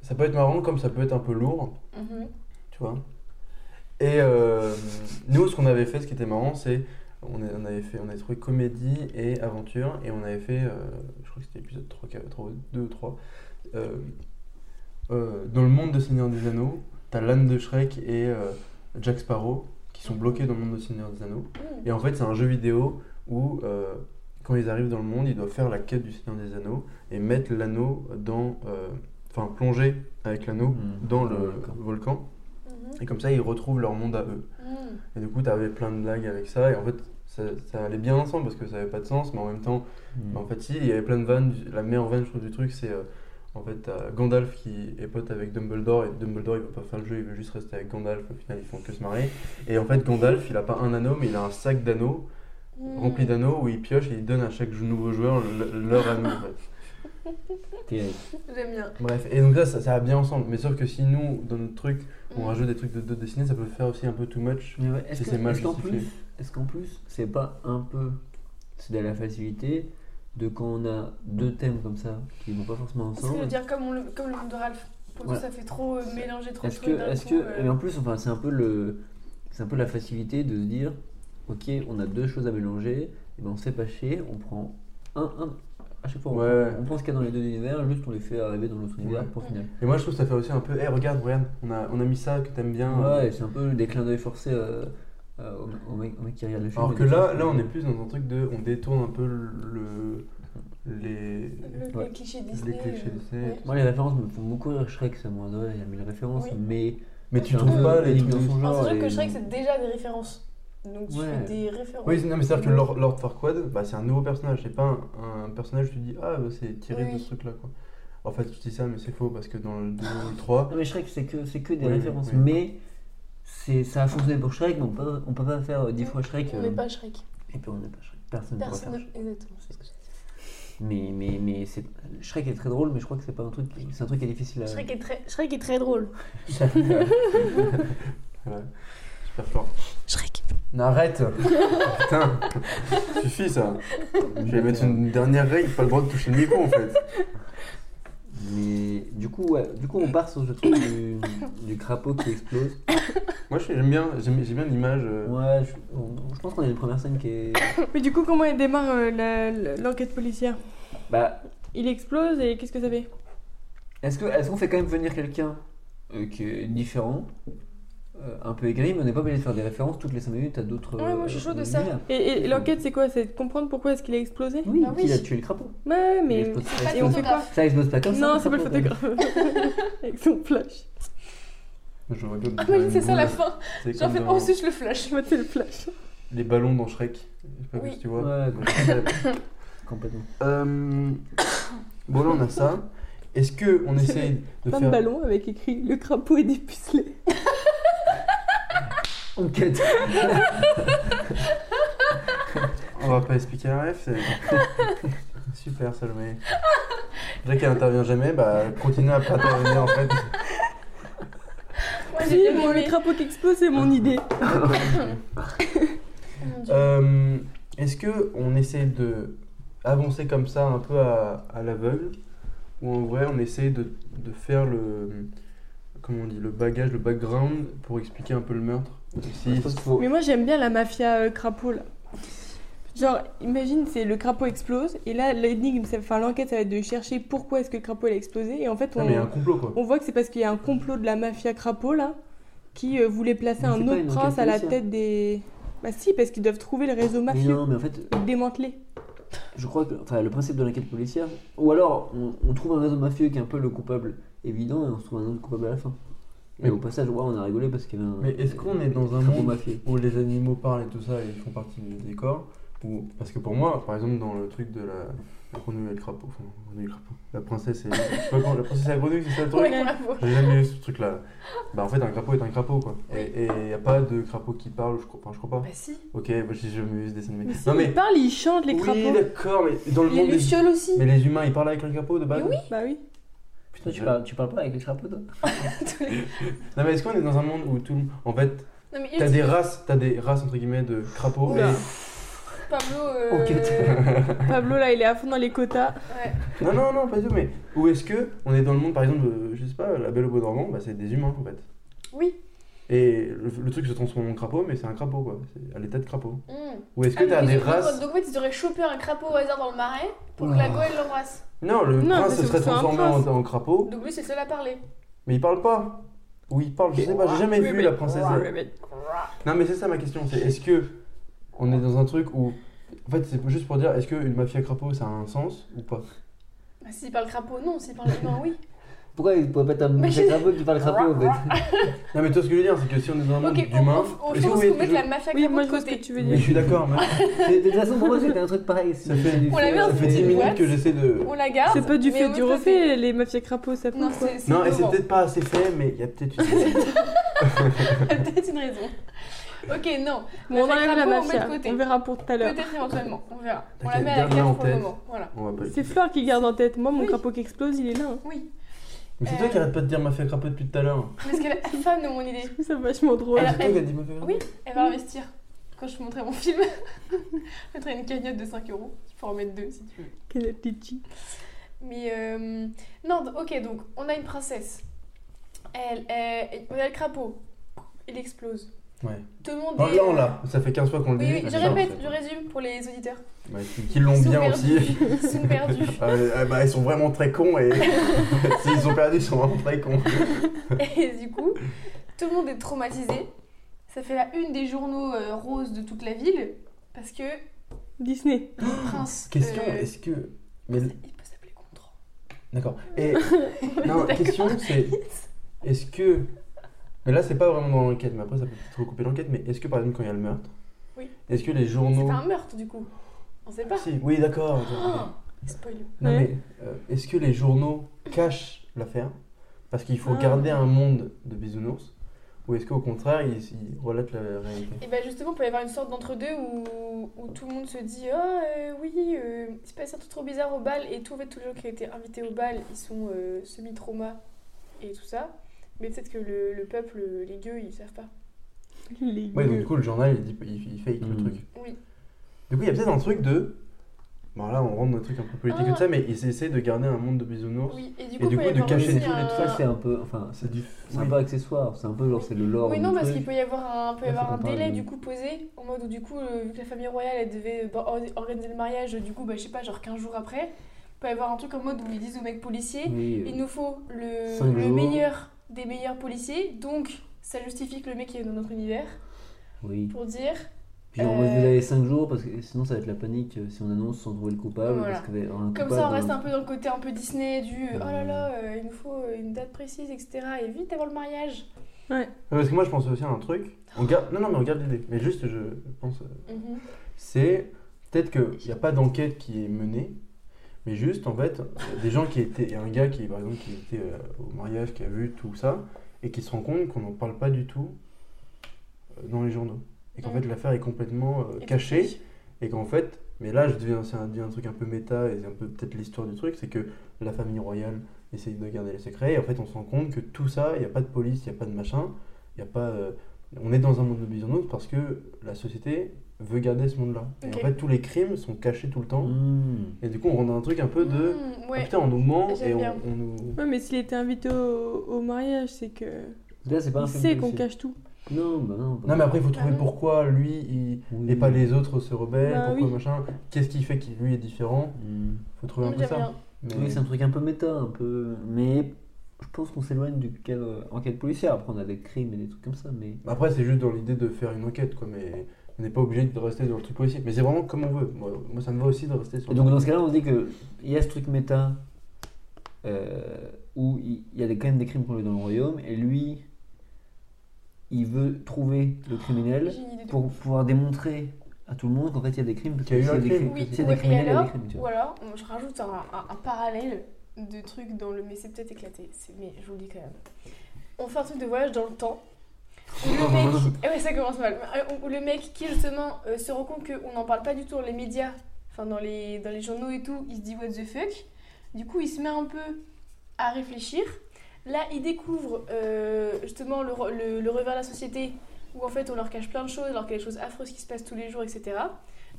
Speaker 1: ça peut être marrant comme ça peut être un peu lourd,
Speaker 2: Mhm.
Speaker 1: tu vois. Et euh, nous ce qu'on avait fait, ce qui était marrant, c'est on, est- on avait fait, on avait trouvé comédie et aventure et on avait fait, euh, je crois que c'était épisode 3, 2 ou 3, euh, euh, dans le monde de Seigneur des Anneaux, t'as l'âne de Shrek et euh, Jack Sparrow qui sont bloqués dans le monde de Seigneur des Anneaux.
Speaker 2: Mhm.
Speaker 1: Et en fait, c'est un jeu vidéo où euh, quand ils arrivent dans le monde, ils doivent faire la quête du Seigneur des Anneaux et mettre l'anneau dans. euh, Enfin, plonger avec l'anneau
Speaker 3: Mhm.
Speaker 1: Mmh. dans
Speaker 3: Dans
Speaker 1: le
Speaker 3: le volcan.
Speaker 1: volcan. Et comme ça, ils retrouvent leur monde à eux. Et du coup, t'avais plein de blagues avec ça. Et en fait, ça, ça allait bien ensemble parce que ça avait pas de sens, mais en même temps,
Speaker 3: Mm.
Speaker 1: bah, en fait, si, il y avait plein de vannes. La meilleure vanne, je trouve, du truc, c'est euh, en fait t'as Gandalf qui est pote avec Dumbledore. Et Dumbledore, il veut pas faire le jeu, il veut juste rester avec Gandalf. Au final, ils font que se marier. Et en fait, Gandalf, il a pas un anneau, mais il a un sac d'anneaux
Speaker 2: Mm.
Speaker 1: rempli d'anneaux où il pioche et il donne à chaque nouveau joueur le- leur anneau. en fait.
Speaker 3: T'es-
Speaker 2: J'aime bien.
Speaker 1: Bref, et donc là, ça, ça va bien ensemble. Mais sauf que si nous, dans notre truc, on
Speaker 2: Mm.
Speaker 1: rajoute des trucs de, de dessinée, ça peut faire aussi un peu too much.
Speaker 3: Mais ouais, Est-ce
Speaker 1: C'est-
Speaker 3: que-
Speaker 1: c'est mal
Speaker 3: est-ce qu'en
Speaker 1: justifié.
Speaker 3: plus, est-ce qu'en plus, c'est pas un peu c'est de la facilité de quand on a deux thèmes comme ça qui vont pas forcément
Speaker 2: Ce que je veux
Speaker 3: ensemble.
Speaker 2: dire, comme, on le, comme le monde de Ralph. Pour le coup,
Speaker 3: Voilà.
Speaker 2: ça fait trop euh, mélanger trop de
Speaker 3: Est-ce
Speaker 2: trucs
Speaker 3: que,
Speaker 2: d'un
Speaker 3: est-ce
Speaker 2: coup,
Speaker 3: que,
Speaker 2: euh,
Speaker 3: et en plus, enfin, c'est un peu le, c'est un peu la facilité de se dire, ok, on a deux choses à mélanger, et ben on se fait pas chier, on prend un, un à chaque fois, on,
Speaker 1: Ouais,
Speaker 3: prend-
Speaker 1: ouais.
Speaker 3: on prend ce qu'il y a dans les deux univers, juste on les fait arriver dans l'autre univers pour finir.
Speaker 1: Et moi, je trouve que ça fait aussi un peu, Eh regarde, regarde, on a, on a mis ça que t'aimes bien.
Speaker 3: Ouais, et c'est un peu des clins d'œil forcés euh, euh, au, au mec, au mec qui regarde le film.
Speaker 1: Alors
Speaker 3: et
Speaker 1: que
Speaker 3: des
Speaker 1: là,
Speaker 3: choses-
Speaker 1: là, on est plus dans un truc de, on détourne un peu le, les,
Speaker 2: le,
Speaker 3: ouais.
Speaker 2: le cliché
Speaker 1: les
Speaker 2: Disney.
Speaker 1: clichés
Speaker 2: euh,
Speaker 1: Disney.
Speaker 2: ouais.
Speaker 3: Moi, les références me font beaucoup rire Shrek, ça, moi. Ouais, il y a mille références,
Speaker 2: Oui.
Speaker 3: mais.
Speaker 1: Mais tu
Speaker 3: c'est un
Speaker 1: trouves
Speaker 3: peu
Speaker 1: pas les
Speaker 3: unique
Speaker 1: trucs.
Speaker 3: dans son
Speaker 2: Alors,
Speaker 3: genre.
Speaker 2: c'est sûr que
Speaker 3: et-
Speaker 2: Shrek, c'est déjà des références. Donc, tu
Speaker 3: Ouais.
Speaker 2: fais des références.
Speaker 1: Oui, c'est- non, mais c'est-à-dire que Lord, Lord Farquaad, bah, c'est un nouveau personnage, c'est pas un, un personnage où tu dis ah bah, c'est tiré de
Speaker 2: Oui.
Speaker 1: ce truc-là quoi. En fait, tu dis ça, mais c'est faux parce que dans le 2 ou le 3,
Speaker 3: Non, mais Shrek, c'est que, c'est que des
Speaker 1: Oui, oui,
Speaker 3: références.
Speaker 1: oui.
Speaker 3: Mais c'est, ça a fonctionné pour Shrek, mais on peut, on peut pas faire 10 fois Shrek.
Speaker 2: On
Speaker 3: euh,
Speaker 2: n'est pas Shrek.
Speaker 3: Et puis on n'est pas Shrek. Personne ne pourra faire
Speaker 2: Personne.
Speaker 3: Shrek.
Speaker 2: Exactement, c'est ce que j'ai dit.
Speaker 3: Mais, mais, mais c'est... Shrek est très drôle, mais je crois que c'est pas un truc. C'est un truc qui est difficile à.
Speaker 2: Shrek est très, Shrek est très drôle.
Speaker 1: voilà. super fort.
Speaker 2: Shrek.
Speaker 1: Non, arrête Putain Suffit ça Je vais mettre une dernière règle, pas le droit de toucher le micro en fait.
Speaker 3: Mais du coup, ouais, du coup, on part sur ce truc du, du crapaud qui explose.
Speaker 1: Moi je- j'aime bien, j'aime j'aime bien l'image. euh,
Speaker 3: Ouais, je, on- je pense qu'on a une première scène qui est.
Speaker 4: Mais du coup, comment elle démarre euh, la- la- l'enquête policière
Speaker 3: Bah,
Speaker 4: Il explose et qu'est-ce que ça fait
Speaker 3: Est-ce que- est-ce qu'on fait quand même venir quelqu'un euh, qui est différent, euh, un peu aigri, mais on n'est pas obligé de faire des références toutes les 5 minutes à d'autres. euh,
Speaker 2: Ouais, moi, je suis chaud de ça.
Speaker 3: univers.
Speaker 4: Et, et l'enquête, c'est quoi C'est de comprendre pourquoi est-ce qu'il a explosé
Speaker 3: Oui,
Speaker 2: Ah oui.
Speaker 3: qui a tué le crapaud
Speaker 4: Ouais,
Speaker 3: Il
Speaker 4: mais.
Speaker 3: explose-
Speaker 2: C'est
Speaker 3: ça
Speaker 2: pas
Speaker 4: Et on
Speaker 2: le
Speaker 3: explose-
Speaker 4: fait quoi
Speaker 2: photographe.
Speaker 3: Ça explose pas Mmh. comme ça.
Speaker 4: Non, c'est pas le photographe. Avec son flash.
Speaker 1: Je vois comme-
Speaker 2: Oui, Ah, c'est ça la fin.
Speaker 1: C'est
Speaker 2: J'en
Speaker 1: comme
Speaker 2: fais
Speaker 1: dans
Speaker 2: ensuite je le flash.
Speaker 4: Je vois, c'est le flash.
Speaker 1: les ballons dans Shrek. Je sais pas
Speaker 2: Oui.
Speaker 1: si tu vois.
Speaker 3: Ouais, complètement. complètement.
Speaker 1: Euh, bon là on a ça. Est-ce que on
Speaker 4: C'est
Speaker 1: essaye de
Speaker 4: Plein de
Speaker 1: faire
Speaker 4: ballons avec écrit le crapaud est dépucelé.
Speaker 3: Enquête.
Speaker 1: On va pas expliquer la ref. c'est- Super Salomé. Déjà qu'elle intervient jamais, bah continue à pas intervenir en fait.
Speaker 2: Moi, j'ai
Speaker 4: Oui,
Speaker 2: bien
Speaker 4: bon, le
Speaker 2: aimé.
Speaker 4: crapaud qui explose, c'est
Speaker 1: Ah.
Speaker 4: mon idée.
Speaker 2: Mon Dieu.
Speaker 1: Euh, Est-ce que on essaye de avancer comme ça un peu à, à l'aveugle ou en vrai on essaye de, de faire le comment on dit le bagage, le background pour expliquer un peu le meurtre. Si-
Speaker 3: Je pense qu'il faut-
Speaker 4: Mais moi, j'aime bien la mafia euh, crapaud, là. Genre, imagine, c'est le crapaud explose, et là, l'énigme, ça- enfin, l'enquête, ça va être de chercher pourquoi est-ce que le crapaud il a explosé, et en fait,
Speaker 1: Non,
Speaker 4: on,
Speaker 1: Ah, mais il y a un complot quoi.
Speaker 4: on voit que c'est parce qu'il y a un complot de la mafia crapaud, là, qui euh, voulait placer
Speaker 3: Mais c'est
Speaker 4: un
Speaker 3: pas
Speaker 4: autre
Speaker 3: une
Speaker 4: prince
Speaker 3: enquête
Speaker 4: à la
Speaker 3: policière.
Speaker 4: tête des. Bah, si, parce qu'ils doivent trouver le réseau
Speaker 3: Mais
Speaker 4: mafieux,
Speaker 3: non, mais en fait,
Speaker 4: et le démanteler.
Speaker 3: je crois que enfin, le principe de l'enquête policière, ou alors on, on trouve un réseau mafieux qui est un peu le coupable évident et on se trouve un autre coupable à la fin. Et
Speaker 1: Mais-
Speaker 3: au passage, ouais, on a rigolé parce qu'il y avait un.
Speaker 1: Mais est-ce qu'on est dans un
Speaker 3: crapaud
Speaker 1: monde-
Speaker 3: mafieux
Speaker 1: où les animaux parlent et tout ça et ils font partie du décor. Ou, parce que pour moi, par exemple, dans le truc de la, la grenouille et le crapaud, enfin, la grenouille et le crapaud, la princesse et. je sais pas comment, la princesse et la grenouille, c'est ça le truc
Speaker 2: Ouais, bravo.
Speaker 1: J'ai jamais vu ce truc-là. Bah en fait, un crapaud est un crapaud quoi. Et il n'y a pas de crapaud qui parle, je crois, enfin, je crois pas.
Speaker 2: Bah si.
Speaker 1: Ok, moi j'ai jamais vu ce dessin animé.
Speaker 4: Mais si, ils parlent, ils chantent, les crapauds.
Speaker 1: Oui, d'accord, mais dans le
Speaker 2: Les
Speaker 1: monde. des-
Speaker 2: lucioles aussi.
Speaker 1: Mais les humains, ils parlent avec le crapaud de base
Speaker 2: Mais oui.
Speaker 4: Bah oui.
Speaker 1: Putain,
Speaker 3: Toi, tu parles, tu parles pas avec les crapauds, toi
Speaker 2: Tous les-
Speaker 1: Non, mais est-ce qu'on est dans un monde où tout le En fait,
Speaker 2: Non mais
Speaker 1: t'as des races, t'as des races entre guillemets de crapauds
Speaker 4: Oula.
Speaker 1: et.
Speaker 2: Pablo. euh,
Speaker 3: Enquête.
Speaker 4: Pablo, là, il est à fond dans les quotas.
Speaker 2: ouais.
Speaker 1: Non, non, non, pas du tout, mais où est-ce que on est dans le monde, par exemple, euh, je sais pas, la Belle au Bois dormant, bah, c'est des humains en fait.
Speaker 2: Oui.
Speaker 1: Et le, le truc se transforme en crapaud, mais c'est un crapaud quoi, c'est à l'état de crapaud.
Speaker 2: Hmm.
Speaker 1: Ou est-ce
Speaker 2: Ah,
Speaker 1: que
Speaker 2: mais
Speaker 1: t'as
Speaker 2: ils
Speaker 1: des
Speaker 2: auraient-
Speaker 1: races.
Speaker 2: Donc en fait, ils auraient chopé un crapaud au hasard dans le marais pour
Speaker 1: Ah.
Speaker 2: que la goëlle l'embrasse.
Speaker 1: Non, le
Speaker 4: Non,
Speaker 1: prince
Speaker 4: mais
Speaker 1: se
Speaker 4: c'est-
Speaker 1: serait
Speaker 4: c'est un
Speaker 1: transformé en,
Speaker 4: prince.
Speaker 1: en crapaud,
Speaker 2: Donc lui, c'est le seul à parler.
Speaker 1: mais il parle pas. Ou il parle, je sais pas, j'ai jamais vu
Speaker 3: euh.
Speaker 1: la princesse. Non, mais c'est ça ma question, c'est est-ce que on est dans un truc où En fait, c'est juste pour dire, est-ce qu'une mafia crapaud, ça a un sens ou pas
Speaker 2: Bah, s'il parle crapaud, non. S'il parle humain, oui.
Speaker 3: Pourquoi il pourrait pas être un
Speaker 2: Mais
Speaker 3: mec
Speaker 2: je-
Speaker 3: crapaud qui parle crapaud en fait
Speaker 1: Non, mais toi, ce que je veux dire, c'est que si on est dans un monde
Speaker 2: Ok, on,
Speaker 1: d'humains.
Speaker 2: on- on
Speaker 1: Est-ce que vous
Speaker 2: pense
Speaker 1: voyez
Speaker 2: qu'on met
Speaker 1: toujours-
Speaker 2: la mafia
Speaker 4: Oui,
Speaker 2: crapaud
Speaker 4: moi
Speaker 2: de
Speaker 4: je vois ce
Speaker 2: côté.
Speaker 4: que tu veux
Speaker 1: Mais je
Speaker 4: dire.
Speaker 1: suis d'accord, mais
Speaker 3: De toute façon, pour moi, c'était un truc pareil.
Speaker 1: Ça fait-
Speaker 2: On l'avait
Speaker 1: ça
Speaker 2: un
Speaker 1: fait 10
Speaker 2: What
Speaker 1: minutes que j'essaie de.
Speaker 2: On la garde.
Speaker 4: C'est pas du
Speaker 2: mais
Speaker 4: fait
Speaker 2: on
Speaker 4: du
Speaker 2: le fait.
Speaker 4: refait, les mafias crapauds, ça
Speaker 2: Non,
Speaker 4: prend quoi
Speaker 2: c'est c'est
Speaker 1: Non, et c'est
Speaker 2: devant.
Speaker 1: peut-être pas assez fait, mais il y a peut-être une.
Speaker 2: peut-être une raison. Ok, non.
Speaker 4: Bon, on
Speaker 2: Mafia
Speaker 4: enlève la
Speaker 2: crapaud, on met de
Speaker 4: mafia,
Speaker 2: côté.
Speaker 4: on verra pour tout à l'heure.
Speaker 2: Peut-être éventuellement. On verra. On la
Speaker 1: T'inquiète,
Speaker 2: met à la
Speaker 1: garde-la en
Speaker 2: carte pour le
Speaker 1: tête.
Speaker 2: moment. Voilà.
Speaker 1: On va pas
Speaker 4: C'est Flore qui garde en tête. Moi, mon
Speaker 2: Oui.
Speaker 4: crapaud qui explose, il est là. hein.
Speaker 2: Oui.
Speaker 1: Mais c'est toi
Speaker 2: Euh,
Speaker 1: qui arrête pas de dire mafia crapaud depuis tout à l'heure.
Speaker 2: Parce qu'elle est fan de mon idée.
Speaker 4: Je trouve ça vachement drôle.
Speaker 1: Ah,
Speaker 2: Alors,
Speaker 1: c'est toi qui as dit mafia crapaud
Speaker 2: Oui, elle va investir. Quand je te montrerai mon film, je mettrai une cagnotte de 5 euros. Tu pourras en mettre deux si tu veux.
Speaker 4: Quelle petite chi.
Speaker 2: Mais euh, non, d- ok, donc on a une princesse. Elle, elle- on a le crapaud. Il explose.
Speaker 1: Ouais.
Speaker 2: Tout le monde
Speaker 1: Oh Non,
Speaker 2: est.
Speaker 1: là, on l'a. Ça fait 15 fois qu'on le dit.
Speaker 2: Oui, oui, je
Speaker 1: Ah,
Speaker 2: répète,
Speaker 1: en fait.
Speaker 2: je résume pour les auditeurs.
Speaker 1: Ouais, qui- qui l'ont
Speaker 2: Ils sont
Speaker 1: bien
Speaker 2: perdus.
Speaker 1: aussi.
Speaker 2: Ils sont perdus.
Speaker 1: Euh, euh, bah, ils sont vraiment très cons et. S'ils ont perdu, ils sont vraiment très cons.
Speaker 2: Et du coup, tout le monde est traumatisé. Ça fait la une des journaux euh, roses de toute la ville. Parce que
Speaker 4: Disney.
Speaker 2: le prince.
Speaker 1: Question,
Speaker 2: euh,
Speaker 1: est-ce que. Mais
Speaker 2: Il peut s'appeler Gontran.
Speaker 1: D'accord. Et non, question c'est est-ce que mais là c'est pas vraiment dans l'enquête, mais après ça peut peut-être recouper l'enquête, mais est-ce que par exemple quand il y a le meurtre,
Speaker 2: Oui.
Speaker 1: est-ce que les
Speaker 2: C'est
Speaker 1: journaux
Speaker 2: pas un meurtre du coup. On sait pas.
Speaker 1: Si, oui, d'accord. d'accord.
Speaker 2: Ah, Spoil.
Speaker 1: non
Speaker 4: Ouais.
Speaker 1: mais euh, est-ce que les journaux cachent l'affaire parce qu'il faut
Speaker 4: Ah.
Speaker 1: garder un monde de bisounours ou est-ce qu'au contraire ils, ils relatent la réalité
Speaker 2: Et ben justement, il peut y avoir une sorte d'entre-deux où, où tout le monde se dit Ah euh, oui, euh, il s'est passé un truc trop bizarre au bal. Et tout, en fait, tous les gens qui ont été invités au bal, ils sont euh, semi-trauma et tout ça. Mais peut-être que le, le peuple, les gueux, ils savent pas.
Speaker 4: Les
Speaker 1: Ouais, donc
Speaker 4: gueux.
Speaker 1: du coup le journal il dit il, il fake le
Speaker 3: Mm.
Speaker 1: truc.
Speaker 2: Oui.
Speaker 1: Du coup, il y a peut-être un truc de Bon là, on rentre dans un truc un peu politique
Speaker 2: Ah.
Speaker 1: comme ça, mais ils essaient de garder un monde de bisounours.
Speaker 2: Oui, et du
Speaker 1: Et
Speaker 2: coup,
Speaker 1: du
Speaker 2: il peut
Speaker 1: coup,
Speaker 2: y
Speaker 1: de
Speaker 2: avoir
Speaker 1: cacher
Speaker 2: aussi
Speaker 1: tous les
Speaker 2: un-
Speaker 1: trucs,
Speaker 3: Ça, c'est un peu. Enfin, c'est
Speaker 1: du
Speaker 3: c'est un peu accessoire. C'est un peu genre, c'est le lore.
Speaker 2: Oui,
Speaker 3: du
Speaker 2: non, parce
Speaker 3: truc.
Speaker 2: qu'il peut y avoir un, peut y
Speaker 3: Ouais, faut
Speaker 2: avoir un
Speaker 3: qu'on parle
Speaker 2: délai
Speaker 3: de-
Speaker 2: du coup posé, en mode où du coup, euh, vu que la famille royale elle devait euh, bah, or- organiser le mariage, du coup, bah, je sais pas, genre 15 jours après, il peut y avoir un truc en mode où ils disent aux mecs policiers
Speaker 3: Oui, euh,
Speaker 2: il nous faut le,
Speaker 3: Cinq
Speaker 2: le
Speaker 3: jours.
Speaker 2: meilleur des meilleurs policiers, donc ça justifie que le mec est dans notre univers
Speaker 3: oui.
Speaker 2: pour dire
Speaker 3: Puis on va
Speaker 2: Euh,
Speaker 3: vous avez 5 jours parce que sinon ça va être la panique euh, si on annonce sans trouver le coupable.
Speaker 2: Voilà.
Speaker 3: Parce que, euh, un
Speaker 2: Comme
Speaker 3: coupable,
Speaker 2: ça, on reste
Speaker 3: euh,
Speaker 2: un peu dans le côté un peu Disney du euh, oh là
Speaker 3: Mm.
Speaker 2: là, euh, il nous faut euh, une date précise, etc. Et vite avant le mariage.
Speaker 1: Ouais, Parce que moi, je pense aussi à un truc. On garde... Non, non, mais on garde l'idée. Mais juste, je pense. euh,
Speaker 2: Mhm.
Speaker 1: C'est peut-être qu'il n'y a pas d'enquête qui est menée, mais juste, en fait, euh, des gens qui étaient. et un gars qui, par exemple, qui était euh, au mariage, qui a vu tout ça, et qui se rend compte qu'on n'en parle pas du tout euh, dans les journaux. Et qu'en
Speaker 2: Mhm.
Speaker 1: fait, l'affaire est complètement euh,
Speaker 2: Et
Speaker 1: cachée. Et qu'en fait. Mais là, je deviens, c'est un, devient un truc un peu méta, et c'est un peu peut-être l'histoire du truc, c'est que la famille royale essaye de garder les secrets, et en fait, on se rend compte que tout ça, il n'y a pas de police, il n'y a pas de machin, il n'y a pas. euh, on est dans un monde de bisounours parce que la société veut garder ce monde-là.
Speaker 2: Ok.
Speaker 1: Et en fait, tous les crimes sont cachés tout le temps.
Speaker 3: hmm.
Speaker 1: Et du coup, on rentre dans un truc un peu de.
Speaker 2: Mm,
Speaker 1: Ah
Speaker 2: ouais.
Speaker 1: putain, on nous ment et
Speaker 2: J'aime
Speaker 1: on,
Speaker 2: bien.
Speaker 1: on nous.
Speaker 4: Ouais, mais s'il était invité au, au mariage, c'est que.
Speaker 3: Là, c'est pas un
Speaker 4: Il
Speaker 3: film
Speaker 4: sait qu'on
Speaker 3: policier.
Speaker 4: cache tout.
Speaker 3: Non, bah non. bah
Speaker 1: Non, mais après, il faut trouver
Speaker 2: Ah non.
Speaker 1: pourquoi lui il-
Speaker 3: Oui.
Speaker 1: et pas les autres se rebellent,
Speaker 4: Bah
Speaker 1: pourquoi
Speaker 4: oui.
Speaker 1: machin. Qu'est-ce qui fait qu'il lui est différent
Speaker 3: Hmm.
Speaker 1: faut trouver un
Speaker 2: Mm,
Speaker 1: peu
Speaker 2: j'aime
Speaker 1: ça.
Speaker 2: bien.
Speaker 1: Mais-
Speaker 3: Oui, c'est un truc un peu méta, un peu. Mais je pense qu'on s'éloigne du cadre enquête policière. Après, on a des crimes et des trucs comme ça, mais.
Speaker 1: Après, c'est juste dans l'idée de faire une enquête, quoi. Mais on n'est pas obligé de rester dans le truc policier. Mais c'est vraiment comme on veut. Moi, moi, ça me va aussi de rester sur.
Speaker 3: Et donc, dans ce cas-là, on se dit que il y a ce truc méta euh, où il il y a des- quand même des crimes qu'on lui dans le royaume, et lui, il veut trouver le criminel
Speaker 2: J'ai une idée de
Speaker 3: pour pouvoir démontrer à tout le monde qu'en fait il y a des crimes. parce
Speaker 1: Qu'il y a
Speaker 3: que
Speaker 1: eu un
Speaker 3: s'il y
Speaker 1: crime.
Speaker 3: des
Speaker 2: Oui,
Speaker 3: crimes- s'il y a
Speaker 2: ouais,
Speaker 3: des
Speaker 2: et
Speaker 3: criminels, il y a
Speaker 2: alors,
Speaker 3: des crimes. tu
Speaker 2: ou
Speaker 3: vois.
Speaker 2: alors, on- je rajoute un, un- un parallèle de trucs dans le. Mais c'est peut-être éclaté, c'est- mais je vous le dis quand même. On fait un truc de voyage dans le temps. Où le mec. eh ouais, ça commence mal. Euh, Où le mec qui, justement, euh, se rend compte qu'on n'en parle pas du tout dans les médias, enfin dans les, dans les journaux et tout, il se dit what the fuck. Du coup, il se met un peu à réfléchir. Là, il découvre euh, justement le, re- le- le revers de la société où en fait on leur cache plein de choses alors qu'il y a des choses affreuses qui se passent tous les jours, etc.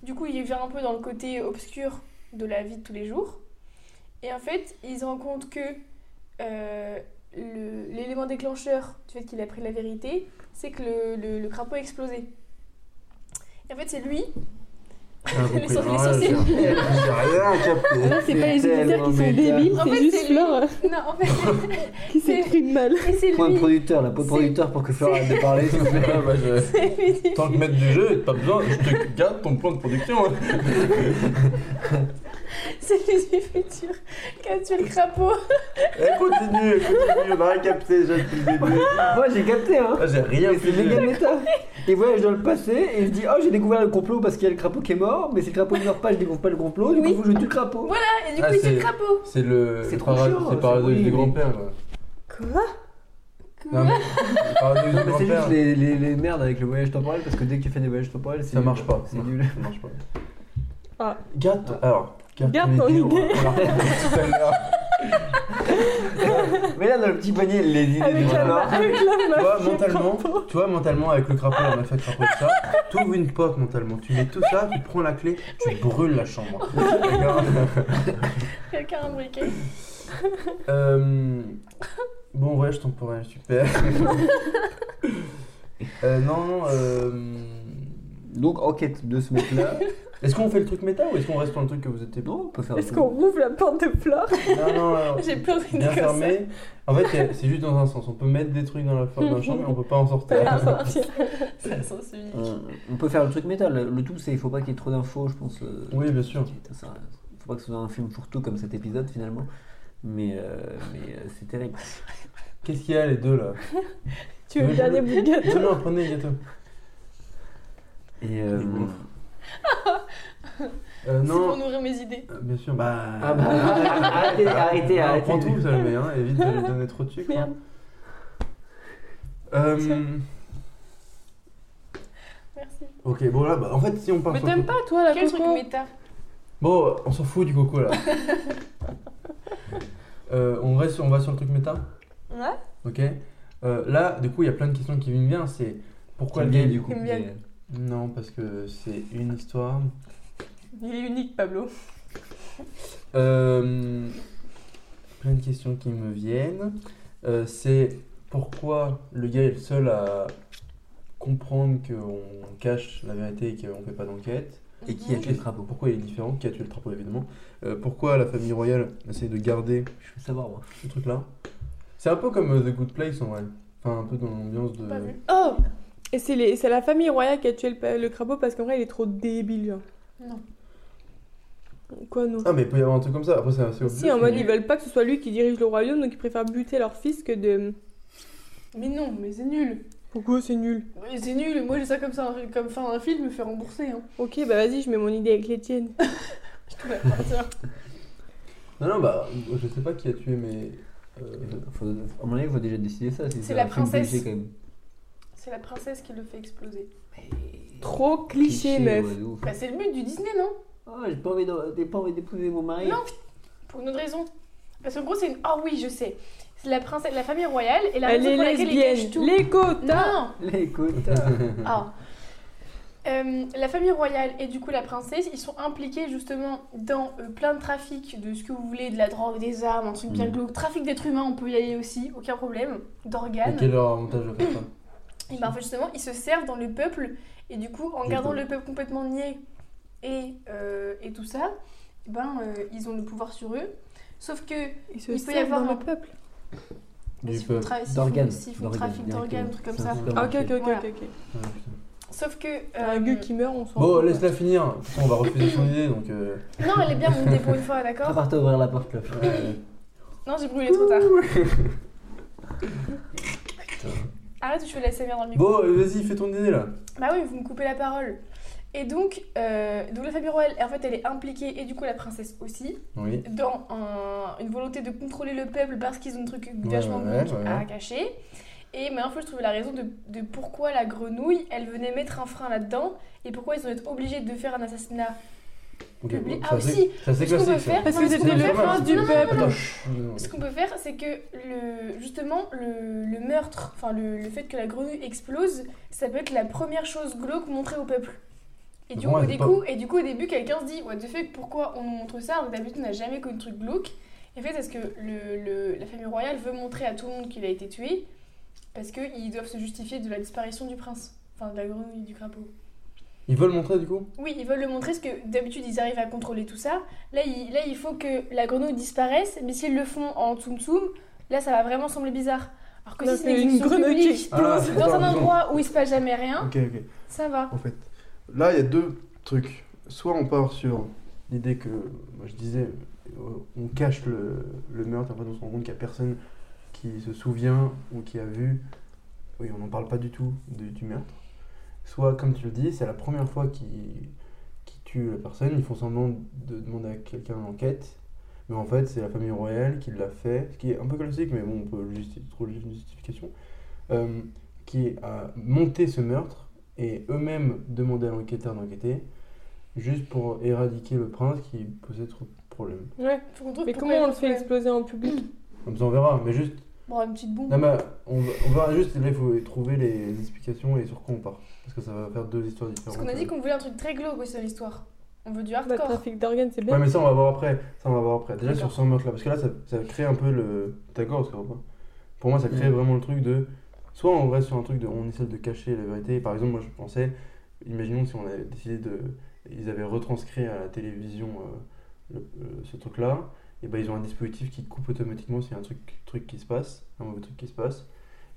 Speaker 2: Du coup, il vient un peu dans le côté obscur de la vie de tous les jours. Et en fait, il se rend compte que euh, le- l'élément déclencheur du fait qu'il a pris la vérité, c'est que le, le- le crapaud a explosé. Et en fait, c'est lui
Speaker 1: rien compris.
Speaker 2: Les
Speaker 1: Alors là,
Speaker 2: sourcils.
Speaker 1: j'ai- j'ai
Speaker 3: Ah,
Speaker 1: rien capté.
Speaker 4: Là, c'est pas les
Speaker 3: C'est
Speaker 4: auditeurs qui
Speaker 3: tellement
Speaker 4: sont
Speaker 3: méta.
Speaker 4: débiles,
Speaker 2: En
Speaker 4: c'est
Speaker 2: fait,
Speaker 4: juste
Speaker 2: c'est lui.
Speaker 4: Flore
Speaker 2: Non, en fait,
Speaker 4: qui
Speaker 2: C'est-
Speaker 4: s'exprime mal.
Speaker 2: et c'est
Speaker 3: Point de
Speaker 2: lui.
Speaker 3: producteur, la peau de
Speaker 2: C'est-
Speaker 3: producteur pour que Florent arrête de parler, s'il vous plaît.
Speaker 1: Ouais, bah, je-
Speaker 2: C'est lui du
Speaker 1: Tant que maître du jeu, t'as besoin, je te garde ton plan de production. hein.
Speaker 2: C'est lui du futur qui a tué le crapaud.
Speaker 1: Eh, continue, continue, on a rien capté déjà depuis le début.
Speaker 3: Moi j'ai capté, hein.
Speaker 1: Là, Ah, j'ai rien
Speaker 3: Mais c'est méga
Speaker 1: fait.
Speaker 3: méta. Il voyage dans le passé et il se dit Oh, j'ai découvert le complot parce qu'il y a le crapaud qui est mort, mais si le crapaud ne meurt pas, je découvre pas le complot, du
Speaker 2: Oui.
Speaker 3: coup, je tue le crapaud.
Speaker 2: Voilà. Et du coup,
Speaker 1: Ah,
Speaker 2: il tue
Speaker 1: c'est-
Speaker 2: le crapaud.
Speaker 1: C'est le
Speaker 3: C'est
Speaker 1: le
Speaker 3: trop
Speaker 1: para-
Speaker 3: chiant,
Speaker 1: c'est
Speaker 3: c'est
Speaker 1: paradoxe
Speaker 3: horrible.
Speaker 1: du grand-père. là.
Speaker 2: Quoi
Speaker 1: Non, mais le paradoxe
Speaker 3: Non,
Speaker 1: du
Speaker 3: mais c'est juste
Speaker 1: grand-père,
Speaker 3: les, les- les merdes avec le voyage temporel parce que dès que tu fais des voyages temporels, c'est
Speaker 1: ça marche pas.
Speaker 3: C'est nul.
Speaker 1: Ça marche pas.
Speaker 4: Ah.
Speaker 1: Garde ton- Alors,
Speaker 4: Garde ton
Speaker 1: on va-
Speaker 4: idée.
Speaker 1: on la reprend tout à l'heure.
Speaker 3: Mais là, dans le petit panier, les idées
Speaker 4: Avec
Speaker 3: de
Speaker 1: Voilà.
Speaker 4: la, ma- avec la
Speaker 1: Tu vois,
Speaker 4: meuf. qui est
Speaker 1: mentalement,
Speaker 4: crapaud.
Speaker 1: tu vois, mentalement, avec le crapaud, la mafia de crapaud, tout ça, t'ouvres une porte mentalement, tu mets tout ça, tu prends la clé, tu brûles la chambre. D'accord
Speaker 2: Quelqu'un a un briquet.
Speaker 1: Euh, Bon, voyage temporel, super. Euh, non, euh,
Speaker 3: Donc, enquête de ce mec-là.
Speaker 1: Est-ce qu'on fait le truc méta ou est-ce qu'on reste dans le truc que vous étiez
Speaker 3: non, on peut faire un
Speaker 4: Est-ce
Speaker 3: peu.
Speaker 4: qu'on rouvre la porte de Flore
Speaker 1: Non, non, non.
Speaker 2: J'ai peur d'être
Speaker 1: Bien
Speaker 2: comme ça.
Speaker 1: fermé. En fait, c'est- c'est juste dans un sens. On peut mettre des trucs dans la forme d'un champ, mais on peut pas en sortir.
Speaker 2: Ça sent celui.
Speaker 3: Euh, on peut faire le truc métal. Le, le tout, c'est il faut pas qu'il y ait trop d'infos, je pense. euh,
Speaker 1: Oui, bien sûr.
Speaker 3: Putain, ça- faut pas que ce soit un film pour tout comme cet épisode finalement. Mais, euh, mais euh, c'est terrible.
Speaker 1: Qu'est-ce qu'il y a, les deux, là
Speaker 4: Tu veux le dernier bout de gâteau
Speaker 1: Non, non, prenez les gâteaux.
Speaker 3: Et euh,
Speaker 1: Des bons. Euh,
Speaker 2: C'est pour
Speaker 1: non,
Speaker 2: nourrir mes idées.
Speaker 1: euh, bien sûr. Bah.
Speaker 3: ah bah, arrêtez, arrêtez,
Speaker 1: Non,
Speaker 3: arrêtez.
Speaker 1: Prends tout, ça, mais hein, évite de lui donner trop de sucre.
Speaker 4: Merde.
Speaker 1: hein. Euh,
Speaker 2: Merci.
Speaker 1: ok, bon, là, bah, en fait, si on part
Speaker 4: Mais
Speaker 1: sur.
Speaker 4: t'aimes pas, toi, la
Speaker 2: Quel truc
Speaker 4: coco
Speaker 2: méta
Speaker 1: Bon, on s'en fout du coco, là. Euh, on, reste, on va sur le truc méta
Speaker 2: Ouais.
Speaker 1: Ok. Euh, là, du coup, il y a plein de questions qui viennent bien. C'est pourquoi
Speaker 3: Pourquoi
Speaker 1: le gars
Speaker 3: du coup
Speaker 2: J'aime bien.
Speaker 3: mais-
Speaker 1: Non, parce que c'est une histoire.
Speaker 4: Il est unique, Pablo.
Speaker 1: Euh, plein de questions qui me viennent. Euh, c'est pourquoi le gars est le seul à comprendre qu'on cache la vérité et qu'on ne fait pas d'enquête.
Speaker 3: Et qui a tué le crapaud
Speaker 1: Pourquoi il est différent Qui a tué le trapo, évidemment Euh, Pourquoi la famille royale essaie de garder
Speaker 3: Je veux savoir moi.
Speaker 1: ce truc-là C'est un peu comme euh, The Good Place en vrai. Enfin, un peu dans l'ambiance de.
Speaker 2: Pas vu.
Speaker 4: Oh Et c'est les- c'est la famille royale qui a tué le, pa- le crapaud parce qu'en vrai, il est trop débile. genre.
Speaker 2: Non.
Speaker 4: Quoi, non
Speaker 1: Ah, mais il peut y avoir un truc comme ça. Après, c'est assez
Speaker 4: Si, en mode, ils veulent pas que ce soit lui qui dirige le royaume, donc ils préfèrent buter leur fils que de.
Speaker 2: Mais non, mais c'est nul.
Speaker 4: Pourquoi c'est nul
Speaker 2: Mais C'est nul. Moi, j'ai ça comme ça, comme fin d'un film, me faire rembourser. Hein.
Speaker 4: Ok, bah vas-y, je mets mon idée avec les tiennes.
Speaker 2: Je te la partir.
Speaker 1: Non, non, bah, je sais pas qui a tué, mais. euh,
Speaker 3: Faut, à mon avis, il faut déjà décider ça. si
Speaker 2: C'est la
Speaker 3: un film
Speaker 2: princesse.
Speaker 3: cliché, quand même.
Speaker 2: C'est la princesse qui le fait exploser.
Speaker 4: Trop cliché, meuf.
Speaker 3: ouais, de ouf.
Speaker 2: Bah, c'est le but du Disney, non
Speaker 3: Oh, j'ai pas envie de- j'ai pas envie d'épouser mon mari.
Speaker 2: Non. Pour une autre raison. Parce qu'en gros, c'est une. Ah oui, je sais. C'est la princesse, la famille royale et la
Speaker 4: Elle
Speaker 2: raison
Speaker 4: est
Speaker 2: pour laquelle ils
Speaker 4: lesbienne.
Speaker 2: cachent tout.
Speaker 4: Les quotas
Speaker 2: Non
Speaker 3: Les quotas.
Speaker 2: Ah. Euh, la famille royale et du coup la princesse, ils sont impliqués justement dans euh, plein de trafic de ce que vous voulez, de la drogue, des armes, un truc bien
Speaker 3: Mhm.
Speaker 2: glauque. Trafic d'êtres humains, on peut y aller aussi, aucun problème.
Speaker 1: À
Speaker 2: D'organes.
Speaker 1: quel heure avantage de faire ça
Speaker 2: Et ben en fait, justement, ils se servent dans le peuple et du coup, en
Speaker 3: D'accord.
Speaker 2: gardant le peuple complètement niais et, euh, et tout ça, eh ben euh, ils ont le pouvoir sur eux. Sauf que
Speaker 4: Il se
Speaker 2: Il peut y
Speaker 4: sert
Speaker 2: avoir
Speaker 4: dans
Speaker 2: un-
Speaker 4: le peuple.
Speaker 1: Du
Speaker 2: s'ils font,
Speaker 1: peuple.
Speaker 2: tra- s'ils font-
Speaker 3: D'organes.
Speaker 2: s'ils font trafic d'organes, un truc comme ça.
Speaker 1: super
Speaker 4: Ah, ok, ok, ok,
Speaker 2: Voilà.
Speaker 4: ok, ok.
Speaker 1: Ah, putain.
Speaker 2: Sauf que.
Speaker 4: T'as un
Speaker 2: euh,
Speaker 4: gueux qui meurt, on s'en
Speaker 1: Bon,
Speaker 4: fout,
Speaker 1: laisse-la finir. De toute façon, on va refuser son idée, donc. euh,
Speaker 2: Non, elle est bien montée pour une fois,
Speaker 3: Pas
Speaker 2: d'accord
Speaker 3: partir ouvrir la porte là.
Speaker 1: euh,
Speaker 2: Non, j'ai brûlé trop tard. Arrête, je fais de la SMR dans le micro.
Speaker 1: Bon, euh, vas-y, fais ton idée là.
Speaker 2: Bah oui, vous me coupez la parole. Et donc, euh, donc la famille royale, en fait, elle est impliquée, et du coup la princesse aussi,
Speaker 1: Oui.
Speaker 2: dans un- une volonté de contrôler le peuple parce qu'ils ont un truc
Speaker 1: Ouais,
Speaker 2: vachement
Speaker 1: ouais,
Speaker 2: glauque
Speaker 1: ouais.
Speaker 2: à cacher. Et mais en fait, je trouvais la raison de, de pourquoi la grenouille, elle venait mettre un frein là-dedans, et pourquoi ils ont été obligés de faire un assassinat
Speaker 1: Ok, bon,
Speaker 2: Public-
Speaker 1: ça,
Speaker 2: ah,
Speaker 1: c'est-
Speaker 2: si.
Speaker 1: Ça c'est
Speaker 2: Ce qu'on peut
Speaker 1: classique.
Speaker 2: faire,
Speaker 1: ça.
Speaker 4: Parce
Speaker 2: non,
Speaker 4: que
Speaker 2: mais ce qu'on
Speaker 4: c'était
Speaker 2: peut
Speaker 4: le
Speaker 2: faire-
Speaker 4: prince du
Speaker 2: non, non,
Speaker 4: peuple.
Speaker 1: Attends, chut. non.
Speaker 2: Ce qu'on peut faire, c'est que le, justement, le, le meurtre, enfin le, le fait que la grenouille explose, ça peut être la première chose glauque montrée au peuple. Et du,
Speaker 1: Bon,
Speaker 2: coup, au
Speaker 1: elle est
Speaker 2: dé-
Speaker 1: pas-
Speaker 2: coup- et du coup, au début, quelqu'un se dit What the fuck, pourquoi on nous montre ça alors que D'habitude, on n'a jamais connu de truc glauque. Et en fait, parce que le, le- la famille royale veut montrer à tout le monde qu'il a été tué, parce qu'ils doivent se justifier de la disparition du prince, enfin de la grenouille, du crapaud.
Speaker 1: Ils veulent montrer du coup
Speaker 2: Oui, ils veulent le montrer parce que d'habitude ils arrivent à contrôler tout ça. Là, il, là, il faut que la grenouille disparaisse, mais s'ils le font en tsum tsum, là ça va vraiment sembler bizarre. Alors que
Speaker 4: Là,
Speaker 2: si c'est
Speaker 4: c'est
Speaker 2: une
Speaker 4: une
Speaker 2: exécution
Speaker 4: grenouille qui
Speaker 2: publique,
Speaker 1: Ah, c'est
Speaker 2: dans
Speaker 1: pas
Speaker 2: un
Speaker 1: raison.
Speaker 2: endroit où il se passe jamais rien,
Speaker 1: Ok, ok.
Speaker 2: ça va.
Speaker 1: En fait, là, il y a deux trucs. Soit on part sur l'idée que, moi je disais, euh, on cache le, le meurtre, en fait on se rend compte qu'il n'y a personne qui se souvient ou qui a vu. Oui, on n'en parle pas du tout du, du meurtre. Soit, comme tu le dis, c'est la première fois qu'ils qu'ils tuent la personne, ils font semblant de demander à quelqu'un l'enquête. Mais en fait, c'est la famille royale qui l'a fait, ce qui est un peu classique, mais bon, on peut le justi- trouver une justification, euh, qui a monté ce meurtre et eux-mêmes demander à l'enquêteur d'enquêter, juste pour éradiquer le prince qui posait trop de problèmes.
Speaker 4: Ouais.
Speaker 2: Faut qu'on trouve
Speaker 4: Mais
Speaker 2: pourquoi
Speaker 4: comment
Speaker 2: il
Speaker 4: on le fait
Speaker 2: problème.
Speaker 4: exploser en public
Speaker 1: Comme ça, on verra, mais juste.
Speaker 2: Bon, une petite bombe.
Speaker 1: Non, mais on va, on verra juste, là, il faut trouver les explications et sur quoi on part. Parce que ça va faire deux histoires
Speaker 2: Parce
Speaker 1: différentes.
Speaker 2: qu'on a dit qu'on voulait un truc très glauque aussi dans l'histoire. On veut du
Speaker 4: Le
Speaker 2: hardcore.
Speaker 4: trafic d'organes, c'est bien.
Speaker 1: Ouais, mais ça, on va voir après. Ça, on va voir après. Déjà, sur
Speaker 2: D'accord.
Speaker 1: ce meurtre là, parce que là, ça, ça crée un peu le. D'accord, ça va pas Pour moi, ça crée
Speaker 3: Ouais.
Speaker 1: vraiment le truc de. Soit on reste sur un truc de. On essaie de cacher la vérité. Par exemple, moi, je pensais. Imaginons si on avait décidé de. Ils avaient retranscrit à la télévision euh, le- euh, ce truc-là. Et ben, ils ont un dispositif qui coupe automatiquement s'il y a un truc, truc qui se passe, un mauvais truc qui se passe.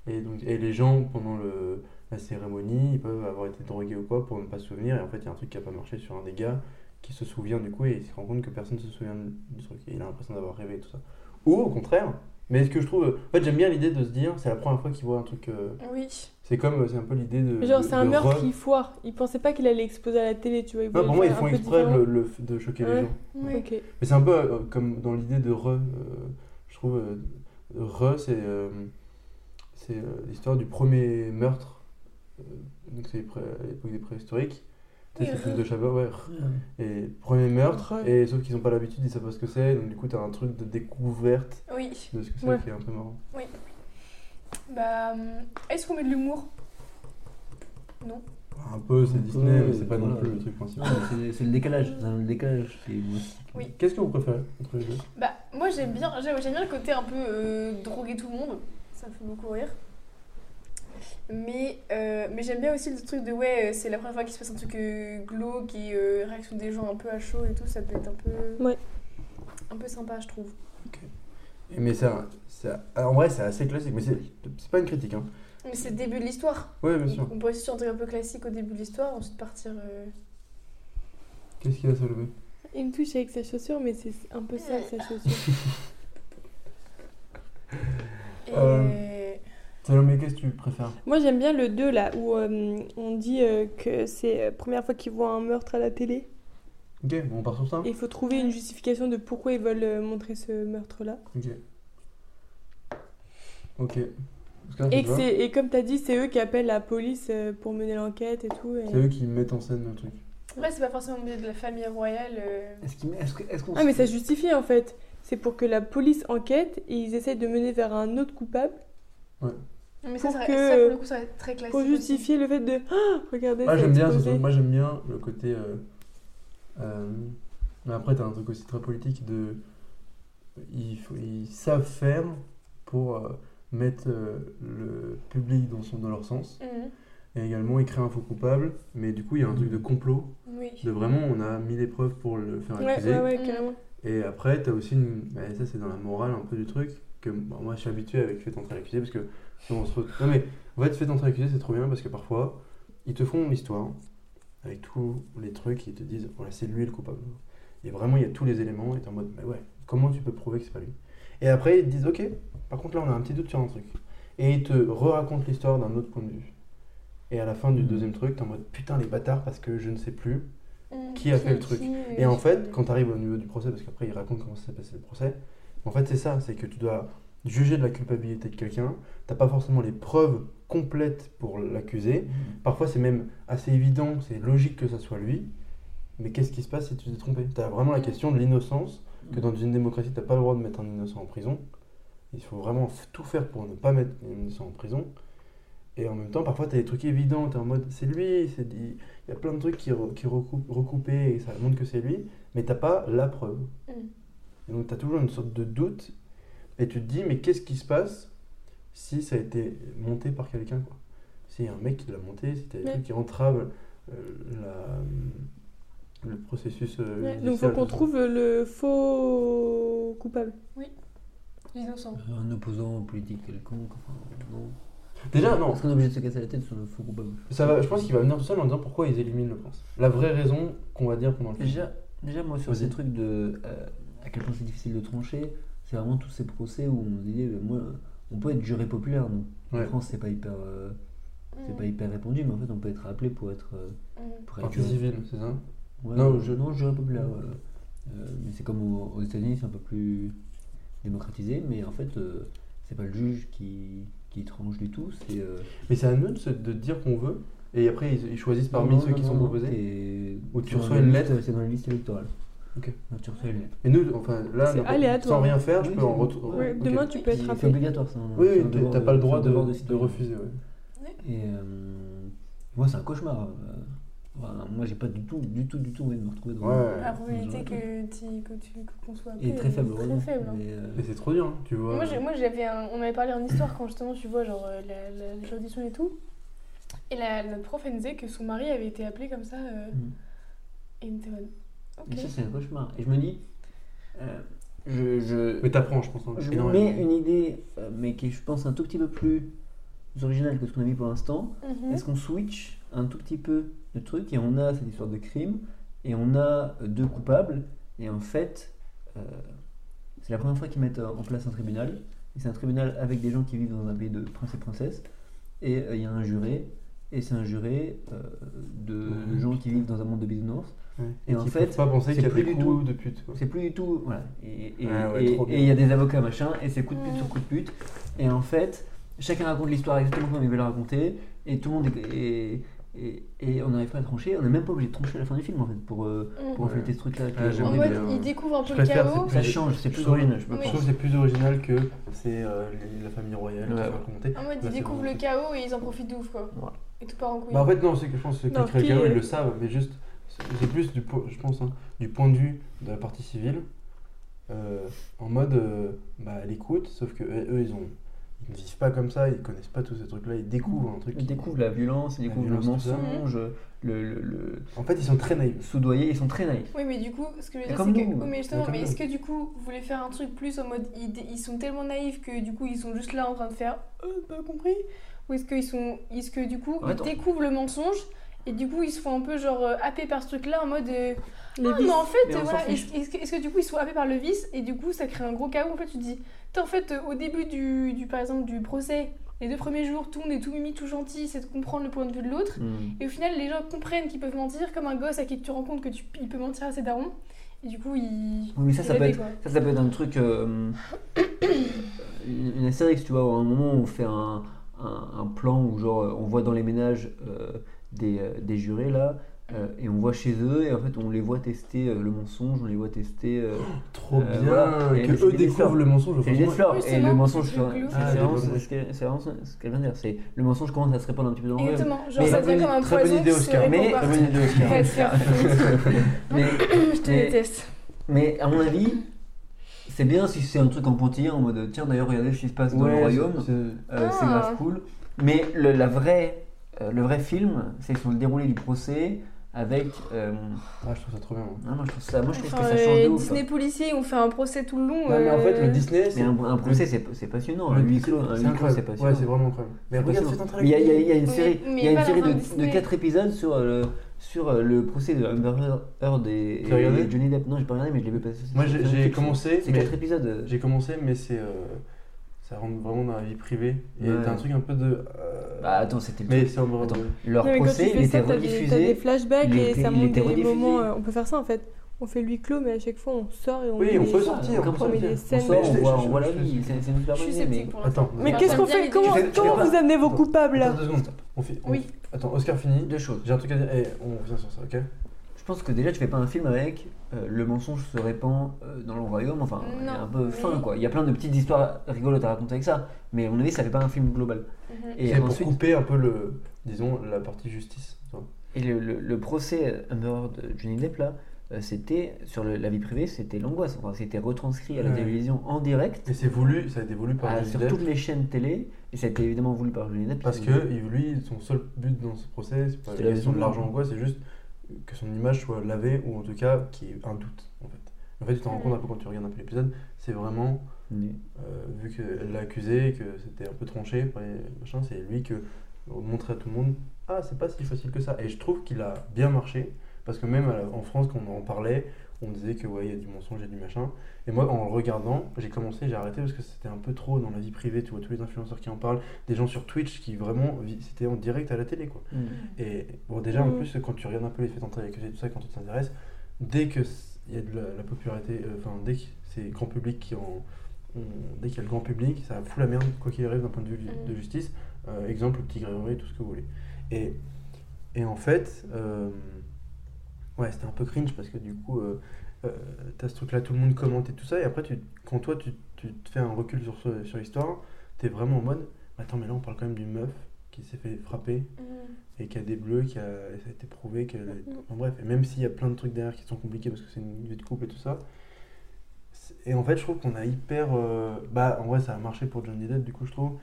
Speaker 1: Et, donc, et les gens, pendant le, la cérémonie, ils peuvent avoir été drogués ou quoi pour ne pas se souvenir. Et en fait, il y a un truc qui n'a pas marché sur un des gars qui se souvient du coup et il se rend compte que personne ne se souvient du truc et il a l'impression d'avoir rêvé et tout ça. Ou au contraire, mais ce que je trouve. En fait, j'aime bien l'idée de se dire, c'est la première fois qu'il voit un truc. euh,
Speaker 2: Oui.
Speaker 1: c'est comme, c'est un peu l'idée de.
Speaker 4: Genre,
Speaker 1: de-
Speaker 4: c'est un
Speaker 1: de
Speaker 4: meurtre
Speaker 1: re-
Speaker 4: qui foire. Ils pensaient pas qu'il allait exploser à la télé, tu vois. Ils
Speaker 1: Non,
Speaker 4: voulaient
Speaker 1: Ah, pour moi,
Speaker 4: le
Speaker 1: ils
Speaker 4: faire
Speaker 1: font
Speaker 4: un peu
Speaker 1: exprès
Speaker 4: différent.
Speaker 1: le, le f- de choquer les
Speaker 4: Ouais.
Speaker 1: gens.
Speaker 2: Ouais.
Speaker 4: Ok.
Speaker 1: Mais c'est un peu euh, comme dans l'idée de re. euh, je trouve. euh, re, c'est. euh, c'est euh, l'histoire du premier meurtre. euh, donc, c'est pré- à l'époque des préhistoriques. Tu sais,
Speaker 2: Oui,
Speaker 1: c'est le
Speaker 2: re.
Speaker 1: film de Chabot, ouais. re. Et premier meurtre, et sauf qu'ils n'ont pas l'habitude, ils savent pas ce que c'est, donc du coup t'as un truc de découverte
Speaker 2: Oui.
Speaker 1: de ce que c'est
Speaker 4: Ouais.
Speaker 1: qui est un peu marrant.
Speaker 2: Bah, hum, est-ce qu'on met de l'humour
Speaker 1: Un peu, c'est Disney,
Speaker 3: Ouais,
Speaker 1: mais c'est pas non
Speaker 3: voilà.
Speaker 1: plus le truc principal.
Speaker 3: C'est c'est le décalage, c'est un décalage. c'est-
Speaker 2: Oui.
Speaker 1: Qu'est-ce que vous préférez entre les deux
Speaker 2: Bah, moi j'aime bien, j'aime j'aime bien le côté un peu euh, droguer tout le monde. Ça me fait beaucoup rire. Mais, euh, mais j'aime bien aussi le truc de ouais, euh, c'est la première fois qu'il se passe un truc euh, glauque et euh, réaction des gens un peu à chaud et tout, ça peut être un peu.
Speaker 4: Ouais.
Speaker 2: Un peu sympa, je trouve.
Speaker 1: Et Mais ça, ça- en vrai c'est assez classique, mais c'est c'est pas une critique. Hein.
Speaker 2: Mais c'est le début de l'histoire.
Speaker 1: Ouais, bien sûr.
Speaker 2: On peut aussi sur un truc un peu classique au début de l'histoire, ensuite partir. euh,
Speaker 1: Qu'est-ce qu'il a soulevé
Speaker 4: Il me touche avec sa chaussure, mais c'est un peu ça, sa chaussure.
Speaker 2: et...
Speaker 1: Euh. Salomé, qu'est-ce que tu préfères
Speaker 4: Moi, j'aime bien le 2, là, où euh, on dit euh, que c'est la première fois qu'ils voient un meurtre à la télé.
Speaker 1: Ok, bon, on part sur ça
Speaker 4: Et il faut trouver une justification de pourquoi ils veulent euh, montrer ce meurtre-là.
Speaker 1: Ok. Ok. Parce que là,
Speaker 4: Et,
Speaker 1: Ah, tu
Speaker 4: que
Speaker 1: vois,
Speaker 4: c'est- et comme t'as dit, c'est eux qui appellent la police euh, pour mener l'enquête et tout. et-
Speaker 1: c'est eux qui mettent en scène le truc.
Speaker 2: Après, c'est pas forcément obligé de la famille royale. euh,
Speaker 3: Est-ce qu'il- est-ce que- est-ce qu'on
Speaker 4: Ah, mais ça justifie en fait. C'est pour que la police enquête et ils essayent de mener vers un autre coupable
Speaker 2: Non, mais ça,
Speaker 4: Pour
Speaker 2: ça,
Speaker 4: que-
Speaker 2: ça, pour le coup, ça va être très classique.
Speaker 4: pour
Speaker 2: aussi.
Speaker 4: justifier le fait de. Ah, regardez,
Speaker 1: Moi
Speaker 4: ça a
Speaker 1: j'aime bien,
Speaker 4: explosé.
Speaker 1: surtout, moi j'aime bien le côté. euh, euh, mais après t'as un truc aussi très politique de, ils, faut- ils savent faire pour euh, mettre euh, le public dans son dans leur sens
Speaker 2: Mhm.
Speaker 1: et également ils créent un faux coupable, mais du coup il y a un truc de complot
Speaker 2: Oui.
Speaker 1: de vraiment on a mis les preuves pour le faire
Speaker 4: Ouais,
Speaker 1: accuser
Speaker 4: ouais, ouais,
Speaker 2: Mm.
Speaker 4: carrément.
Speaker 1: et après, t'as aussi une. bah, ça, c'est dans la morale un peu du truc. Que bon, moi, je suis habitué avec Faites entrer l'accusé parce que. on se re- Non, mais en fait, Faites entrer l'accusé, c'est trop bien parce que parfois, ils te font l'histoire avec tous les trucs, ils te disent, voilà, c'est lui le coupable. Et vraiment, il y a tous les éléments, et t'es en mode, mais ouais, comment tu peux prouver que c'est pas lui Et après, ils te disent, ok, par contre, là, on a un petit doute sur un truc. Et ils te re-racontent l'histoire d'un autre point de vue. Et à la fin du
Speaker 3: Mhm.
Speaker 1: deuxième truc, t'es en mode, putain, les bâtards, parce que je ne sais plus.
Speaker 2: Mhm.
Speaker 1: Qui a fait le truc
Speaker 2: qui, euh,
Speaker 1: Et en
Speaker 2: qui-
Speaker 1: fait, quand tu arrives au niveau du procès, parce qu'après il raconte comment ça s'est passé le procès, en fait c'est ça, c'est que tu dois juger de la culpabilité de quelqu'un, t'as pas forcément les preuves complètes pour l'accuser, parfois c'est même assez évident, c'est logique que ça soit lui, mais qu'est-ce qui se passe si tu t'es trompé T'as vraiment la question de l'innocence, que dans une démocratie t'as pas le droit de mettre un innocent en prison, il faut vraiment f- tout faire pour ne pas mettre un innocent en prison, et en même temps parfois t'as des trucs évidents, t'es en mode c'est lui, c'est dit... Il y a plein de trucs qui, re- qui recoupent, recoupés et ça montre que c'est lui, mais t'as pas la preuve.
Speaker 2: Mm.
Speaker 1: Et donc t'as toujours une sorte de doute et tu te dis mais qu'est-ce qui se passe si ça a été monté par quelqu'un quoi Si y a un mec qui l'a monté, si t'as des
Speaker 4: Ouais.
Speaker 1: trucs qui entravent euh, la- le processus. euh,
Speaker 4: Ouais, donc faut
Speaker 1: judiciaire,
Speaker 4: qu'on
Speaker 1: tout ça.
Speaker 4: trouve le faux coupable.
Speaker 2: L'innocent.
Speaker 3: euh, Un opposant politique quelconque, enfin, non.
Speaker 1: Déjà, non,
Speaker 3: Est-ce qu'on est obligé de se casser la tête sur le faux coupable
Speaker 1: ça va, je pense qu'il va venir tout seul en disant pourquoi ils éliminent le prince. La vraie raison qu'on va dire pendant le film.
Speaker 3: Déjà, déjà moi, sur
Speaker 1: Vas-y.
Speaker 3: ces trucs de. euh, à quel point c'est difficile de trancher, c'est vraiment tous ces procès où on se dit, euh, moi, on peut être juré populaire, nous. En
Speaker 1: Ouais.
Speaker 3: France, c'est pas hyper. euh,
Speaker 2: Mm,
Speaker 4: Mm.
Speaker 3: c'est pas hyper répandu, mais en fait, on peut être appelé pour être. euh, pour être
Speaker 1: Partie
Speaker 3: juré.
Speaker 1: civile, c'est ça
Speaker 3: Ouais,
Speaker 1: Non,
Speaker 3: non,
Speaker 1: je-
Speaker 3: je... non, juré populaire. voilà. Euh, mais c'est comme au- aux États-Unis, c'est un peu plus démocratisé, mais en fait, euh, c'est pas le juge qui, qui tranche du tout, c'est. euh,
Speaker 1: Mais c'est à nous de, se- de dire qu'on veut, et après ils, ils choisissent
Speaker 3: Non,
Speaker 1: parmi
Speaker 3: non,
Speaker 1: ceux
Speaker 3: non,
Speaker 1: qui
Speaker 3: non,
Speaker 1: sont
Speaker 3: non,
Speaker 1: proposés.
Speaker 3: t'es-
Speaker 1: Ou tu
Speaker 3: c'est dans
Speaker 1: reçois
Speaker 3: la
Speaker 1: une
Speaker 3: liste-
Speaker 1: lettre.
Speaker 3: C'est dans la liste électorale.
Speaker 1: Ok.
Speaker 3: Non, tu reçois une lettre.
Speaker 1: Mais nous, enfin là,
Speaker 4: C'est
Speaker 1: n'importe-
Speaker 4: aléatoire. hein.
Speaker 1: sans rien faire, je
Speaker 3: Oui,
Speaker 1: peux
Speaker 3: c'est
Speaker 1: en
Speaker 3: bon.
Speaker 1: retour.
Speaker 4: Ouais,
Speaker 1: ok.
Speaker 4: demain tu peux être
Speaker 3: C'est
Speaker 4: rappelé.
Speaker 3: obligatoire, ça. hein,
Speaker 1: Oui,
Speaker 3: c'est un
Speaker 1: oui, t'as-
Speaker 3: devoir
Speaker 1: t'as pas le
Speaker 3: c'est un
Speaker 1: droit de,
Speaker 3: devoir
Speaker 1: de
Speaker 3: citoyen.
Speaker 1: refuser. ouais.
Speaker 3: Et euh, moi, c'est un cauchemar. euh, voilà, moi, j'ai pas du tout, du tout, du tout envie de me retrouver dans.
Speaker 1: Ouais.
Speaker 2: La
Speaker 3: dans
Speaker 2: probabilité
Speaker 3: un truc.
Speaker 2: que, t'y- que tu qu'on soit appelé
Speaker 3: est très faible,
Speaker 2: Très
Speaker 3: heureusement,
Speaker 2: faible. hein.
Speaker 3: mais, euh,
Speaker 1: Mais c'est trop dur, hein, tu vois.
Speaker 2: Moi, j'ai- moi, j'avais un- on avait parlé en histoire quand justement tu vois genre euh, la, la, les auditions et tout. Et la, notre prof elle disait que son mari avait été appelé comme ça. euh,
Speaker 3: Mm.
Speaker 2: Et une théorie.
Speaker 3: mais
Speaker 2: Ok.
Speaker 3: ça, c'est un cauchemar. Et je me dis. euh, je, je,
Speaker 1: Mais t'apprends, je pense. hein,
Speaker 3: Je vous
Speaker 1: énormément.
Speaker 3: mets une idée, euh, mais qui est, je pense, un tout petit peu plus originale que ce qu'on a mis pour l'instant.
Speaker 2: Mhm.
Speaker 3: Est-ce qu'on switch un tout petit peu le truc et on a cette histoire de crime et on a euh, deux coupables et en fait, euh, c'est la première fois qu'ils mettent euh, en place un tribunal. Et C'est un tribunal avec des gens qui vivent dans un pays de prince et princesse et euh, il y a un juré et c'est un juré euh, de
Speaker 1: Ouais.
Speaker 3: gens qui vivent dans un monde de bisounours.
Speaker 1: Ouais.
Speaker 3: Et en
Speaker 1: qui
Speaker 3: fait,
Speaker 1: peuvent pas penser
Speaker 3: c'est
Speaker 1: qu'il y a
Speaker 3: plus
Speaker 1: des
Speaker 3: du
Speaker 1: coups
Speaker 3: tout-
Speaker 1: de pute. quoi.
Speaker 3: c'est plus du tout. Voilà. Et et- et- et- et il
Speaker 1: Ah ouais, trop bien.
Speaker 3: y a des avocats machin, et c'est coup de pute
Speaker 2: Mm.
Speaker 3: sur coup de pute. Et en fait, chacun raconte l'histoire exactement comme il veut la raconter, et tout le monde est. Et, et- et on n'arrive pas à trancher, on n'est même pas obligé de trancher à la fin du film en fait pour, euh,
Speaker 2: Mm.
Speaker 3: pour
Speaker 1: Ouais.
Speaker 3: refléter ce truc là.
Speaker 1: Ah, j'aime
Speaker 2: En
Speaker 1: Oui,
Speaker 2: mode,
Speaker 1: mais, euh,
Speaker 2: il découvre un
Speaker 1: je
Speaker 2: peu le
Speaker 1: préfère,
Speaker 2: chaos.
Speaker 1: c'est
Speaker 3: ça change, c'est plus
Speaker 1: Je trouve-
Speaker 3: original, je
Speaker 2: Oui.
Speaker 1: Je
Speaker 3: pense.
Speaker 1: trouve que c'est plus original que c'est euh, les- la famille royale qui
Speaker 3: Ouais.
Speaker 1: sont racontées.
Speaker 2: En mode,
Speaker 1: Là,
Speaker 2: ils
Speaker 1: c'est
Speaker 2: découvrent
Speaker 1: vraiment-
Speaker 2: le chaos et ils en profitent de ouf quoi.
Speaker 3: Voilà.
Speaker 2: Et tout part en couille.
Speaker 1: Bah, en fait, non, c'est que je pense que ceux
Speaker 4: Non,
Speaker 1: qui créent le
Speaker 4: qui-
Speaker 1: chaos, ils le savent, mais juste, c'est c'est plus, du, po- je pense, hein, du point de vue de la partie civile, euh, en mode, euh, bah, elle écoute, sauf que euh, eux, ils ont. Ils ne vivent pas comme ça, ils connaissent pas tous ces trucs-là, ils découvrent un truc.
Speaker 3: Ils
Speaker 1: qui-
Speaker 3: découvrent la violence, ils
Speaker 1: La
Speaker 3: découvrent
Speaker 1: violence, tout
Speaker 3: le
Speaker 1: ça.
Speaker 3: mensonge, le, le, le
Speaker 1: En fait, ils sont très naïfs.
Speaker 3: soudoyer, ils sont très naïfs.
Speaker 2: Oui, mais du coup, ce que je veux
Speaker 3: Mais
Speaker 2: dire,
Speaker 3: comme
Speaker 2: c'est que.
Speaker 3: nous.
Speaker 2: Oui, mais justement,
Speaker 1: Mais comme
Speaker 2: mais
Speaker 1: nous.
Speaker 2: est-ce que du coup, vous voulez faire un truc plus en mode. Ils, dé- ils sont tellement naïfs que du coup, ils sont juste là en train de faire. Euh, pas compris Ou est-ce qu'ils sont. Est-ce que du coup,
Speaker 3: Ouais,
Speaker 2: ils
Speaker 3: attends.
Speaker 2: découvrent le mensonge et du coup, ils se font un peu genre euh, happer par ce truc-là en mode. euh,
Speaker 4: Les
Speaker 2: ah,
Speaker 4: vices.
Speaker 2: mais en fait,
Speaker 3: Mais on
Speaker 2: euh, voilà,
Speaker 3: s'en
Speaker 2: est-ce
Speaker 3: fiche.
Speaker 2: est-ce que, est-ce que du coup, ils sont happés par le vice et du coup, ça crée un gros chaos En fait, tu te dis. Putain, en fait, euh, au début du, du. Par exemple, du procès, les deux premiers jours, tout le monde est tout mimi, tout gentil, c'est de comprendre le point de vue de l'autre.
Speaker 1: Hmm.
Speaker 2: Et au final, les gens comprennent qu'ils peuvent mentir, comme un gosse à qui tu rends compte que tu, il peut mentir à ses darons. Et du coup, il.
Speaker 3: Oui, mais ça,
Speaker 2: il
Speaker 3: ça
Speaker 2: a
Speaker 3: peut
Speaker 2: des
Speaker 3: être-
Speaker 2: quoi.
Speaker 3: Ça, ça peut être un truc. euh, une une astérix, tu vois, où à un moment on fait un, un- un plan où, genre, euh, on voit dans les ménages euh, des, euh, des jurés, là, euh, et on voit chez eux, et en fait, on les voit tester euh, le mensonge, on les voit tester. euh,
Speaker 1: Trop bien
Speaker 3: Euh, voilà. Et
Speaker 1: que
Speaker 3: c'est
Speaker 1: eux
Speaker 3: des
Speaker 1: découvrent
Speaker 3: fleurs.
Speaker 1: le mensonge.
Speaker 3: c'est les
Speaker 1: franchement.
Speaker 3: fleurs,
Speaker 2: Oui,
Speaker 3: et
Speaker 2: c'est
Speaker 3: le
Speaker 2: marrant,
Speaker 3: mensonge,
Speaker 2: c'est
Speaker 3: c'est vraiment-
Speaker 2: glauque.
Speaker 3: c'est
Speaker 1: Ah,
Speaker 3: vraiment
Speaker 1: c'est glauque.
Speaker 3: ce qu'elle- c'est vraiment ce ce qu'elle vient de dire. C'est le mensonge commence à se répandre un petit peu dans le monde.
Speaker 2: Exactement, genre
Speaker 3: Mais-
Speaker 2: ça devient comme un
Speaker 1: Très bonne
Speaker 2: poison
Speaker 1: idée,
Speaker 2: qui se
Speaker 1: Oscar.
Speaker 2: répand
Speaker 3: Mais-
Speaker 2: partout.
Speaker 1: Très bonne idée, Oscar.
Speaker 2: Ouais, c'est parfait.
Speaker 3: Mais
Speaker 2: Je te
Speaker 3: Mais-
Speaker 2: déteste.
Speaker 3: Mais à mon avis, c'est bien si c'est un truc en pointillé, en mode tiens d'ailleurs regardez ce qui se passe dans le
Speaker 1: Ouais,
Speaker 3: royaume,
Speaker 1: c'est- c'est-
Speaker 3: euh, c'est
Speaker 2: Ah.
Speaker 3: grave cool. Mais le, la vraie, euh, le vrai film, c'est sur le déroulé du procès avec. euh,
Speaker 1: Ah, je trouve ça trop bien. moi.
Speaker 3: ah, moi je trouve ça, moi je trouve
Speaker 2: Enfin,
Speaker 3: que ça change de
Speaker 2: les
Speaker 3: ouf.
Speaker 2: Disney policiers, on fait un procès tout le long.
Speaker 1: Non, mais en fait,
Speaker 2: euh,
Speaker 1: le Disney,
Speaker 3: Mais
Speaker 1: c'est.
Speaker 3: un, un procès c'est c'est passionnant, un
Speaker 1: le-
Speaker 3: huis clos,
Speaker 1: c'est
Speaker 3: un huis clos, c'est
Speaker 1: incroyable.
Speaker 3: passionnant.
Speaker 1: Ouais, c'est vraiment incroyable. Mais
Speaker 3: C'est
Speaker 1: regarde,
Speaker 3: passionnant.
Speaker 1: c'est un train
Speaker 3: Mais il y, a- il y a- il y a une
Speaker 2: Mais-
Speaker 3: série,
Speaker 2: mais
Speaker 3: il y a une
Speaker 2: pas
Speaker 3: série
Speaker 2: l'enfant
Speaker 3: de,
Speaker 2: Disney.
Speaker 3: de 4 épisodes sur, euh, sur euh, le procès de Amber Heard et,
Speaker 1: T'as regardé
Speaker 3: et Johnny Depp. Non, j'ai pas regardé, mais je l'ai vu passer. sur
Speaker 1: Moi, j'ai
Speaker 3: Netflix.
Speaker 1: j'ai commencé.
Speaker 3: C'est
Speaker 1: mais-
Speaker 3: 4 épisodes.
Speaker 1: J'ai commencé, mais c'est. euh, ça rentre vraiment dans la vie privée. Et
Speaker 3: Ouais.
Speaker 1: t'as un truc un peu de. euh,
Speaker 3: Bah attends, c'était le
Speaker 1: mais c'est en mode.
Speaker 3: Attends. Leur
Speaker 4: Non, mais quand tu
Speaker 3: procès, il
Speaker 4: fais
Speaker 3: était
Speaker 4: ça, t'as des, t'as des
Speaker 3: rediffusé.
Speaker 4: flashbacks
Speaker 3: il
Speaker 4: et
Speaker 3: était-
Speaker 4: ça
Speaker 3: il
Speaker 4: montre
Speaker 3: était
Speaker 4: des
Speaker 3: rediffusé.
Speaker 4: moments. euh, on peut faire ça en fait. On fait huis clos, mais à chaque fois on sort et on
Speaker 1: Oui,
Speaker 4: met
Speaker 1: on
Speaker 4: des-
Speaker 1: peut sortir,
Speaker 4: on
Speaker 1: on peut
Speaker 4: met
Speaker 1: sortir.
Speaker 4: des
Speaker 3: On
Speaker 4: scènes.
Speaker 3: sort, on
Speaker 1: Je-
Speaker 3: voit,
Speaker 1: je-
Speaker 3: on voit la
Speaker 1: je-
Speaker 3: vie.
Speaker 1: je-
Speaker 3: C'est c'est une super
Speaker 2: Je
Speaker 3: bonne
Speaker 2: suis
Speaker 3: idée, mais
Speaker 2: sceptique pour l'instant.
Speaker 1: Attends,
Speaker 4: Mais
Speaker 1: attends,
Speaker 4: qu'est-ce qu'on fait
Speaker 2: Personne vient
Speaker 4: Comment,
Speaker 1: les-
Speaker 4: comment
Speaker 3: Attends.
Speaker 4: vous amenez vos coupables là
Speaker 1: attends deux secondes. On fait, on-
Speaker 2: Oui.
Speaker 1: Attends, Oscar fini.
Speaker 3: deux choses.
Speaker 1: J'ai un truc à dire. Eh, on revient sur ça, ok
Speaker 3: Je pense que déjà, tu fais pas un film avec euh, le mensonge se répand euh, dans le royaume. Enfin, il est
Speaker 2: Non,
Speaker 3: un peu
Speaker 2: mais-
Speaker 3: fin quoi. Il y a plein de petites histoires rigolotes à raconter avec ça. Mais à mon avis, ça fait pas un film global.
Speaker 2: Mhm.
Speaker 3: Et
Speaker 1: C'est pour
Speaker 3: ensuite,
Speaker 1: couper un peu le. Disons, la partie justice. tu vois.
Speaker 3: et le, le- le procès Amber Heard euh, de Johnny Depp là, euh, c'était sur le- la vie privée, c'était l'angoisse. Enfin, c'était retranscrit à la
Speaker 1: Ouais.
Speaker 3: télévision en direct,
Speaker 1: Et c'est voulu, ça a été voulu par
Speaker 3: à-
Speaker 1: Johnny
Speaker 3: sur
Speaker 1: Depp,
Speaker 3: toutes les chaînes télé, et ça a été évidemment voulu par Johnny Depp.
Speaker 1: Parce
Speaker 3: ils
Speaker 1: que
Speaker 3: ont dit-
Speaker 1: il- lui, son seul but dans ce procès, c'est pas
Speaker 3: C'était
Speaker 1: la
Speaker 3: la
Speaker 1: question de
Speaker 3: maison.
Speaker 1: l'argent ou quoi, c'est juste que son image soit lavée ou en tout cas qu'il y ait un doute en fait. En fait, tu t'en rends compte un peu quand tu regardes un peu l'épisode, c'est vraiment
Speaker 3: Mais-
Speaker 1: euh, vu qu'elle l'a accusé et que c'était un peu tranché par les machins, c'est lui que montrer à tout le monde ah c'est pas si facile que ça. Et je trouve qu'il a bien marché parce que même à la- en France quand on en parlait, on disait que ouais il y a du mensonge, il y a du machin. Et moi en le regardant, j'ai commencé, j'ai arrêté parce que c'était un peu trop dans la vie privée. Tu vois tous les influenceurs qui en parlent, des gens sur Twitch qui vraiment vi- c'était en direct à la télé quoi.
Speaker 3: Mm.
Speaker 1: Et bon, déjà, en
Speaker 4: Mm.
Speaker 1: plus, quand tu regardes un peu les faits d'entrée avec et tout ça, quand tu t'intéresses, dès que c- il y a de la, la popularité, euh, enfin, dès que c'est grand public qui en. on- dès qu'il y a le grand public, ça fout la merde, quoi qu'il arrive, d'un point de vue ju-
Speaker 2: Mm.
Speaker 1: de justice. Euh, exemple, le petit Grégory, tout ce que vous voulez. Et, et en fait, euh, ouais, c'était un peu cringe parce que du coup, euh, euh, t'as ce truc-là, tout le monde commente et tout ça, et après, tu, quand toi, tu, tu te fais un recul sur, ce- sur l'histoire, t'es vraiment en mode Attends, mais là, on parle quand même d'une meuf qui s'est fait frapper et qui a des bleus, qui a, et ça a été prouvé qu'elle. a-
Speaker 4: Mhm.
Speaker 1: En bref, et même s'il y a plein de trucs derrière qui sont compliqués parce que c'est une vie de couple et tout ça. c'est- Et en fait, je trouve qu'on a hyper. euh, Bah, en vrai, ça a marché pour Johnny Depp, du coup, je trouve.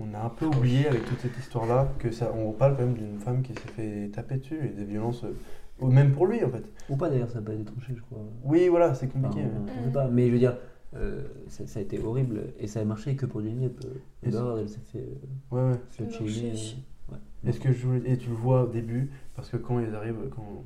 Speaker 1: On a un peu oublié avec toute cette histoire-là que ça. On parle quand même d'une femme qui s'est fait taper dessus et des violences. euh, ou même pour lui, en fait.
Speaker 3: Ou pas d'ailleurs, ça n'a pas été tranché, je crois.
Speaker 1: Oui, voilà, c'est compliqué.
Speaker 3: Enfin,
Speaker 1: mais-
Speaker 3: on- on sait pas, mais je veux dire, euh, ça, ça a été horrible et ça a marché que pour Johnny Depp. Euh,
Speaker 1: Et
Speaker 3: Amber Heard, elle s'est fait, euh,
Speaker 1: Ouais, ouais.
Speaker 3: fait
Speaker 2: Non,
Speaker 3: chier,
Speaker 2: je-
Speaker 3: euh, ouais.
Speaker 1: Et, ce que je voulais- et tu le vois au début, parce que quand ils arrivent, quand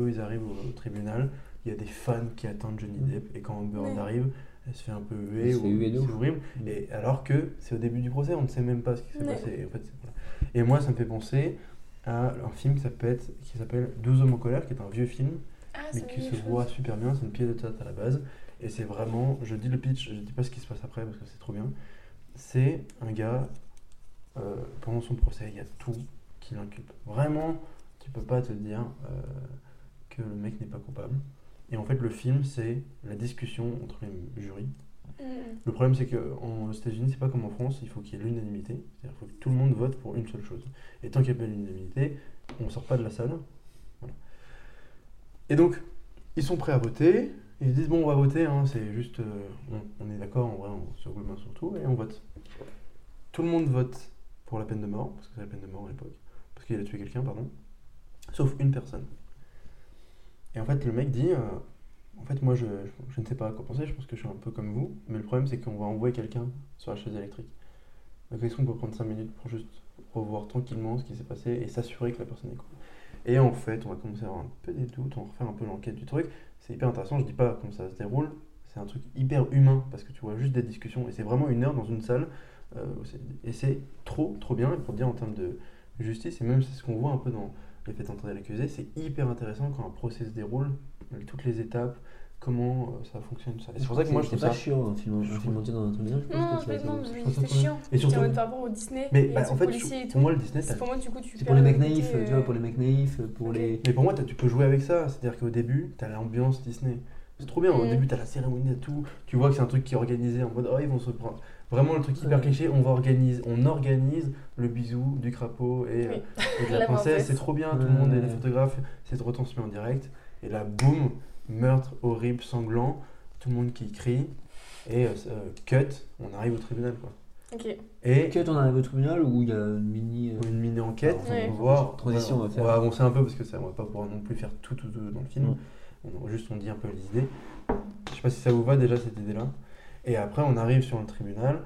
Speaker 1: eux ils arrivent au tribunal, il y a des fans qui attendent Johnny
Speaker 3: Mm.
Speaker 1: Depp, et quand Amber Heard
Speaker 2: Ouais.
Speaker 1: arrive, elle se fait un peu huer,
Speaker 3: Elle se
Speaker 1: ou
Speaker 3: fait huer de
Speaker 1: c'est
Speaker 3: ouf.
Speaker 1: horrible. Et alors que c'est au début du procès, on ne sait même pas ce qui s'est
Speaker 2: Ouais.
Speaker 1: passé. Et, en fait, c'est- voilà. Et moi, ça me fait penser à un film qui s'appelle qui s'appelle Deux hommes en colère, qui est un vieux film,
Speaker 2: Ah,
Speaker 1: mais
Speaker 2: ça me
Speaker 1: qui
Speaker 2: dit
Speaker 1: se
Speaker 2: quelque
Speaker 1: voit
Speaker 2: chose.
Speaker 1: super bien. C'est une pièce de théâtre à la base. Et c'est vraiment, je dis le pitch, je dis pas ce qui se passe après parce que c'est trop bien. C'est un gars, euh, pendant son procès, il y a tout qui l'inculpe. Vraiment, tu peux pas te dire euh, que le mec n'est pas coupable. Et en fait, le film, c'est la discussion entre les jurys.
Speaker 2: Mm.
Speaker 1: Le problème, c'est qu'aux États-Unis, c'est pas comme en France, il faut qu'il y ait l'unanimité. C'est-à-dire qu'il faut que tout le monde vote pour une seule chose. Et tant qu'il n'y a pas l'unanimité, on sort pas de la salle. Voilà. Et donc, ils sont prêts à voter. Ils disent, bon, on va voter, hein, c'est juste. euh, on, on est d'accord, en vrai, on se roule main sur tout, et on vote. Tout le monde vote pour la peine de mort, parce que c'est la peine de mort à l'époque. Parce qu'il a tué quelqu'un, pardon. Sauf une personne. Et en fait, le mec dit. euh, en fait, moi, je, je- je ne sais pas à quoi penser, je pense que je suis un peu comme vous, mais le problème, c'est qu'on va envoyer quelqu'un sur la chaise électrique. Donc, est-ce qu'on peut prendre 5 minutes pour juste revoir tranquillement ce qui s'est passé et s'assurer que la personne est coupable Et en fait, on va commencer à avoir un peu des doutes, on va refaire un peu l'enquête du truc. C'est hyper intéressant, je dis pas comment ça se déroule, c'est un truc hyper humain, parce que tu vois juste des discussions, et c'est vraiment une heure dans une salle, euh, où c'est- et c'est trop, trop bien, et pour dire en termes de justice, et même c'est ce qu'on voit un peu dans les faits d'entrée de l'accusé, c'est hyper intéressant quand un procès se déroule, avec toutes les étapes, comment euh, ça fonctionne, tout ça. Et c'est pour ça que moi je
Speaker 3: C'est
Speaker 1: trouve
Speaker 3: pas
Speaker 1: ça
Speaker 3: chiant un film, un
Speaker 1: Je
Speaker 3: film entier dans un truc bien. Je pense
Speaker 2: Non,
Speaker 3: que c'est
Speaker 2: complètement,
Speaker 3: assez-
Speaker 2: mais
Speaker 1: pense que
Speaker 2: c'est
Speaker 1: c'est
Speaker 2: chiant.
Speaker 1: Et surtout-
Speaker 2: C'était par rapport au Disney.
Speaker 1: Mais
Speaker 2: et
Speaker 1: bah,
Speaker 2: les
Speaker 1: en
Speaker 2: trucs
Speaker 1: fait,
Speaker 2: policiers
Speaker 1: je-
Speaker 2: et
Speaker 1: pour
Speaker 2: tout.
Speaker 1: moi, le Disney,
Speaker 2: C'est
Speaker 1: t'as-
Speaker 2: pour moi, du coup, tu
Speaker 3: C'est
Speaker 2: perds
Speaker 3: pour les
Speaker 2: le
Speaker 3: mecs
Speaker 2: côté,
Speaker 3: naïfs, tu
Speaker 2: euh,
Speaker 3: vois, pour les mecs naïfs, pour
Speaker 2: ok.
Speaker 3: les.
Speaker 1: mais pour moi, t'as- tu peux jouer avec ça. C'est-à-dire qu'au début, t'as l'ambiance Disney. C'est trop bien. Au
Speaker 2: Mm.
Speaker 1: début, t'as la cérémonie et tout. Tu vois que c'est un truc qui est organisé en mode, oh, ils vont se prendre. Vraiment, le truc hyper
Speaker 3: Ouais.
Speaker 1: cliché, on va organise, on organise le bisou du crapaud et,
Speaker 2: Oui.
Speaker 1: euh, et de la
Speaker 2: La
Speaker 1: princesse.
Speaker 2: princesse.
Speaker 1: C'est trop bien. Tout le monde est
Speaker 3: Ouais.
Speaker 1: les photographes. C'est retransmis en direct. Et là, boum, meurtre horrible, sanglant. Tout le monde qui crie. Et euh, euh, cut, on arrive au tribunal. Quoi.
Speaker 2: Ok.
Speaker 1: Et
Speaker 3: Que on arrive au tribunal où il y a une mini. euh,
Speaker 1: une mini enquête,
Speaker 3: Ah,
Speaker 1: on
Speaker 2: ouais.
Speaker 1: va voir.
Speaker 3: Transition,
Speaker 1: on
Speaker 3: on
Speaker 1: va,
Speaker 3: va faire. Mm.
Speaker 1: on va avancer un peu parce que ça, on va pas pouvoir non plus faire tout tout, tout dans le film.
Speaker 3: Non.
Speaker 1: On, juste on dit un peu les idées. Je sais pas si ça vous va déjà cette idée-là. Et après on arrive sur le tribunal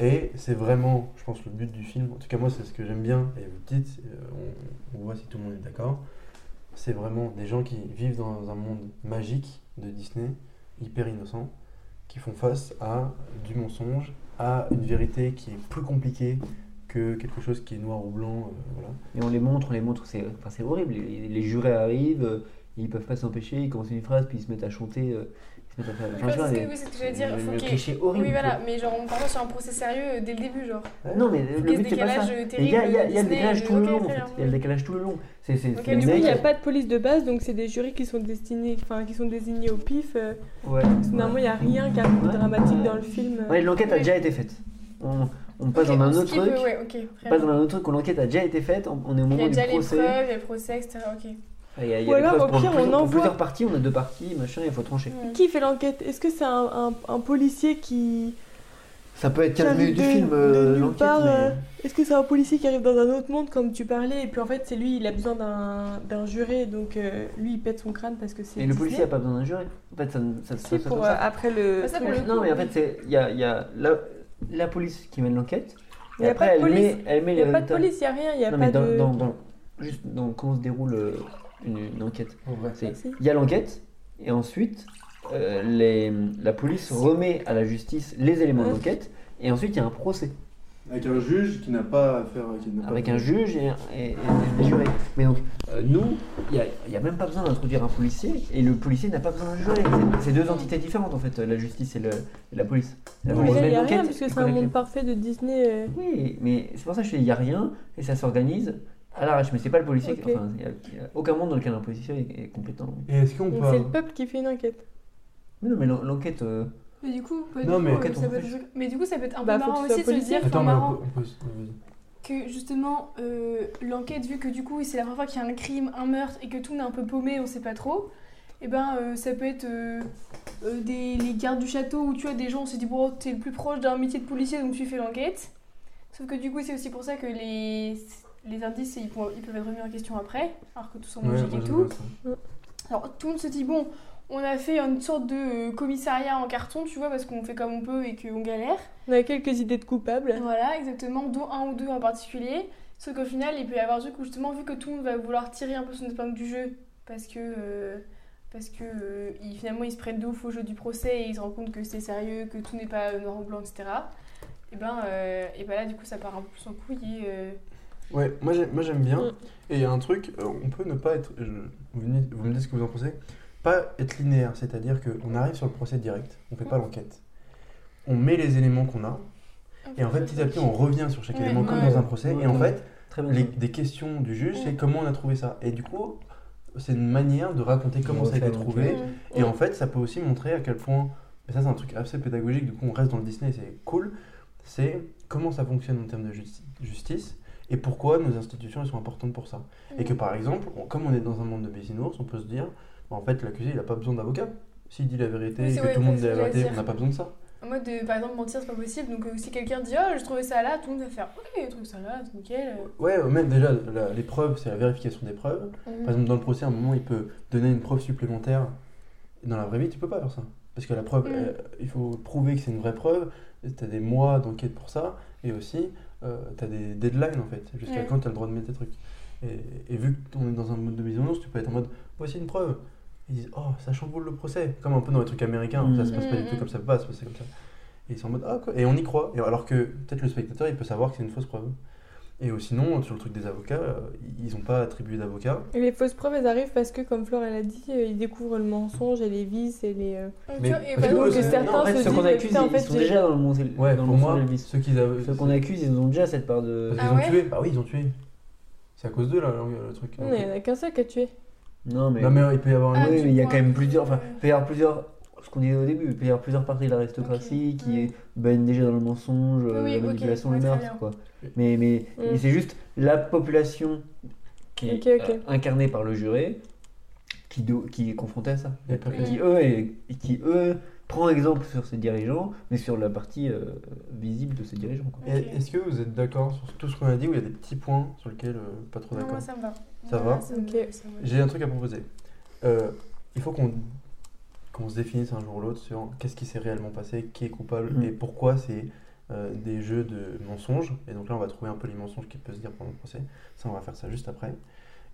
Speaker 1: et c'est vraiment, je pense, le but du film. En tout cas moi c'est ce que j'aime bien et vous le dites, euh, on, on voit si tout le monde est d'accord. C'est vraiment des gens qui vivent dans un monde magique de Disney, hyper innocent, qui font face à du mensonge, à une vérité qui est plus compliquée que quelque chose qui est noir ou blanc. euh, voilà.
Speaker 3: Et on les montre, on les montre, c'est enfin, c'est horrible. Les, les jurés arrivent, euh, ils peuvent pas s'empêcher, ils commencent une phrase, puis ils se mettent à chanter. euh, ils se mettent à faire.
Speaker 2: Ouais,
Speaker 3: enfin, tu vois,
Speaker 2: c'est ce
Speaker 3: les-
Speaker 2: que- oui, c'est ce que j'allais dire.
Speaker 3: le-
Speaker 2: Faut
Speaker 3: le
Speaker 2: qu'il y ait-
Speaker 3: cliché horrible.
Speaker 2: Oui, voilà, mais genre, on part sur un procès sérieux euh, dès le début, genre.
Speaker 3: Non, mais le
Speaker 2: Il y a ce
Speaker 3: but c'est pas ça.
Speaker 2: décalage
Speaker 3: Mais
Speaker 2: euh,
Speaker 3: Il
Speaker 2: terrible.
Speaker 3: y a, il y a-
Speaker 2: de
Speaker 3: il y a le
Speaker 2: Disney,
Speaker 3: décalage
Speaker 2: de-
Speaker 3: tout le
Speaker 2: ok,
Speaker 3: long, en
Speaker 2: très
Speaker 3: fait.
Speaker 2: bien,
Speaker 3: Il y a le décalage tout le long. C'est c'est-
Speaker 2: Ok,
Speaker 3: c'est
Speaker 2: mais
Speaker 4: Du coup, il n'y a
Speaker 3: mec-
Speaker 4: pas de police de base, donc c'est des jurys qui sont destinés, enfin qui sont désignés au pif. euh,
Speaker 3: Ouais.
Speaker 4: parce que Normalement, il n'y a rien qui est un peu
Speaker 3: Ouais.
Speaker 4: dramatique dans le film. euh.
Speaker 3: Ouais, l'enquête a
Speaker 2: Ouais.
Speaker 3: déjà été faite. On, on passe
Speaker 2: Ok,
Speaker 3: dans un
Speaker 2: on
Speaker 3: autre
Speaker 2: skip,
Speaker 3: truc.
Speaker 2: euh, Ouais, ok.
Speaker 3: On
Speaker 2: très
Speaker 3: passe
Speaker 2: bien.
Speaker 3: dans un autre truc où l'enquête a déjà été faite. On, on est au
Speaker 2: Il y a
Speaker 3: moment du
Speaker 2: déjà les preuves,
Speaker 3: procès.
Speaker 2: il y a le procès, etc. Ok.
Speaker 3: Ah, il y a- il y
Speaker 4: Ou
Speaker 3: a des
Speaker 4: alors,
Speaker 3: preuves
Speaker 4: au
Speaker 3: pour
Speaker 4: pire,
Speaker 3: plusieurs-
Speaker 4: on
Speaker 3: pour
Speaker 4: envoie-
Speaker 3: plusieurs parties, on a deux parties, machin, il faut trancher.
Speaker 2: Ouais.
Speaker 4: Qui fait l'enquête Est-ce que c'est un, un- un policier qui.
Speaker 3: Ça peut être
Speaker 4: qui arrive
Speaker 3: calmé du
Speaker 4: de-
Speaker 3: film,
Speaker 4: de
Speaker 3: euh,
Speaker 4: nulle
Speaker 3: l'enquête,
Speaker 4: part,
Speaker 3: mais-
Speaker 4: euh, Est-ce que c'est un policier qui arrive dans un autre monde, comme tu parlais, et puis en fait, c'est lui, il a besoin d'un d'un juré, donc euh, lui, il pète son crâne parce que c'est.
Speaker 3: Et le
Speaker 4: Disney.
Speaker 3: policier a pas besoin d'un jury. En fait, ça ne ça, ça-
Speaker 4: Si,
Speaker 3: ça-
Speaker 4: pour,
Speaker 3: ça-
Speaker 4: euh, après le.
Speaker 2: Bah, ça, pour
Speaker 4: truc.
Speaker 2: le
Speaker 3: Non,
Speaker 2: coup,
Speaker 3: mais en
Speaker 2: oui.
Speaker 3: fait, c'est- il y a, il y a la, la police qui mène l'enquête.
Speaker 4: Il
Speaker 3: et
Speaker 4: y a
Speaker 3: après,
Speaker 4: pas de
Speaker 3: elle
Speaker 4: police.
Speaker 3: met, elle met
Speaker 4: Il
Speaker 3: les
Speaker 4: n'y a pas de
Speaker 3: résultats.
Speaker 4: police, il n'y a rien, il n'y a
Speaker 3: non,
Speaker 4: pas
Speaker 3: mais dans,
Speaker 4: de.
Speaker 3: dans- dans- juste dans comment se déroule euh, une, une enquête. C'est-
Speaker 4: Si.
Speaker 3: Il y a l'enquête, et ensuite, euh, les- la police remet à la justice les éléments
Speaker 4: Ouais.
Speaker 3: de l'enquête, et ensuite, il y a un procès.
Speaker 1: Avec un juge qui n'a pas à faire. euh, qui n'a pas-
Speaker 3: avec un juge et, et- et des jurés. Mais donc, euh, nous, il n'y a, même pas besoin d'introduire un policier, et le policier n'a pas besoin d'un juré. C'est- C'est deux entités différentes, en fait, la justice et, le- et la police. La
Speaker 4: Mais
Speaker 3: police
Speaker 4: là, il
Speaker 3: mène
Speaker 4: n'y a rien,
Speaker 3: l'enquête,
Speaker 4: parce que
Speaker 3: et
Speaker 4: c'est un
Speaker 3: collecte les-
Speaker 4: monde parfait de Disney. euh,
Speaker 3: Oui, mais c'est pour ça que je dis, il n'y a rien, et ça s'organise à l'arrache. Mais c'est pas le policier, qui-
Speaker 4: Ok.
Speaker 3: enfin, il n'y a, aucun monde dans lequel un policier est, est compétent. oui.
Speaker 1: Et est-ce qu'on peut.
Speaker 4: Donc c'est le peuple qui fait une enquête.
Speaker 3: Mais non, mais l'en- l'enquête... euh,
Speaker 2: Mais du coup, ouais,
Speaker 1: Non,
Speaker 2: du
Speaker 1: mais-
Speaker 2: coup, euh,
Speaker 3: Enquête,
Speaker 2: ça
Speaker 3: on
Speaker 2: peut être-
Speaker 3: fait.
Speaker 2: mais du coup, ça peut être un peu
Speaker 4: Bah, faut
Speaker 2: marrant
Speaker 4: que ce
Speaker 2: aussi de
Speaker 4: soit
Speaker 2: se dire,
Speaker 1: Attends,
Speaker 2: enfin,
Speaker 1: mais on
Speaker 2: marrant,
Speaker 1: peut- on peut- vas-y.
Speaker 2: que justement, euh, l'enquête, vu que du coup, c'est la première fois qu'il y a un crime, un meurtre, et que tout n'est un peu paumé, on sait pas trop, et ben euh, ça peut être euh, euh, des, les gardes du château où tu as des gens, on s'est dit, bon, t'es le plus proche d'un métier de policier, donc tu fais l'enquête. Sauf que du coup, c'est aussi pour ça que les, les indices, ils, pourront- ils peuvent être remis en question après, alors que tout semble
Speaker 1: Ouais,
Speaker 2: logique
Speaker 1: moi,
Speaker 2: et
Speaker 1: j'aime
Speaker 2: tout.
Speaker 1: bien ça.
Speaker 2: Alors tout le monde se dit bon, on a fait une sorte de euh, commissariat en carton, tu vois, parce qu'on fait comme on peut et qu'on galère.
Speaker 4: On a quelques idées de coupables.
Speaker 2: Voilà, exactement, dont un ou deux en particulier. Sauf qu'au final, il peut y avoir un truc où justement, vu que tout le monde va vouloir tirer un peu son épingle du jeu, parce que, euh, parce que euh, ils- finalement ils se prennent de ouf au jeu du procès et ils se rendent compte que c'est sérieux, que tout n'est pas euh, noir ou blanc, etc. Et ben, euh, et ben là, du coup, ça part un peu plus en couille et. euh,
Speaker 1: Ouais, moi j'ai- moi, j'aime bien.
Speaker 4: Mm.
Speaker 1: Et il y a un truc, euh, on peut ne pas être. je- vous, venez- vous me dites ce que vous en pensez. Pas être linéaire, c'est-à-dire qu'on arrive sur le procès direct, on fait pas l'enquête. On met les éléments qu'on a, et en fait petit à petit on revient sur chaque
Speaker 2: Ouais,
Speaker 1: élément comme
Speaker 2: ouais.
Speaker 1: dans un procès.
Speaker 3: Ouais,
Speaker 1: Et en
Speaker 3: ouais.
Speaker 1: fait,
Speaker 3: Très bien.
Speaker 1: les, des questions du juge, c'est comment on a trouvé ça. Et du coup, c'est une manière de raconter comment ça a été
Speaker 3: Refaire
Speaker 1: trouvé.
Speaker 3: l'enquête.
Speaker 1: Et
Speaker 4: Ouais.
Speaker 1: en fait, ça peut aussi montrer à quel point, et ça c'est un truc assez pédagogique, du coup on reste dans le Disney, c'est cool, c'est comment ça fonctionne en termes de justi- justice et pourquoi nos institutions elles sont importantes pour ça. Et
Speaker 2: Mm.
Speaker 1: que par exemple, on- comme on est dans un monde de bisounours, on peut se dire, bah, en fait l'accusé il n'a pas besoin d'avocat. S'il dit la vérité
Speaker 2: Oui,
Speaker 1: et
Speaker 2: c'est
Speaker 1: que
Speaker 2: vrai,
Speaker 1: tout le monde dit
Speaker 2: c'est ce
Speaker 1: la
Speaker 2: que j'allais
Speaker 1: vérité,
Speaker 2: dire.
Speaker 1: on n'a pas besoin de ça.
Speaker 2: En mode, de, par exemple, mentir, c'est pas possible. Donc, euh, si quelqu'un dit, oh, je trouvais ça là, tout le monde va faire, ok, je trouve ça là, c'est nickel.
Speaker 1: Ouais, euh, même déjà, la- les preuves, c'est la vérification des preuves. Par exemple, dans le procès, à un moment, il peut donner une preuve supplémentaire. Dans la vraie vie, tu peux pas faire ça. Parce que la preuve,
Speaker 2: Mm.
Speaker 1: euh, il faut prouver que c'est une vraie preuve. Tu as des mois d'enquête pour ça. Et aussi, tu as des deadlines, en fait. Jusqu'à
Speaker 2: Ouais.
Speaker 1: quand tu as le droit de mettre tes trucs. Et, et vu qu'on est dans un mode de bisounours, tu peux être en mode voici une preuve. Ils disent oh, ça chamboule le procès. Comme un peu dans les trucs américains.
Speaker 3: Mm.
Speaker 1: Ça se passe pas du
Speaker 2: Mm,
Speaker 1: tout
Speaker 2: mm.
Speaker 1: comme ça peut pas se passer comme ça. Et ils sont en mode ah, quoi. Et on y croit. Et alors que peut-être le spectateur, il peut savoir que c'est une fausse preuve. Et euh, sinon, sur le truc des avocats, euh, ils n'ont pas attribué d'avocat.
Speaker 4: Et les fausses preuves, elles arrivent parce que, comme Flore, elle a dit, euh, ils découvrent le mensonge et les vices et les. euh,
Speaker 1: Mais-
Speaker 2: Tu vois, et
Speaker 1: parce
Speaker 2: par
Speaker 1: que
Speaker 2: exemple,
Speaker 1: eux,
Speaker 2: euh,
Speaker 1: c'est certains
Speaker 3: en fait,
Speaker 4: se
Speaker 3: ceux qu'on
Speaker 4: disent,
Speaker 3: accuse,
Speaker 4: putain, en
Speaker 3: ils
Speaker 4: fait,
Speaker 3: sont
Speaker 4: j'ai-
Speaker 3: déjà dans le monde.
Speaker 1: Ouais,
Speaker 3: dans
Speaker 1: pour
Speaker 3: le monde
Speaker 1: moi,
Speaker 3: de Elvis.
Speaker 1: ceux qu'ils avaient.
Speaker 3: Ceux qu'on accuse, ils ont déjà cette part de.
Speaker 1: Parce qu'ils
Speaker 2: Ah
Speaker 1: ont
Speaker 2: ouais
Speaker 1: tué. Bah oui, ils ont tué. C'est à cause d'eux, là, le, le truc.
Speaker 4: Non, il n'y en a qu'un seul qui a tué.
Speaker 3: Non, mais.
Speaker 1: Non, mais euh, il peut y avoir un.
Speaker 2: Ah,
Speaker 3: oui,
Speaker 2: tu
Speaker 3: mais il y a
Speaker 2: vois,
Speaker 3: quand même plusieurs. Enfin,
Speaker 2: euh,
Speaker 3: il peut y avoir plusieurs. Ce qu'on disait au début, il peut y avoir plusieurs parties de l'aristocratie
Speaker 2: Ok,
Speaker 3: qui
Speaker 2: ouais.
Speaker 3: baignent déjà dans le mensonge, euh,
Speaker 2: Oui,
Speaker 3: la
Speaker 2: ok,
Speaker 3: manipulation,
Speaker 2: ouais,
Speaker 3: le
Speaker 2: très
Speaker 3: meurtre,
Speaker 2: bien.
Speaker 3: quoi. Mais, mais, mais
Speaker 4: Mm.
Speaker 3: c'est juste la population qui est
Speaker 4: Ok, ok.
Speaker 3: euh, incarnée par le juré qui, do- qui est confrontée à ça.
Speaker 1: Il y a pas
Speaker 2: Mm.
Speaker 3: Et qui, eux, est- et qui, eux, prend exemple sur ses dirigeants, mais sur la partie euh, visible de ses dirigeants, quoi.
Speaker 1: Et Est-ce que vous êtes d'accord sur tout ce qu'on a dit ou il y a des petits points sur lesquels euh, pas trop
Speaker 2: Non,
Speaker 1: d'accord
Speaker 2: moi ça me va.
Speaker 1: Ça
Speaker 2: Moi,
Speaker 1: va
Speaker 2: me-
Speaker 4: Ok.
Speaker 2: ça me-
Speaker 1: J'ai un truc à proposer. Euh, il faut qu'on qu'on se définisse un jour ou l'autre sur qu'est-ce qui s'est réellement passé, qui est coupable
Speaker 3: Mhm.
Speaker 1: et pourquoi c'est euh, des jeux de mensonges. Et donc là, on va trouver un peu les mensonges qui peut se dire pendant le procès. Ça, on va faire ça juste après.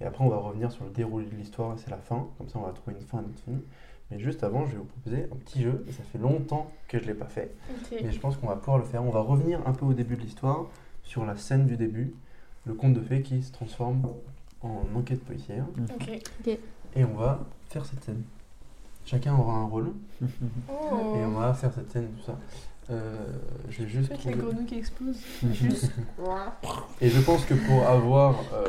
Speaker 1: Et après, on va revenir sur le déroulé de l'histoire et c'est la fin. Comme ça, on va trouver une fin à notre film. Mais juste avant, je vais vous proposer un petit jeu. Et ça fait longtemps que je ne l'ai pas fait.
Speaker 2: Ok.
Speaker 1: Mais je pense qu'on va pouvoir le faire. On va revenir un peu au début de l'histoire, sur la scène du début, le conte de fées qui se transforme en enquête policière.
Speaker 2: Ok.
Speaker 1: Et on va faire cette scène. Chacun aura un rôle et on
Speaker 2: Oh.
Speaker 1: va faire cette scène et tout ça. Euh, je vais juste
Speaker 2: Peut-être la
Speaker 1: trouver-
Speaker 2: grenouille qui explose.
Speaker 1: Et je pense que pour avoir. euh,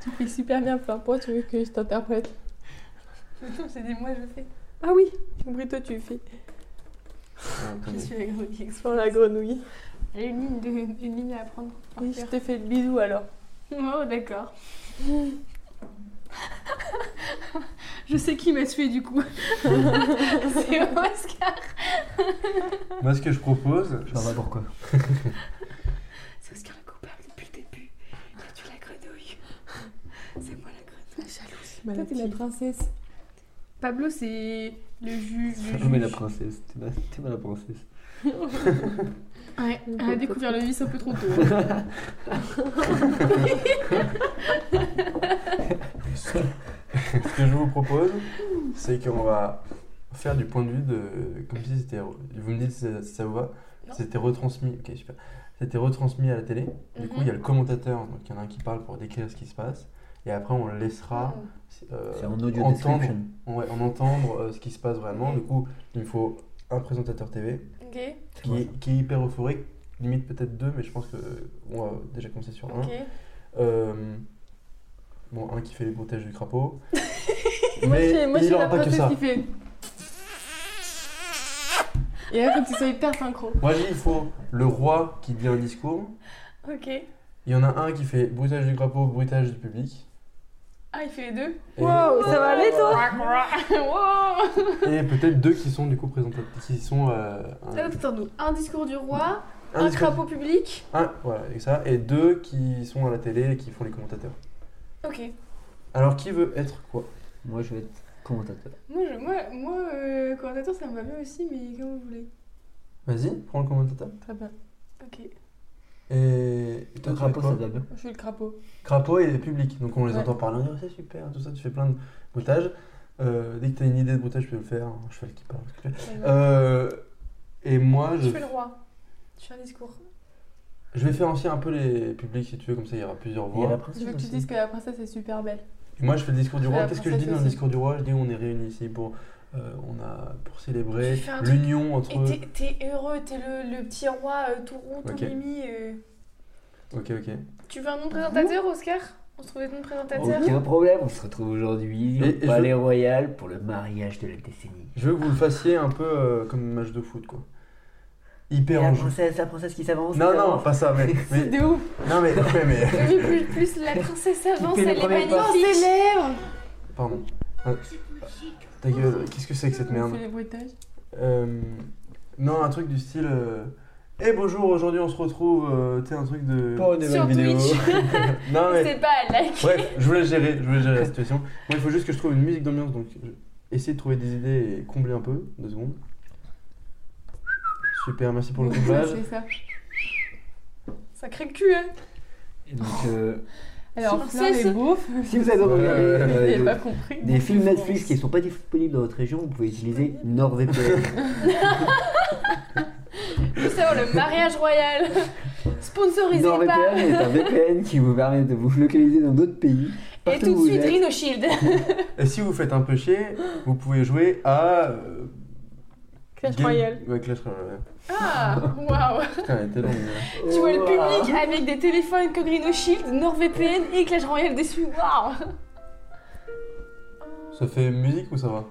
Speaker 4: Tu fais super bien, Flore. Pourquoi tu veux que je t'interprète
Speaker 2: C'est des moi je fais.
Speaker 4: Ah oui Brito, toi, tu fais.
Speaker 2: Je
Speaker 1: attendez.
Speaker 2: suis la grenouille qui
Speaker 4: Flore
Speaker 2: explose.
Speaker 4: la grenouille.
Speaker 2: Il y a une ligne, Oh, de- une ligne à prendre.
Speaker 4: Oui, je te fais le bisou alors.
Speaker 2: Oh d'accord. Je sais qui m'a tué du coup. c'est Oscar.
Speaker 1: Moi, ce que je propose,
Speaker 3: Je sais pas
Speaker 2: Mm.
Speaker 3: pourquoi.
Speaker 2: C'est Oscar le coupable depuis le début. Il a tué la grenouille. C'est moi la
Speaker 5: Toi,
Speaker 2: grenouille.
Speaker 5: t'es la princesse.
Speaker 2: Pablo, c'est le juge. le
Speaker 3: Ah, mais la
Speaker 2: juge.
Speaker 3: princesse. T'es ma, t'es ma la princesse.
Speaker 2: Ouais, elle a découvert le vice un peu trop tôt.
Speaker 1: ce que je vous propose, c'est qu'on va faire du point de vue de. Comme si c'était. Vous me dites si ça, si ça vous va.
Speaker 2: Non.
Speaker 1: C'était retransmis. Ok, super. C'était retransmis à la télé. Du coup, il y a le commentateur. Donc, il y en a un qui parle pour décrire ce qui se passe. Et après, on le laissera. euh,
Speaker 3: C'est en audio
Speaker 1: entendre,
Speaker 3: description.
Speaker 1: ouais, en entendre euh, ce qui se passe vraiment. Du coup, il me faut un présentateur TV
Speaker 2: Ok,
Speaker 1: qui,
Speaker 3: Ouais.
Speaker 1: est, qui est hyper euphorique, limite peut-être deux, mais je pense que on va déjà commencer sur un.
Speaker 2: ok.
Speaker 1: Euh, bon, un qui fait les montages du crapaud.
Speaker 4: Moi,
Speaker 1: mais
Speaker 4: j'ai- moi,
Speaker 1: il
Speaker 4: j'ai
Speaker 1: aura
Speaker 4: la
Speaker 1: pas que
Speaker 4: princesse
Speaker 1: ça.
Speaker 4: qui fait.
Speaker 2: Et là, faut que tu sois hyper synchro.
Speaker 1: Moi, je dis, il faut le roi qui dit un discours.
Speaker 2: Ok.
Speaker 1: Il y en a un qui fait bruitage du crapaud, bruitage du public.
Speaker 2: Ah, il fait les deux
Speaker 1: Et,
Speaker 4: Wow, ça va aller toi
Speaker 2: Wow
Speaker 1: et peut-être deux qui sont du coup présentateurs, qui sont euh, un,
Speaker 2: Là, nous Un discours du roi,
Speaker 1: un
Speaker 2: un
Speaker 1: discours-
Speaker 2: crapaud public.
Speaker 1: un- voilà, et ça, et deux qui sont à la télé et qui font les commentateurs.
Speaker 2: Ok.
Speaker 1: Alors, qui veut être quoi
Speaker 3: Moi, je vais être commentateur.
Speaker 2: Moi, je, moi, moi euh, commentateur, ça me va bien aussi, mais comme vous voulez.
Speaker 1: Vas-y, prends le commentateur.
Speaker 4: Très bien.
Speaker 2: Ok.
Speaker 1: Et et toi,
Speaker 3: Le
Speaker 1: tu vas être
Speaker 3: crapaud,
Speaker 1: quoi
Speaker 3: ça te va bien.
Speaker 4: Je suis le crapaud.
Speaker 1: Crapaud et public. Donc on les
Speaker 4: Ouais.
Speaker 1: entend parler, on dit Oh, c'est super, tout ça, tu fais plein de bruitages. Euh, dès que tu as une idée de bruitage, tu peux le faire. hein, Je fais le qui parle. ce que tu
Speaker 2: Ça
Speaker 1: veux.
Speaker 2: me va.
Speaker 1: Euh, et moi,
Speaker 2: Je
Speaker 1: je,
Speaker 2: fais le roi. Je fais un discours.
Speaker 1: je vais faire aussi un peu les publics si tu veux, comme ça il y aura plusieurs
Speaker 3: Il y a la
Speaker 1: voix.
Speaker 4: Je veux
Speaker 3: princesse
Speaker 4: que tu
Speaker 3: aussi.
Speaker 4: dises que la princesse est super belle.
Speaker 1: Et moi, je fais le discours du
Speaker 4: Je fais
Speaker 1: roi.
Speaker 4: la
Speaker 1: Qu'est-ce que je dis
Speaker 4: princesse
Speaker 1: dans le
Speaker 4: aussi.
Speaker 1: discours du roi Je dis on est réunis ici pour, euh, on a, pour célébrer
Speaker 2: Tu fais un truc-
Speaker 1: l'union entre.
Speaker 2: Et t'es- t'es heureux, t'es le, le petit roi euh, tout rond, tout
Speaker 1: Ok.
Speaker 2: mimi. euh.
Speaker 1: Ok, ok.
Speaker 2: Tu veux un nom de présentateur, Oscar On se trouvait de nom de présentateur
Speaker 3: Aucun problème, on se retrouve aujourd'hui
Speaker 1: Et-
Speaker 3: au
Speaker 1: et je-
Speaker 3: Palais Royal pour le mariage de la décennie.
Speaker 1: Je veux que vous le fassiez un peu euh, comme un match de foot, quoi.
Speaker 3: Et
Speaker 1: Hyper
Speaker 3: la
Speaker 1: en jeu.
Speaker 3: princesse, la princesse qui s'avance.
Speaker 1: Non,
Speaker 3: qui
Speaker 1: non,
Speaker 3: s'avance.
Speaker 1: pas ça, mais. mais-
Speaker 4: De ouf.
Speaker 1: non, mais. mais- mais...
Speaker 2: Oui, plus, plus la princesse avance,
Speaker 3: fait le
Speaker 2: elle est
Speaker 3: premier
Speaker 2: magnifique.
Speaker 3: pas
Speaker 4: Oh, lèvres
Speaker 1: Pardon. Ah, ta gueule, qu'est-ce que c'est que cette merde
Speaker 4: On fait les bruitages.
Speaker 1: Euh, Non, un truc du style. euh, Eh bonjour, aujourd'hui on se retrouve. euh, tu sais, un truc de.
Speaker 3: Pour une nouvelle
Speaker 2: Sur
Speaker 3: vidéo.
Speaker 2: Twitch.
Speaker 1: non, mais.
Speaker 2: C'est pas à like.
Speaker 1: Bref, je voulais gérer, je voulais gérer la situation. Moi, il faut juste que je trouve une musique d'ambiance, donc je- essayez de trouver des idées et combler un peu. Deux secondes. Super, merci pour le
Speaker 4: Ouais,
Speaker 1: comblage.
Speaker 4: C'est ça.
Speaker 2: Ça crée le cul, hein
Speaker 3: Et Donc, euh,
Speaker 4: Alors,
Speaker 2: Sur
Speaker 4: là,
Speaker 2: ce-
Speaker 4: les beaufs,
Speaker 3: si vous avez envie de regarder
Speaker 1: Euh,
Speaker 4: vous
Speaker 3: euh,
Speaker 4: n'avez
Speaker 3: de-
Speaker 4: pas compris.
Speaker 3: des films Netflix qui ne sont pas disponibles dans votre région, vous pouvez utiliser NordVPN.
Speaker 2: Plus savoir le mariage royal. Sponsorisé par.
Speaker 3: NordVPN est un VPN qui vous permet de vous localiser dans d'autres pays.
Speaker 2: Et
Speaker 3: partout
Speaker 2: tout
Speaker 3: où vous
Speaker 2: de suite,
Speaker 3: êtes.
Speaker 2: Rhino Shield.
Speaker 1: Et si vous faites un peu chier, vous pouvez jouer à. euh,
Speaker 4: Clash
Speaker 1: Game-
Speaker 4: Royale.
Speaker 1: Ouais, Clash Royale. ouais.
Speaker 2: Ah, waouh.
Speaker 1: Putain, elle était longue. hein.
Speaker 2: Tu vois le public avec des téléphones comme Rhino Shield, NordVPN et Clash Royale dessus. Waouh.
Speaker 1: Ça fait musique ou ça va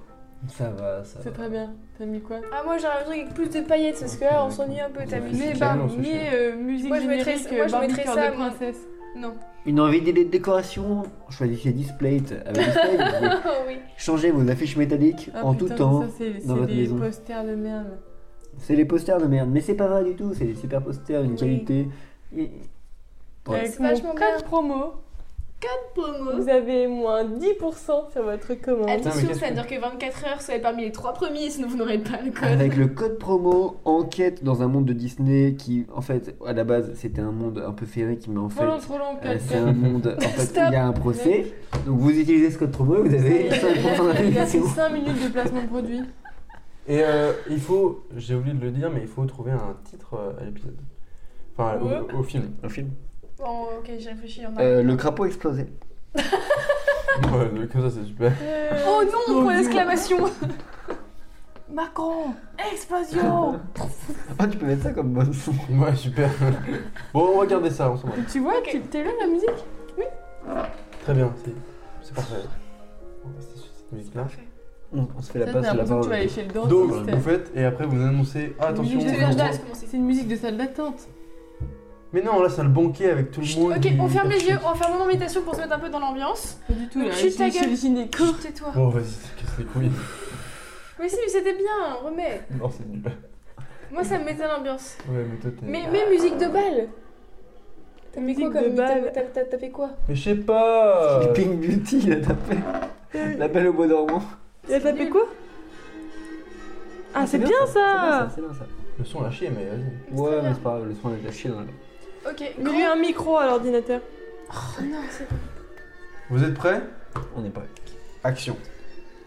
Speaker 3: Ça va, ça
Speaker 4: C'est
Speaker 3: va.
Speaker 4: très bien. T'as mis quoi
Speaker 2: Ah, moi j'aurais un truc avec plus de paillettes parce que là on s'ennuie un peu. T'as
Speaker 1: Ouais,
Speaker 2: mis
Speaker 1: c'est
Speaker 4: Mais,
Speaker 1: bien,
Speaker 4: bah,
Speaker 1: on se
Speaker 4: mais euh, musique
Speaker 2: Moi, je mettrais
Speaker 4: générique,
Speaker 2: ça- moi, je
Speaker 4: Barbie
Speaker 2: mettrais
Speaker 4: cœur
Speaker 2: ça,
Speaker 4: de
Speaker 2: moi.
Speaker 4: princesse.
Speaker 2: Non.
Speaker 3: Une envie d'idée de décoration Choisissez Display. Avec Display, vous pouvez
Speaker 2: Oh oui.
Speaker 3: changer vos affiches métalliques
Speaker 4: Ah,
Speaker 3: en
Speaker 4: putain,
Speaker 3: tout temps.
Speaker 4: Ça, c'est
Speaker 3: dans
Speaker 4: c'est
Speaker 3: votre
Speaker 4: des
Speaker 3: maison.
Speaker 4: posters de merde.
Speaker 3: C'est les posters de merde, mais c'est pas vrai du tout, c'est des super posters d'une
Speaker 2: Oui.
Speaker 3: qualité. Et- Ouais.
Speaker 4: Avec
Speaker 2: C'est
Speaker 4: mon
Speaker 2: vachement Oh.
Speaker 4: code promo, vous avez moins 10% sur votre commande.
Speaker 1: Attends, mais
Speaker 2: Attention,
Speaker 1: qu'est-ce
Speaker 2: ça veut dire que 24 heures, soyez parmi les trois premiers, sinon vous n'aurez pas le code.
Speaker 3: Avec le code promo Enquête dans un monde de Disney qui, en fait, à la base, c'était un monde un peu féerique, mais en fait,
Speaker 4: Trop long, trop long,
Speaker 3: euh,
Speaker 4: code.
Speaker 3: c'est un monde. En fait,
Speaker 2: Stop.
Speaker 3: il y a un procès. Donc vous utilisez ce code promo et vous
Speaker 4: Il
Speaker 3: avez 5%
Speaker 4: y a
Speaker 3: d'indemnisation.
Speaker 4: 5 minutes de placement de produit.
Speaker 1: Et euh, il faut, j'ai oublié de le dire, mais il faut trouver un titre euh, à l'épisode. Enfin, au-
Speaker 2: Ouais.
Speaker 1: au, film.
Speaker 3: Un film
Speaker 2: Bon, ok, j'ai réfléchi, il y en a.
Speaker 3: Euh, Le crapaud explosé.
Speaker 1: Ouais, donc comme ça, c'est super.
Speaker 2: Oh non, point d'exclamation
Speaker 4: Macron Explosion
Speaker 3: Ah, tu peux mettre ça comme bonne son.
Speaker 1: Ouais, super. bon, on va garder ça, on s'en va.
Speaker 4: Tu vois,
Speaker 2: Ok.
Speaker 4: tu- t'es là la musique
Speaker 1: Très bien, c'est, c'est parfait. On va rester sur cette musique-là.
Speaker 3: On, on se fait
Speaker 4: Ça,
Speaker 3: la
Speaker 4: J'ai
Speaker 3: passe sur
Speaker 4: l'impression que
Speaker 3: la
Speaker 4: tu vas
Speaker 3: parole.
Speaker 4: aller chez
Speaker 2: Oh,
Speaker 4: le
Speaker 1: Donc,
Speaker 4: dentiste.
Speaker 1: vous faites, et après vous annoncez, ah, attention,
Speaker 4: Oui,
Speaker 2: Je
Speaker 4: j'ai
Speaker 1: on
Speaker 2: te
Speaker 4: l'air
Speaker 2: laisse
Speaker 1: commence.
Speaker 2: commencer.
Speaker 4: C'est une musique de salle d'attente.
Speaker 1: Mais non, là, c'est le banquet avec tout le monde.
Speaker 2: Ok,
Speaker 1: qui-
Speaker 2: on ferme les yeux, on ferme mon invitation pour se mettre un peu dans l'ambiance.
Speaker 4: Pas du tout,
Speaker 2: Donc,
Speaker 4: là,
Speaker 2: chute ta
Speaker 4: chez- chez
Speaker 2: gueule.
Speaker 4: le gynéco.
Speaker 2: Chut, Tais-toi.
Speaker 1: Bon, Oh, vas-y, casse les couilles.
Speaker 2: Mais si, mais c'était bien, remets.
Speaker 1: non, c'est nul.
Speaker 2: Moi, ça me mettait l'ambiance.
Speaker 1: Ouais, mais toi, t'es.
Speaker 2: Mais, mais musique de balle. T'as fait
Speaker 4: Musique
Speaker 2: quoi
Speaker 4: de
Speaker 2: comme
Speaker 4: balle.
Speaker 2: t'as- t'as- T'as fait quoi
Speaker 1: Mais je sais pas.
Speaker 3: Sleeping Beauty, il a tapé. La belle au bois dormant.
Speaker 4: Il a tapé quoi Ah, c'est bien ça
Speaker 3: C'est bien ça.
Speaker 1: Le son l'a chier, mais vas-y.
Speaker 2: C'est très
Speaker 3: Ouais, mais
Speaker 2: bien.
Speaker 3: c'est pas grave, le soin est lâché dans la.
Speaker 2: Ok,
Speaker 4: Mais lui,
Speaker 2: grand.
Speaker 4: un micro à l'ordinateur.
Speaker 2: Oh non, c'est bon.
Speaker 1: Vous êtes prêts
Speaker 3: On est prêt.
Speaker 1: Action.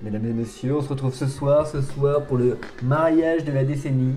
Speaker 3: Mesdames et messieurs, on se retrouve ce soir, ce soir pour le mariage de la décennie.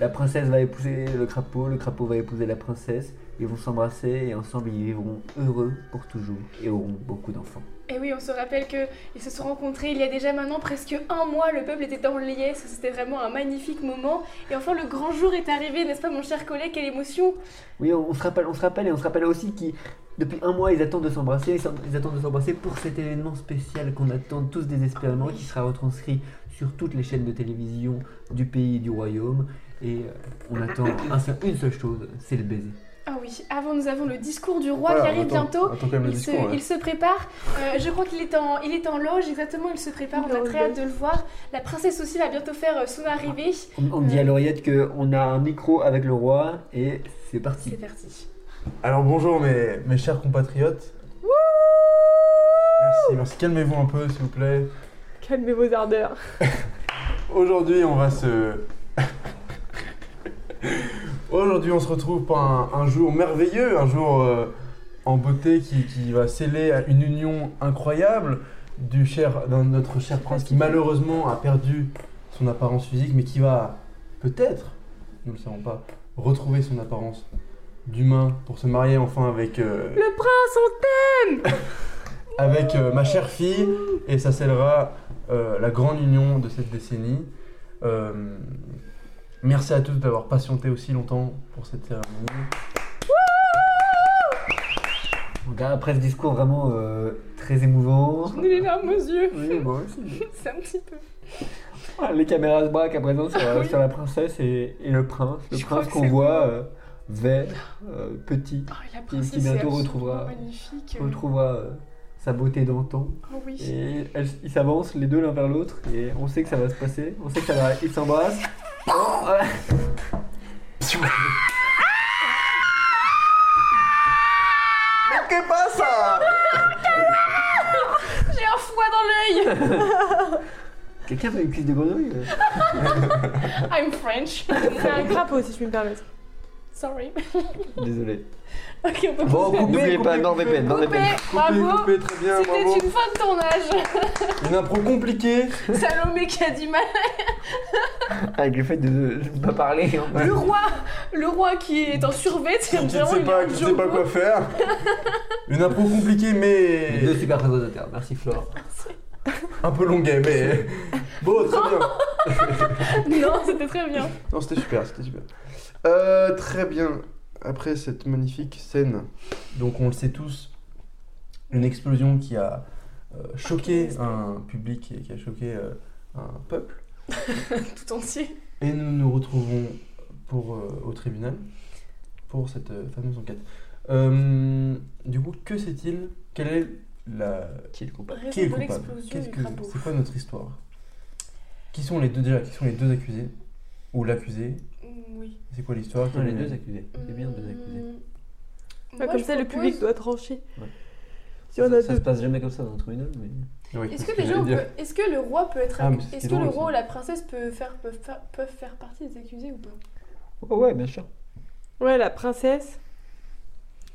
Speaker 3: La princesse va épouser le crapaud, le crapaud va épouser la princesse. Ils vont s'embrasser et ensemble ils vivront heureux pour toujours et auront beaucoup d'enfants.
Speaker 2: Et oui, on se rappelle qu'ils se sont rencontrés il y a déjà maintenant presque un mois. Le peuple était en liesse, c'était vraiment un magnifique moment. Et enfin, le grand jour est arrivé, n'est-ce pas, mon cher collègue Quelle émotion
Speaker 3: Oui, on, on se rappelle, on se rappelle et on se rappelle aussi qui depuis un mois ils attendent de s'embrasser, ils, s'en- ils attendent de s'embrasser pour cet événement spécial qu'on attend tous désespérément, qui sera retranscrit sur toutes les chaînes de télévision du pays et du royaume. Et euh, on attend un seul- une seule chose, c'est le baiser.
Speaker 2: Ah oui, avant, nous avons le discours du roi
Speaker 1: Voilà,
Speaker 2: qui arrive
Speaker 1: attends,
Speaker 2: bientôt.
Speaker 1: Attends quand même le
Speaker 2: Il se,
Speaker 1: discours. hein. là.
Speaker 2: il se prépare. Euh, je crois qu'il est en, il est en loge, exactement. Il se prépare.
Speaker 4: Il est
Speaker 2: On
Speaker 4: en
Speaker 2: a très hâte
Speaker 4: loge.
Speaker 2: de le voir. La princesse aussi va bientôt faire euh, son arrivée.
Speaker 3: On, on dit à l'oreillette qu'on a un micro avec le roi et c'est
Speaker 2: C'est
Speaker 3: parti.
Speaker 2: parti.
Speaker 1: Alors bonjour mes, mes chers compatriotes. Merci, merci. Calmez-vous un peu s'il vous plaît.
Speaker 4: Calmez vos ardeurs.
Speaker 1: Aujourd'hui on va se... Aujourd'hui on se retrouve pour un, un jour merveilleux, un jour euh, en beauté qui, qui va sceller à une union incroyable du cher, d'un- notre cher prince qui malheureusement a perdu son apparence physique mais qui va peut-être, nous ne le savons pas, retrouver son apparence d'humain pour se marier enfin avec... euh,
Speaker 4: Le prince, on t'aime
Speaker 1: avec euh, ma chère fille et ça scellera euh, la grande union de cette décennie. Euh, merci à tous d'avoir patienté aussi longtemps pour cette cérémonie.
Speaker 3: Donc après ce discours vraiment euh, très émouvant.
Speaker 2: Nous les larmes aux yeux.
Speaker 3: Oui, moi aussi.
Speaker 2: C'est un petit peu.
Speaker 3: Ah, Les caméras se braquent à présent sur,
Speaker 2: Ah oui.
Speaker 3: sur la princesse et, et le prince. Le
Speaker 2: Je crois
Speaker 3: prince
Speaker 2: que
Speaker 3: qu'on
Speaker 2: c'est
Speaker 3: voit euh, vert, euh, petit,
Speaker 2: Oh, et la
Speaker 3: qui
Speaker 2: princesse
Speaker 3: bientôt
Speaker 2: est absolument
Speaker 3: retrouvera-
Speaker 2: Magnifique.
Speaker 3: retrouvera euh, sa beauté d'antan.
Speaker 2: Oh oui.
Speaker 3: Et elle- ils s'avancent les deux l'un vers l'autre et on sait que ça va se passer. On sait que ça va. Ils s'embrassent. Oh, ouais.
Speaker 2: J'ai un foie dans l'œil.
Speaker 3: Quelqu'un fait une cuisse de grenouille euh.
Speaker 2: I'm French.
Speaker 4: C'est un crapaud, si je puis me permettre.
Speaker 2: Sorry.
Speaker 3: Désolé.
Speaker 2: Ok, on peut
Speaker 3: Bon,
Speaker 1: coupez,
Speaker 3: n'oubliez pas,
Speaker 1: coupez,
Speaker 3: hein. non,
Speaker 1: coupez.
Speaker 3: des peines, non, des
Speaker 2: couper.
Speaker 3: peines.
Speaker 1: Coupé,
Speaker 2: Bravo.
Speaker 1: coupé, très bien, bravo.
Speaker 2: C'était une fin de tournage.
Speaker 1: Une impro compliquée.
Speaker 2: Salomé qui a du mal.
Speaker 3: Avec le fait de ne pas parler. hein.
Speaker 2: Le roi, le roi qui est en survêt, c'est
Speaker 1: Qui ne
Speaker 2: vraiment
Speaker 1: sait
Speaker 2: une
Speaker 1: pas, qui ne sait pas quoi faire. Une impro compliquée
Speaker 3: Les
Speaker 1: mais
Speaker 3: deux super présentateurs, merci Flore.
Speaker 1: un peu longuée mais bon très bien.
Speaker 2: Non, c'était très bien.
Speaker 1: Non c'était super, c'était super. Euh, très bien. Après cette magnifique scène, donc on le sait tous, une explosion qui a euh, choqué un public et qui a choqué euh, un peuple.
Speaker 2: Tout entier.
Speaker 1: Et nous nous retrouvons pour, euh, au tribunal pour cette euh, fameuse enquête. Euh, du coup, que s'est-il Quelle est la.
Speaker 3: Qui est le coupable
Speaker 1: Qui est
Speaker 2: Raison
Speaker 1: le
Speaker 2: de
Speaker 1: coupable
Speaker 2: l'explosion
Speaker 1: Qu'est-ce
Speaker 2: du
Speaker 1: que-
Speaker 2: crapaud.
Speaker 1: C'est quoi notre histoire Qui sont les deux déjà Qui sont les deux accusés Ou l'accusé
Speaker 2: Mm, Oui.
Speaker 1: C'est quoi l'histoire
Speaker 3: Non,
Speaker 1: Quel
Speaker 3: les
Speaker 1: est-
Speaker 3: deux accusés. C'est bien deux accusés.
Speaker 2: Hum,
Speaker 4: Pas
Speaker 2: moi,
Speaker 4: comme
Speaker 2: je
Speaker 4: ça, le
Speaker 2: propose-
Speaker 4: public doit trancher.
Speaker 3: Ouais.
Speaker 4: Si on
Speaker 3: Ça,
Speaker 4: a
Speaker 3: ça
Speaker 4: deux.
Speaker 3: se passe jamais comme ça dans un tribunal, mais.
Speaker 1: Oui, c'est
Speaker 2: Est-ce
Speaker 1: ce
Speaker 2: que
Speaker 1: que
Speaker 2: déjà,
Speaker 1: j'allais
Speaker 2: on
Speaker 1: dire.
Speaker 2: peut- est-ce que le roi peut être,
Speaker 1: Ah, mais
Speaker 2: accu-
Speaker 1: c'est
Speaker 2: est-ce que
Speaker 1: drôle,
Speaker 2: le roi
Speaker 1: ça.
Speaker 2: ou la princesse peut faire, peuvent faire, peuvent faire partie des accusés ou pas
Speaker 3: Oh, ouais, bien sûr.
Speaker 4: Ouais, la princesse.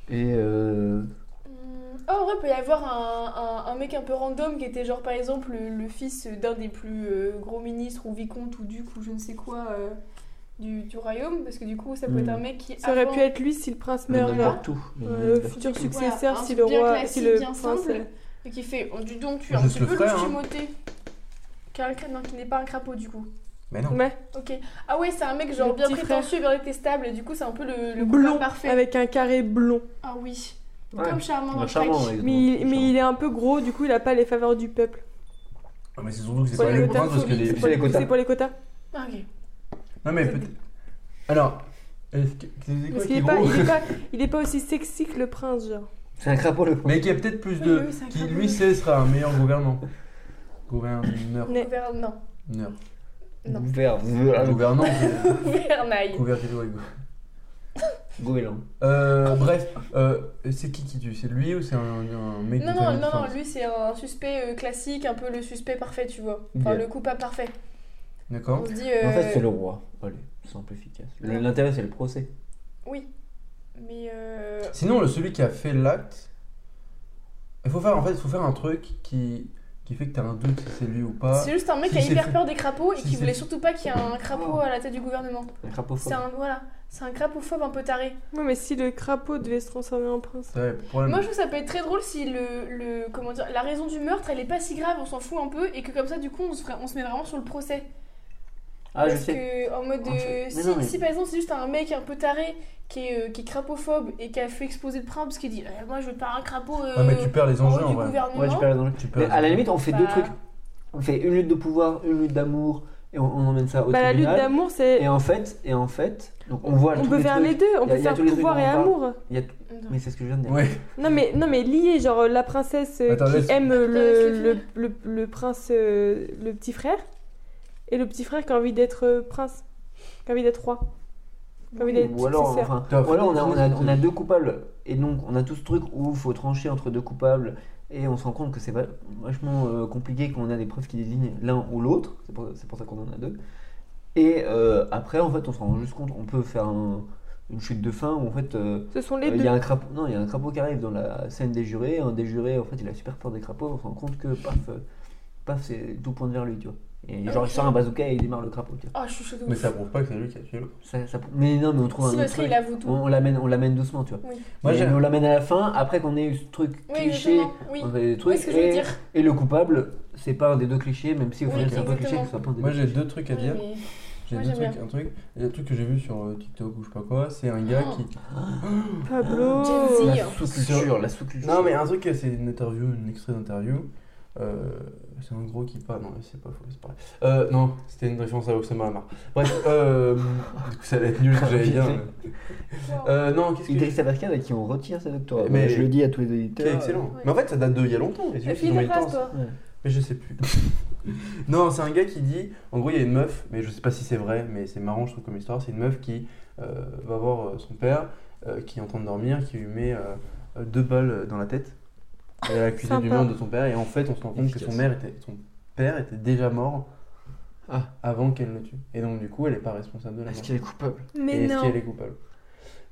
Speaker 3: Et euh,
Speaker 2: Hum, Oh, en vrai, il peut y avoir un, un- un mec un peu random qui était genre par exemple le, le fils d'un des plus euh, gros ministres ou vicomte ou duc ou je ne sais quoi euh, du, du royaume, parce que du coup ça peut
Speaker 3: Hmm.
Speaker 2: être un mec qui
Speaker 4: Ça aurait
Speaker 2: avant-
Speaker 4: pu être lui si le prince
Speaker 3: le
Speaker 4: meurt là.
Speaker 3: n'importe où. le
Speaker 4: Euh, Le
Speaker 3: n'importe
Speaker 4: futur
Speaker 2: Voilà,
Speaker 4: successeur
Speaker 2: un
Speaker 4: si le
Speaker 2: bien
Speaker 4: roi, si
Speaker 2: classique,
Speaker 4: le
Speaker 2: bien
Speaker 4: prince.
Speaker 2: simple. et qui fait oh, dis donc tu es un
Speaker 1: Juste
Speaker 2: petit
Speaker 1: le
Speaker 2: peu
Speaker 1: frère,
Speaker 2: le
Speaker 1: hein.
Speaker 2: Timothée. Qui, a un cra- non, qui n'est pas un crapaud du coup.
Speaker 1: Mais non.
Speaker 4: Ouais,
Speaker 2: Ok. Ah ouais, c'est un mec genre
Speaker 4: Le
Speaker 2: bien
Speaker 4: petit frère.
Speaker 2: prétentieux, bien détestable, et du coup c'est un peu le, le
Speaker 4: blond Ah
Speaker 2: couple parfait.
Speaker 4: avec un carré blond.
Speaker 2: Ah oui.
Speaker 3: où. Ouais.
Speaker 2: Comme charmant dans
Speaker 3: Un charmant,
Speaker 2: Shrek.
Speaker 3: exactement.
Speaker 4: Mais il, mais
Speaker 3: Charmant.
Speaker 4: il est un peu gros, du coup il a pas les faveurs du peuple.
Speaker 1: Ah, mais c'est surtout que c'est
Speaker 4: Pour
Speaker 1: pas
Speaker 4: les
Speaker 1: le
Speaker 4: quotas,
Speaker 1: prince parce que
Speaker 2: faut-
Speaker 1: les.
Speaker 3: C'est les quotas.
Speaker 4: C'est pour les quotas.
Speaker 2: Ah, ok.
Speaker 1: Non mais peut-être. Alors, Est-ce que- c'est quoi
Speaker 4: Parce
Speaker 1: qui
Speaker 4: qu'il
Speaker 1: est
Speaker 4: est pas,
Speaker 1: gros
Speaker 4: il est pas, il est pas aussi sexy que le prince, genre.
Speaker 3: C'est un crapaud le con.
Speaker 1: Mais qui a peut-être plus
Speaker 2: Oui,
Speaker 1: de.
Speaker 2: oui, c'est un
Speaker 1: qui
Speaker 2: crapaud.
Speaker 1: lui sait sera un meilleur gouvernant. Gouverneur.
Speaker 4: Mais-
Speaker 2: Gouverne- Non,
Speaker 1: Gouverneur.
Speaker 2: non.
Speaker 3: Vert,
Speaker 1: Gouvernant. c'est-
Speaker 2: Gouvernail.
Speaker 1: Gouverneur. ouais, go-
Speaker 3: goéland.
Speaker 1: Euh, bref, euh, c'est qui qui tue C'est lui ou c'est un, un mec de
Speaker 2: Non, non,
Speaker 1: famille
Speaker 2: non, non,
Speaker 1: différente
Speaker 2: lui c'est un suspect euh, classique, un peu le suspect parfait, tu vois. Enfin,
Speaker 1: Ok.
Speaker 2: le coupable parfait.
Speaker 1: D'accord.
Speaker 2: On se dit. euh,
Speaker 3: En fait, c'est le roi. Allez, simple efficace. Le- L'intérêt, c'est le procès.
Speaker 2: Oui. Mais. euh,
Speaker 1: Sinon, le- celui qui a fait l'acte, il faut faire en fait, il faut faire un truc qui qui fait que t'as un doute si c'est lui ou pas.
Speaker 2: C'est juste un mec
Speaker 1: Ah. Si
Speaker 2: qui a
Speaker 1: c'est
Speaker 2: hyper
Speaker 1: fait-
Speaker 2: peur des crapauds et
Speaker 1: si
Speaker 2: qui
Speaker 1: c'est-
Speaker 2: voulait surtout pas qu'il y ait un crapaud
Speaker 3: Oh.
Speaker 2: à la tête du gouvernement.
Speaker 3: Un crapaud
Speaker 2: C'est un, voilà, c'est un crapophobe un peu taré.
Speaker 4: Non, mais si le crapaud devait se transformer en prince.
Speaker 1: C'est vrai, le problème.
Speaker 2: Moi, je trouve que ça peut être très drôle si le, le- comment dire, la raison du meurtre, elle est pas si grave, on s'en fout un peu, et que comme ça, du coup, on se, ferait- on se met vraiment sur le procès.
Speaker 3: Ah, je
Speaker 2: Parce
Speaker 3: sais.
Speaker 2: que, en mode.
Speaker 3: Ah,
Speaker 2: euh,
Speaker 3: je- mais
Speaker 2: si,
Speaker 3: non, mais-
Speaker 2: si, par exemple, c'est juste un mec un peu taré qui est, euh, qui est crapophobe et qui a fait exploser le prince parce qu'il dit Eh, Moi, je veux pas un crapaud. euh,
Speaker 1: Ouais, mais tu perds les
Speaker 2: en haut
Speaker 1: enjeux en
Speaker 2: du
Speaker 1: vrai.
Speaker 2: gouvernement.
Speaker 3: Ouais, j'ai pas raison.
Speaker 1: Tu perds.
Speaker 3: Mais
Speaker 1: les
Speaker 3: à la
Speaker 1: enjeux.
Speaker 3: limite, on fait
Speaker 2: Bah.
Speaker 3: deux trucs. On fait une lutte de pouvoir, une lutte d'amour, et on, on emmène ça au
Speaker 4: Bah, la lutte
Speaker 3: tribunal.
Speaker 4: d'amour, c'est.
Speaker 3: et en fait, et en fait, donc on voit
Speaker 4: On
Speaker 3: tous
Speaker 4: peut faire
Speaker 3: trucs.
Speaker 4: les deux, on
Speaker 3: Y a-
Speaker 4: peut
Speaker 3: y a
Speaker 4: faire
Speaker 3: tous les trucs
Speaker 4: pouvoir
Speaker 3: dont
Speaker 4: et
Speaker 3: on parle.
Speaker 4: amour.
Speaker 3: Il y a tout-
Speaker 2: Attends.
Speaker 3: Mais c'est ce que je viens de dire.
Speaker 1: Ouais.
Speaker 4: Non mais, non mais lié, genre euh, la princesse euh,
Speaker 1: Attends,
Speaker 4: qui
Speaker 1: laisse-
Speaker 4: aime euh, le,
Speaker 2: laisse le
Speaker 4: le, le- le prince, euh, le petit frère, et le petit frère qui a envie d'être euh, prince, qui a envie d'être roi, qui a envie d'être
Speaker 3: Ou alors,
Speaker 4: successeur.
Speaker 3: enfin,
Speaker 1: T'as
Speaker 3: ou alors on, a, on, a,
Speaker 1: fait-
Speaker 3: on a deux coupables. Et donc, on a tout ce truc où il faut trancher entre deux coupables. Et on se rend compte que c'est va- vachement euh, compliqué quand on a des preuves qui désignent l'un ou l'autre. C'est pour, c'est pour ça qu'on en a deux. Et euh, après, en fait, on se rend juste compte, on peut faire un- une chute de fin où en fait. euh,
Speaker 4: Ce sont
Speaker 3: euh,
Speaker 4: les
Speaker 3: il
Speaker 4: deux.
Speaker 3: y a un crapaud, non, il y a un crapaud qui arrive dans la scène des jurés. Un des jurés, en fait, il a super peur des crapauds. On se rend compte que paf, euh, paf, c'est tout pointe vers lui, tu vois. Et
Speaker 4: Ah
Speaker 3: genre, il sort un bazooka et il démarre le crapaud. tu vois.
Speaker 2: Ah, je suis chaude de
Speaker 1: Mais
Speaker 2: ouf.
Speaker 1: ça prouve pas que c'est lui qui a tué l'autre.
Speaker 3: Ça- ça- mais non, mais on trouve
Speaker 2: Si
Speaker 3: un
Speaker 2: le
Speaker 3: autre
Speaker 2: tri,
Speaker 3: truc.
Speaker 2: il avoue tout.
Speaker 3: On, on l'amène, on l'amène doucement, tu vois.
Speaker 2: Oui.
Speaker 1: Moi,
Speaker 3: Mais
Speaker 1: j'ai-
Speaker 3: on l'amène à la fin, après qu'on ait eu ce truc
Speaker 2: Oui,
Speaker 3: cliché,
Speaker 2: exactement. Oui.
Speaker 3: on fait des
Speaker 2: Oui,
Speaker 3: trucs,
Speaker 2: ce que je veux
Speaker 3: et,
Speaker 2: dire.
Speaker 3: et le coupable, c'est pas un des deux clichés, même si au
Speaker 2: Oui,
Speaker 3: final c'est un peu
Speaker 2: exactement.
Speaker 3: cliché que ce soit pas un des
Speaker 1: Moi
Speaker 3: deux
Speaker 1: j'ai
Speaker 3: clichés.
Speaker 1: deux trucs à dire.
Speaker 2: Oui,
Speaker 1: J'ai
Speaker 2: Moi,
Speaker 1: deux
Speaker 2: j'aime
Speaker 1: trucs, un truc. Il y a un truc que j'ai vu sur euh, TikTok ou je sais pas quoi, c'est un gars
Speaker 2: Oh.
Speaker 1: qui.
Speaker 4: Pablo.
Speaker 2: Gen Z.
Speaker 3: La sous-culture, la sous-culture.
Speaker 1: Non mais un truc, euh, c'est une interview, un extrait d'interview. Euh, c'est un gros qui parle. Non, mais c'est pas faux, c'est pareil. Euh, non, c'était une référence à Oussama Hamar. Bref, euh, du coup ça allait être nul ce que j'allais dire. mais- Euh, non, qu'est-ce que
Speaker 3: Idriss Aberkan avec qui on retire sa doctorat.
Speaker 1: Mais-
Speaker 3: Mais je le dis à tous les
Speaker 1: Qui est
Speaker 3: auditeurs.
Speaker 1: excellent.
Speaker 2: Ouais.
Speaker 1: Mais en fait, ça date de il y a longtemps. Les
Speaker 2: Mais
Speaker 1: yeux,
Speaker 2: fille
Speaker 1: ils ont
Speaker 2: de
Speaker 1: mis le temps.
Speaker 2: phrase, toi.
Speaker 3: Ouais.
Speaker 1: Mais je sais plus. non, c'est un gars qui dit. En gros, il y a une meuf, mais je sais pas si c'est vrai, mais c'est marrant, je trouve, comme histoire. C'est une meuf qui euh, va voir euh, son père, euh, qui est en train de dormir, qui lui met euh, euh, deux balles dans la tête. Elle est accusée du
Speaker 4: Sympa.
Speaker 1: meurtre de son père, et en fait, on se rend compte que son,
Speaker 3: Efficace.
Speaker 1: mère était, son père était déjà mort
Speaker 3: Ah.
Speaker 1: avant qu'elle le tue. Et donc, du coup, elle est pas responsable de la mort.
Speaker 3: Est-ce qu'il est coupable
Speaker 1: Et
Speaker 4: Mais
Speaker 1: est-ce qu'elle
Speaker 4: non.
Speaker 1: est coupable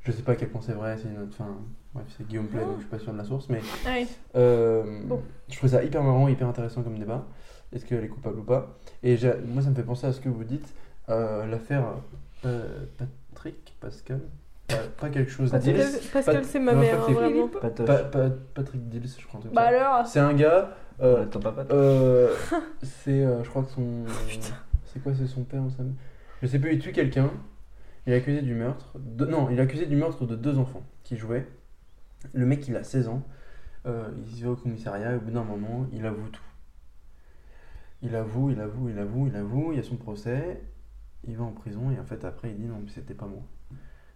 Speaker 1: Je sais pas à quel point c'est vrai, c'est une autre. Enfin, bref, c'est Guillaume Play, donc je suis pas sûr de la source, mais.
Speaker 2: Ah oui.
Speaker 1: Euh,
Speaker 4: Bon.
Speaker 1: Je trouvais ça hyper marrant, hyper intéressant comme débat. Est-ce qu'elle est coupable ou pas Et j'ai- moi, ça me fait penser à ce que vous dites, euh, l'affaire euh, Patrick, Pascal, pas, pas quelque chose.
Speaker 3: Patrick.
Speaker 1: Dills.
Speaker 4: Pascal, c'est ma
Speaker 1: Non,
Speaker 4: mère,
Speaker 1: pas
Speaker 4: hein,
Speaker 1: fait.
Speaker 4: vraiment.
Speaker 3: Patoche.
Speaker 1: Pa- pa- Patrick Dills, je crois. un truc
Speaker 2: Bah
Speaker 1: comme ça.
Speaker 2: alors.
Speaker 1: C'est un gars. euh,
Speaker 3: Euh, ton papa.
Speaker 1: euh, c'est, euh, je crois que son. c'est quoi, c'est son père ou sa mère Je sais plus. Il tue quelqu'un. Il est accusé du meurtre. de- non, il est accusé du meurtre de deux enfants qui jouaient. Le mec, il a 16 ans. euh, il se va au commissariat. Et au bout d'un moment, il avoue tout. Il avoue, il avoue, il avoue, il avoue. Il y a son procès. Il va en prison et en fait après il dit non mais c'était pas moi.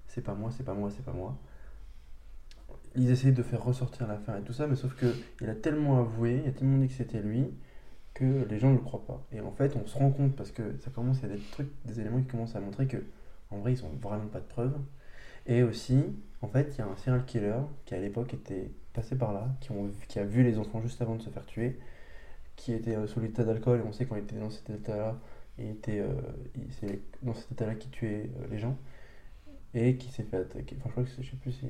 Speaker 1: C'est pas moi, c'est pas moi, c'est pas moi. Ils essayent de faire ressortir l'affaire et tout ça, mais sauf que il a tellement avoué, il a tellement dit que c'était lui, que les gens ne le croient pas. Et en fait, on se rend compte parce que ça commence, il y a des trucs, des éléments qui commencent à montrer que, en vrai, ils ont vraiment pas de preuves. Et aussi, en fait, il y a un serial killer qui à l'époque était passé par là, qui, ont- qui a vu les enfants juste avant de se faire tuer, qui était euh, sous l'état d'alcool, et on sait quand il était dans cet état-là, il était, euh, il- c'est dans cet état-là qui tuait euh, les gens, et qui s'est fait attaquer. Enfin, je crois que c'est- je sais plus si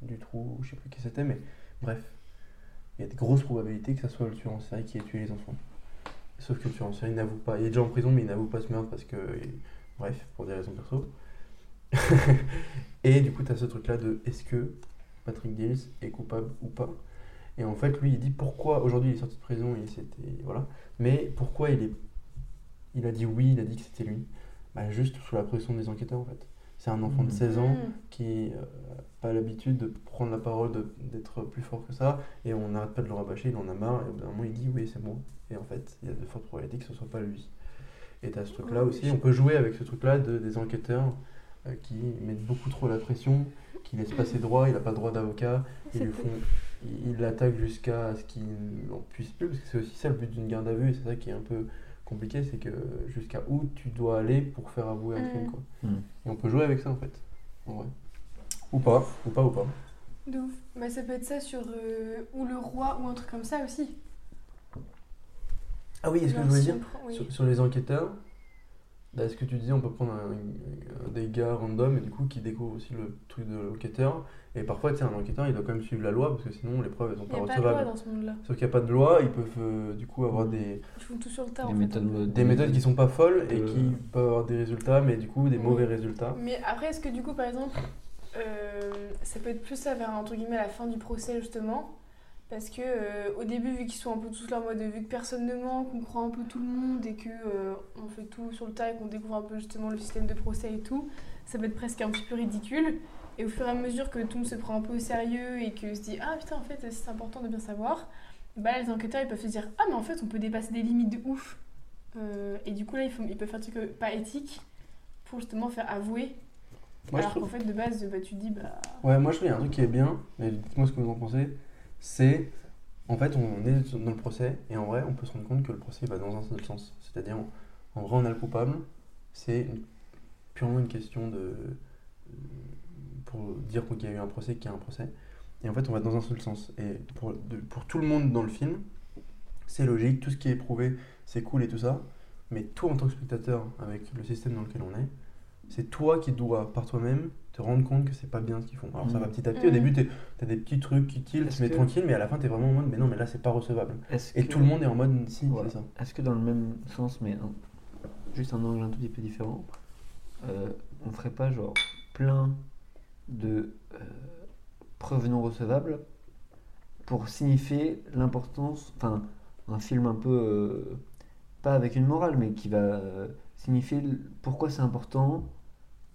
Speaker 1: c'est du trou, ou je sais plus qui c'était, mais bref, il y a de grosses probabilités que ça soit le tueur en série qui ait tué les enfants. Sauf que le tueur en série n'avoue pas. Il est déjà en prison, mais il n'avoue pas ce meurtre parce que. il- Bref, pour des raisons perso. et du coup, tu as ce truc-là de est-ce que Patrick Dills est coupable ou pas Et en fait, lui, il dit pourquoi. Aujourd'hui, il est sorti de prison, il s'était. Voilà. Mais pourquoi il est. Il a dit oui, il a dit que c'était lui. Bah, juste sous la pression des enquêteurs, en fait. C'est un enfant de
Speaker 3: Mhm.
Speaker 1: 16 ans
Speaker 2: Mm.
Speaker 1: qui n'a pas l'habitude de prendre la parole, de- d'être plus fort que ça, et on n'arrête pas de le rabâcher, il en a marre, et au bout d'un moment il dit oui c'est moi. Et en fait, il y a de fortes probabilités que ce soit pas lui. Et t'as ce truc-là aussi, on peut jouer avec ce truc-là de, des enquêteurs euh, qui mettent beaucoup trop la pression, qui laissent pas ses droits, il n'a pas de droit d'avocat, ils lui
Speaker 4: C'était-
Speaker 1: font, ils- ils l'attaquent jusqu'à ce qu'il n'en puisse plus, parce que c'est aussi ça le but d'une garde à vue, et c'est ça qui est un peu compliqué, c'est que jusqu'à où tu dois aller pour faire avouer un
Speaker 2: Mm.
Speaker 1: crime, quoi.
Speaker 3: Mm.
Speaker 1: Et on peut jouer avec ça, en fait, en vrai. Ou pas, ou pas, ou pas.
Speaker 2: De ouf. Bah, ça peut être ça sur. euh, ou le roi, ou un truc comme ça aussi.
Speaker 1: Ah oui, est-ce que
Speaker 2: Genre,
Speaker 1: je voulais
Speaker 2: si
Speaker 1: dire
Speaker 2: on prend- oui.
Speaker 1: Sur, sur les enquêteurs, là, est-ce que tu disais on peut prendre un, un- des gars random et du coup qui découvre aussi le truc de l'enquêteur et parfois tu sais un enquêteur il doit quand même suivre la loi parce que sinon les preuves elles sont
Speaker 2: Il n'y
Speaker 1: pas
Speaker 2: a pas de loi
Speaker 1: recevables.
Speaker 2: dans ce monde-là.
Speaker 1: Sauf qu'il n'y a pas de loi, ils peuvent euh, du coup avoir des,
Speaker 2: Ils font tout sur le tas en
Speaker 3: Des
Speaker 2: fait. euh, hein.
Speaker 3: méthodes,
Speaker 1: des méthodes qui sont pas folles et
Speaker 3: Euh.
Speaker 1: qui peuvent avoir des résultats mais du coup des
Speaker 2: Oui.
Speaker 1: mauvais résultats.
Speaker 2: Mais après, est-ce que du coup, par exemple, euh, ça peut être plus ça vers entre guillemets la fin du procès justement parce que euh, au début, vu qu'ils sont un peu tous là en mode vu que personne ne ment, qu'on croit un peu tout le monde et que euh, on fait tout sur le tas et qu'on découvre un peu justement le système de procès et tout, ça peut être presque un petit peu ridicule. Et au fur et à mesure que tout le monde se prend un peu au sérieux et que se dit ah putain en fait c'est important de bien savoir, bah les enquêteurs ils peuvent se dire ah mais en fait on peut dépasser des limites de ouf. Euh, et du coup là ils, font- ils peuvent faire des trucs euh, pas éthiques pour justement faire avouer
Speaker 1: Moi, je
Speaker 2: alors
Speaker 1: trouve-
Speaker 2: qu'en fait, de base, bah, tu te dis, bah.
Speaker 1: Ouais, moi je trouve qu'il y a un truc qui est bien, mais dites-moi ce que vous en pensez, c'est en fait on est dans le procès et en vrai on peut se rendre compte que le procès va dans un seul sens. C'est-à-dire en vrai on a le coupable, c'est une- purement une question de... pour dire qu'il y a eu un procès, qu'il y a un procès. Et en fait on va dans un seul sens. Et pour, de- pour tout le monde dans le film, c'est logique, tout ce qui est prouvé c'est cool et tout ça, mais toi en tant que spectateur, avec le système dans lequel on est, c'est toi qui dois par toi-même te rendre compte que c'est pas bien ce qu'ils font. Alors ça
Speaker 3: Mm.
Speaker 1: va petit à petit, au
Speaker 2: Mm.
Speaker 1: début t'es- t'as des petits trucs qui tiltent,
Speaker 3: Est-ce
Speaker 1: mais
Speaker 3: que-
Speaker 1: tranquille, mais à la fin t'es vraiment en mode mais non, mais là c'est pas recevable.
Speaker 3: Est-ce
Speaker 1: Et
Speaker 3: que-
Speaker 1: tout le monde est en mode si,
Speaker 3: Voilà.
Speaker 1: c'est ça.
Speaker 3: Est-ce que dans le même sens, mais un- juste un angle un tout petit peu différent, euh, on ferait pas genre plein de euh, preuves non recevables pour signifier l'importance, enfin un film un peu euh, pas avec une morale, mais qui va euh, signifier le- pourquoi c'est important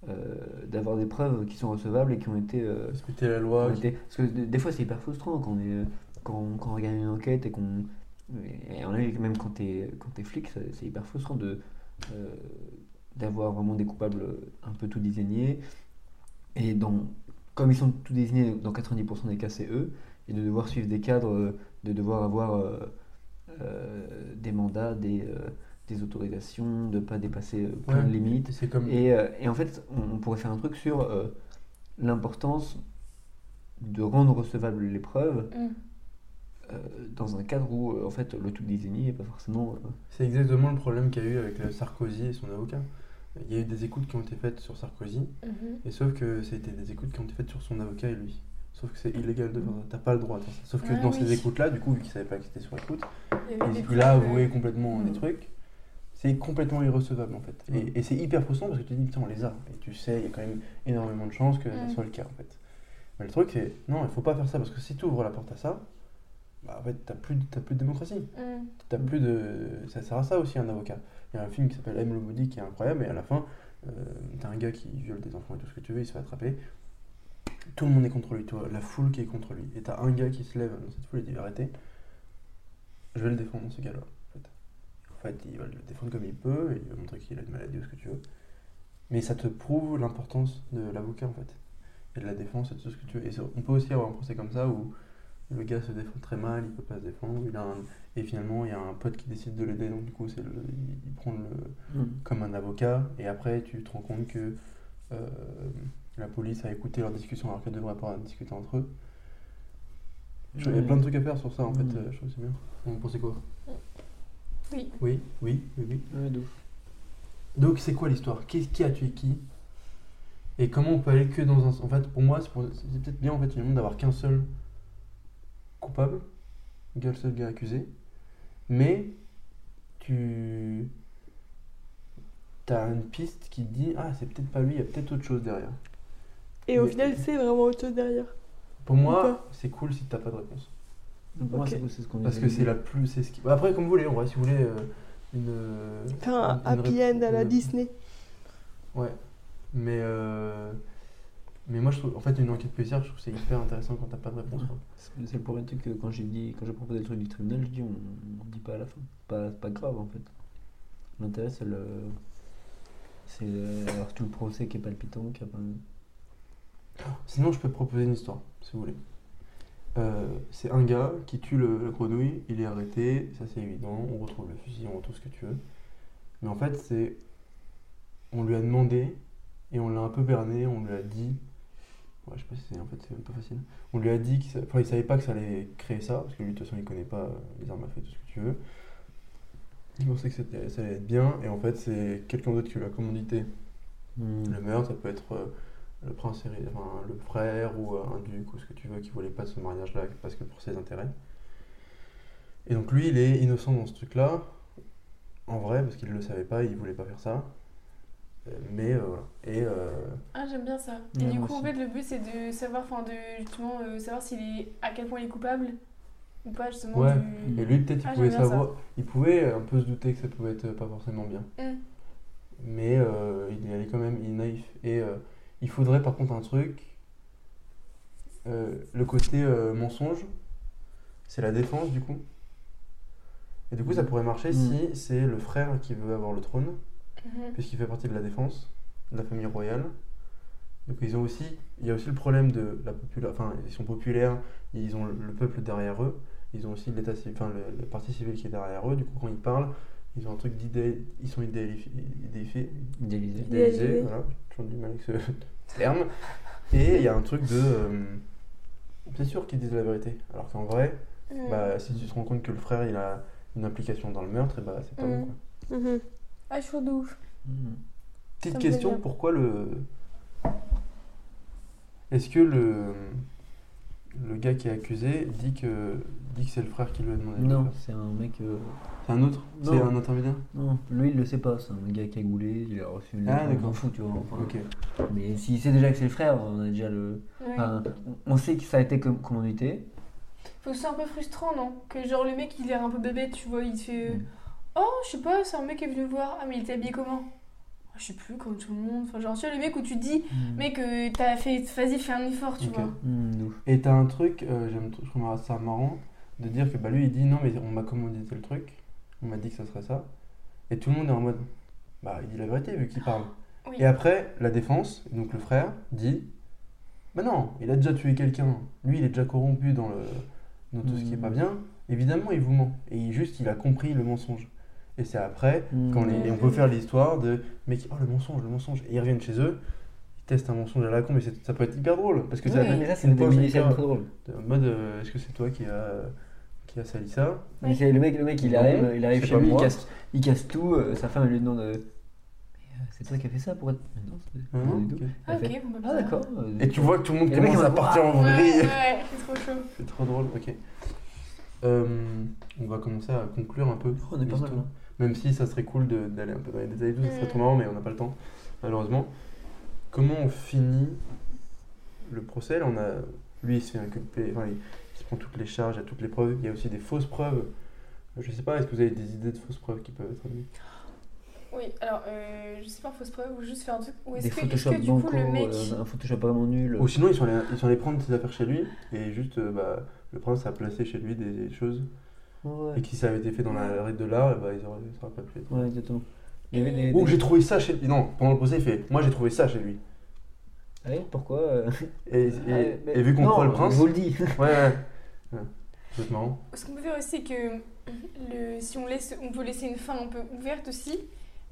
Speaker 3: euh, d'avoir des preuves qui sont recevables et qui ont été euh,
Speaker 1: Respecter la loi.
Speaker 3: on était- Parce que des des fois, c'est hyper frustrant quand on, est, quand, on- quand on regarde une enquête et qu'on. et on est- même quand t'es quand es flic, ça- c'est hyper frustrant de euh, d'avoir vraiment des coupables un peu tout désignés. Et dans, comme ils sont tout désignés, dans 90% des cas, c'est eux. Et de devoir suivre des cadres, euh, de devoir avoir euh, euh, des mandats, des, euh, des autorisations, de pas dépasser euh, plein
Speaker 1: Ouais.
Speaker 3: de limites.
Speaker 1: C'est comme.
Speaker 3: Et, euh, et en fait, on, on pourrait faire un truc sur euh, l'importance de rendre recevable les preuves
Speaker 2: Mm,
Speaker 3: euh, dans un cadre où euh, en fait le tout désigné n'est pas forcément. euh,
Speaker 1: C'est exactement le problème qu'il y a eu avec euh, Sarkozy et son avocat. Il y a eu des écoutes qui ont été faites sur Sarkozy,
Speaker 2: mm-hmm.
Speaker 1: et sauf que c'était des écoutes qui ont été faites sur son avocat et lui. Sauf que c'est illégal de faire ça, t'as pas le droit de faire ça. Sauf que
Speaker 2: Ah
Speaker 1: dans
Speaker 2: oui.
Speaker 1: ces écoutes-là, du coup, vu qu'il savait pas que c'était sur écoute,
Speaker 2: Il y avait des
Speaker 1: il,
Speaker 2: trucs,
Speaker 1: il a
Speaker 2: euh,
Speaker 1: avoué complètement des
Speaker 3: Mm.
Speaker 1: trucs. C'est complètement irrecevable en fait.
Speaker 3: Mm.
Speaker 1: Et, et c'est hyper frustrant parce que tu te dis, putain, on les a. Et tu sais, il y a quand même énormément de chances que ça
Speaker 2: Mm.
Speaker 1: soit le cas en fait. Mais le truc, c'est non, il faut pas faire ça parce que si tu ouvres la porte à ça, bah en fait, t'as plus, de- t'as plus de démocratie.
Speaker 2: Mm.
Speaker 1: T'as plus de. Ça sert à ça aussi un avocat. Il y a un film qui s'appelle M. le Maudit qui est incroyable et à la fin, euh, t'as un gars qui viole des enfants et tout ce que tu veux, il se fait attraper. Tout le monde est contre lui, toi, la foule qui est contre lui. Et t'as un gars qui se lève dans cette foule et dit arrêtez, je vais le défendre ce gars-là. En fait. en fait, il va le défendre comme il peut, et il va montrer qu'il a une maladie ou ce que tu veux. Mais ça te prouve l'importance de l'avocat en fait, et de la défense et de tout ce que tu veux. Et ça- on peut aussi avoir un procès comme ça où le gars se défend très mal, il peut pas se défendre, il a un et finalement, il y a un pote qui décide de l'aider, donc du coup, c'est le, il, il prend le,
Speaker 3: Mm.
Speaker 1: comme un avocat. Et après, tu te rends compte que euh, la police a écouté leur discussion alors qu'elle devrait pas discuter entre eux. Je- Il y a
Speaker 3: Ouais.
Speaker 1: plein de trucs à faire sur ça, en
Speaker 3: Mm.
Speaker 1: fait. euh, Je trouve que c'est bien. Vous en pensez quoi
Speaker 2: Oui.
Speaker 1: Oui, oui, oui, oui.
Speaker 3: Ouais, de ouf.
Speaker 1: Donc, c'est quoi l'histoire qui, qui a tué qui Et comment on peut aller que dans un. En fait, pour moi, c'est pour- c'est peut-être bien, en fait, finalement, d'avoir qu'un seul coupable, qu'un seul gars accusé. Mais tu as une piste qui te dit ah c'est peut-être pas lui, il y a peut-être autre chose derrière.
Speaker 4: Et au
Speaker 1: Mais-
Speaker 4: final, c'est vraiment autre chose derrière.
Speaker 1: Pour moi,
Speaker 4: D'accord.
Speaker 1: c'est cool si t'as pas de réponse.
Speaker 3: Pour moi,
Speaker 4: Ok.
Speaker 3: c'est- c'est ce qu'on
Speaker 1: Parce
Speaker 3: avait
Speaker 1: que
Speaker 3: dit.
Speaker 1: c'est la plus, c'est ce qui. Après comme vous voulez, on va si vous voulez euh, une. euh,
Speaker 4: Faire un
Speaker 1: une- une
Speaker 4: happy
Speaker 1: rép-
Speaker 4: end à la
Speaker 1: une-
Speaker 4: Disney.
Speaker 1: Ouais. Mais euh, mais moi je trouve en fait une enquête policière, je trouve que c'est hyper intéressant quand t'as pas de réponse.
Speaker 3: Ouais.
Speaker 1: quoi.
Speaker 3: C'est c'est le premier truc que quand j'ai dit, quand j'ai proposé le truc du tribunal, je dis on, on dit pas à la fin. C'est pas, c'est pas grave en fait. L'intérêt c'est le. C'est euh, alors tout le procès qui est palpitant. Qui a pas...
Speaker 1: Sinon, je peux te proposer une histoire, si vous voulez. Euh, c'est un gars qui tue le, la grenouille, il est arrêté, ça c'est évident, on retrouve le fusil, on retrouve ce que tu veux. Mais en fait, c'est. On lui a demandé, et on l'a un peu berné, on lui a dit. Ouais, je sais pas si c'est. En fait, c'est même pas facile. On lui a dit qu'il sa- enfin, il savait pas que ça allait créer ça, parce que lui, de toute façon, il connaît pas euh, les armes à feu, tout ce que tu veux. Il pensait que c'était- ça allait être bien, et en fait, c'est quelqu'un d'autre qui lui a commandité
Speaker 3: Mm.
Speaker 1: le meurtre, ça peut être euh, le prince, héritier- enfin, le frère ou euh, un duc ou ce que tu veux qui voulait pas de ce mariage-là parce que pour ses intérêts. Et donc lui, il est innocent dans ce truc-là, en vrai, parce qu'il ne le savait pas, il voulait pas faire ça. Euh, Mais euh, voilà. Et euh,
Speaker 2: Ah, j'aime bien ça.
Speaker 3: Ouais,
Speaker 2: Et du
Speaker 3: moi
Speaker 2: coup, en
Speaker 3: aussi.
Speaker 2: fait, le but c'est de savoir, enfin, de justement euh, savoir s'il est à quel point il est coupable ou pas, justement.
Speaker 1: Ouais.
Speaker 2: du-
Speaker 1: Et lui, peut-être, il
Speaker 2: Ah,
Speaker 1: pouvait
Speaker 2: j'aime bien ça.
Speaker 1: savoir. Il pouvait euh, un peu se douter que ça pouvait être pas forcément bien.
Speaker 2: Mm.
Speaker 1: Mais euh, il y allait quand même, il est naïf. Et euh, il faudrait par contre un truc. euh, le côté euh, mensonge, c'est la défense du coup. Et du coup, ça pourrait marcher
Speaker 3: Mm.
Speaker 1: si c'est le frère qui veut avoir le trône,
Speaker 2: Mhm.
Speaker 1: puisqu'il fait partie de la défense, de la famille royale. Donc ils ont aussi, il y a aussi le problème de la popula- enfin ils sont populaires, ils ont le le peuple derrière eux, ils ont aussi l'état civil, enfin le, le parti civil qui est derrière eux. Du coup quand ils parlent, ils ont un truc d'idée, ils sont idéalifi- idéifiés,
Speaker 3: Idéalisé.
Speaker 1: idéalisés,
Speaker 4: Idéalisés.
Speaker 1: voilà, j'ai toujours du mal avec ce terme. Et il y a un truc de, euh, c'est sûr qu'ils disent la vérité, alors qu'en vrai,
Speaker 2: Mhm.
Speaker 1: bah si tu te rends compte que le frère il a une implication dans le meurtre, et bah c'est pas
Speaker 2: Mm.
Speaker 1: bon. Quoi.
Speaker 4: Mhm.
Speaker 2: Ah, je suis de ouf.
Speaker 3: Mm.
Speaker 1: Petite
Speaker 4: Ça me plaît
Speaker 1: question,
Speaker 4: bien.
Speaker 1: pourquoi le. Est-ce que le. Le gars qui est accusé dit que, dit que c'est le frère qui lui a demandé de le
Speaker 3: Non,
Speaker 1: faire
Speaker 3: c'est un mec. euh,
Speaker 1: C'est un autre
Speaker 3: Non.
Speaker 1: C'est un intermédiaire
Speaker 3: Non, lui il le sait pas, c'est un gars cagoulé, il a reçu une
Speaker 1: Ah,
Speaker 3: lettre, on
Speaker 1: d'accord.
Speaker 3: s'en fout, tu vois. enfin.
Speaker 1: Ok.
Speaker 3: Mais s'il sait déjà que c'est le frère, on a déjà le.
Speaker 2: Ouais.
Speaker 1: Ah.
Speaker 3: enfin, on sait que ça a été com- commandité.
Speaker 2: Faut que ce soit un peu frustrant, non Que genre le mec il a l'air un peu bébé, tu vois, il te fait.
Speaker 1: Mm.
Speaker 2: euh, Oh, je sais pas, c'est un mec qui est venu me voir. Ah, mais il était habillé comment Oh, Je sais plus, comme tout le monde. Enfin, genre, tu vois, le mec où tu dis, mec, euh, t'as fait. Vas-y, fais un effort, tu
Speaker 1: Ok.
Speaker 2: vois.
Speaker 3: Mm, de ouf.
Speaker 1: Et t'as un truc, euh, j'aime, je trouve ça marrant, de dire que bah lui il dit non, mais on m'a commandité le truc, on m'a dit que ça serait ça. Et tout le monde est en mode. Bah il dit la vérité vu qu'il parle.
Speaker 2: Ah, Oui.
Speaker 1: Et après, la défense, donc le frère, dit Bah non, il a déjà tué quelqu'un. Lui, il est déjà corrompu dans, le, dans tout ce qui est pas
Speaker 3: Mhm.
Speaker 1: bien. Évidemment, il vous ment. Et il- juste, il a compris le mensonge. Et c'est après,
Speaker 3: Hmm.
Speaker 1: quand les,
Speaker 2: Ouais,
Speaker 1: et on
Speaker 2: c'est
Speaker 1: peut
Speaker 2: vrai.
Speaker 1: faire l'histoire de Mec, oh le mensonge, le mensonge. Et ils reviennent chez eux, ils testent un mensonge à la con, mais c'est- ça peut être hyper drôle. Parce que
Speaker 2: Oui.
Speaker 1: c'est
Speaker 3: Mais là, c'est
Speaker 1: une
Speaker 3: Hmm. des
Speaker 1: poche,
Speaker 3: mini-scènes
Speaker 1: c'est
Speaker 3: très drôles.
Speaker 1: en mode euh, Est-ce que c'est toi qui a, qui a sali ça hein
Speaker 2: Oui.
Speaker 3: Mais c'est le mec, le mec, il
Speaker 1: Non,
Speaker 3: arrive, il arrive
Speaker 1: c'est
Speaker 3: chez
Speaker 1: pas
Speaker 3: lui, il
Speaker 1: moi.
Speaker 3: casse, il casse tout. euh, sa femme elle lui demande. euh, Mais, euh, c'est toi qui as fait ça pour être. Mais non, c'est
Speaker 1: Ah,
Speaker 3: pas
Speaker 1: non,
Speaker 3: du tout.
Speaker 1: ok.
Speaker 2: Ah,
Speaker 3: Elle fait,
Speaker 2: ok, bon, bah,
Speaker 3: Ah
Speaker 2: bizarre.
Speaker 3: d'accord. euh,
Speaker 1: Et tu vois que tout le monde
Speaker 3: Et le mec,
Speaker 1: commence
Speaker 3: il
Speaker 1: à
Speaker 3: va-
Speaker 1: partir en vrille.
Speaker 2: Ouais, ouais, c'est trop chaud.
Speaker 1: C'est trop drôle, ok. Euh, on va commencer à conclure un peu.
Speaker 3: Oh, on est pas mal
Speaker 1: l'histoire.
Speaker 3: là.
Speaker 1: Même si ça serait cool de- d'aller un peu dans les détails et tout, ça serait
Speaker 2: Mm.
Speaker 1: trop marrant, mais on n'a pas le temps, malheureusement. Comment on finit le procès Là, on a, Lui, il se fait inculper, enfin, il, il se prend toutes les charges, il y a toutes les preuves. Il y a aussi des fausses preuves. Je sais pas, est-ce que vous avez des idées de fausses preuves qui peuvent être amenées
Speaker 2: Oui, alors, euh, je sais pas, fausse preuve ou juste faire un truc. Ou est-ce
Speaker 3: Des
Speaker 2: que, est-ce
Speaker 3: Photoshop
Speaker 2: que du coup
Speaker 3: banco,
Speaker 2: le mec.
Speaker 3: euh, un Photoshop vraiment nul.
Speaker 1: Ou sinon, ils sont, allés, ils sont allés prendre ses affaires chez lui, et juste, euh, bah, le prince a placé chez lui des choses.
Speaker 3: Ouais,
Speaker 1: Et que si ça avait été fait dans la rue de l'art, eh ben, ils auraient, ça aurait pas pu être.
Speaker 3: ouais, exactement. Il y avait des-
Speaker 1: Ou
Speaker 3: des-
Speaker 1: Oh, j'ai trouvé ça chez lui. Non, pendant le procès, il fait Moi j'ai trouvé ça chez lui.
Speaker 3: Ah ouais, pourquoi euh,
Speaker 1: Et, et-
Speaker 3: ah ouais, mais-
Speaker 1: et vu qu'on
Speaker 3: Non,
Speaker 1: croit le prince.
Speaker 3: Je vous le dis.
Speaker 1: Ouais, ouais. ouais. C'est marrant.
Speaker 2: Ce qu'on peut faire aussi, c'est que le, si on laisse, on peut laisser une fin un peu ouverte aussi.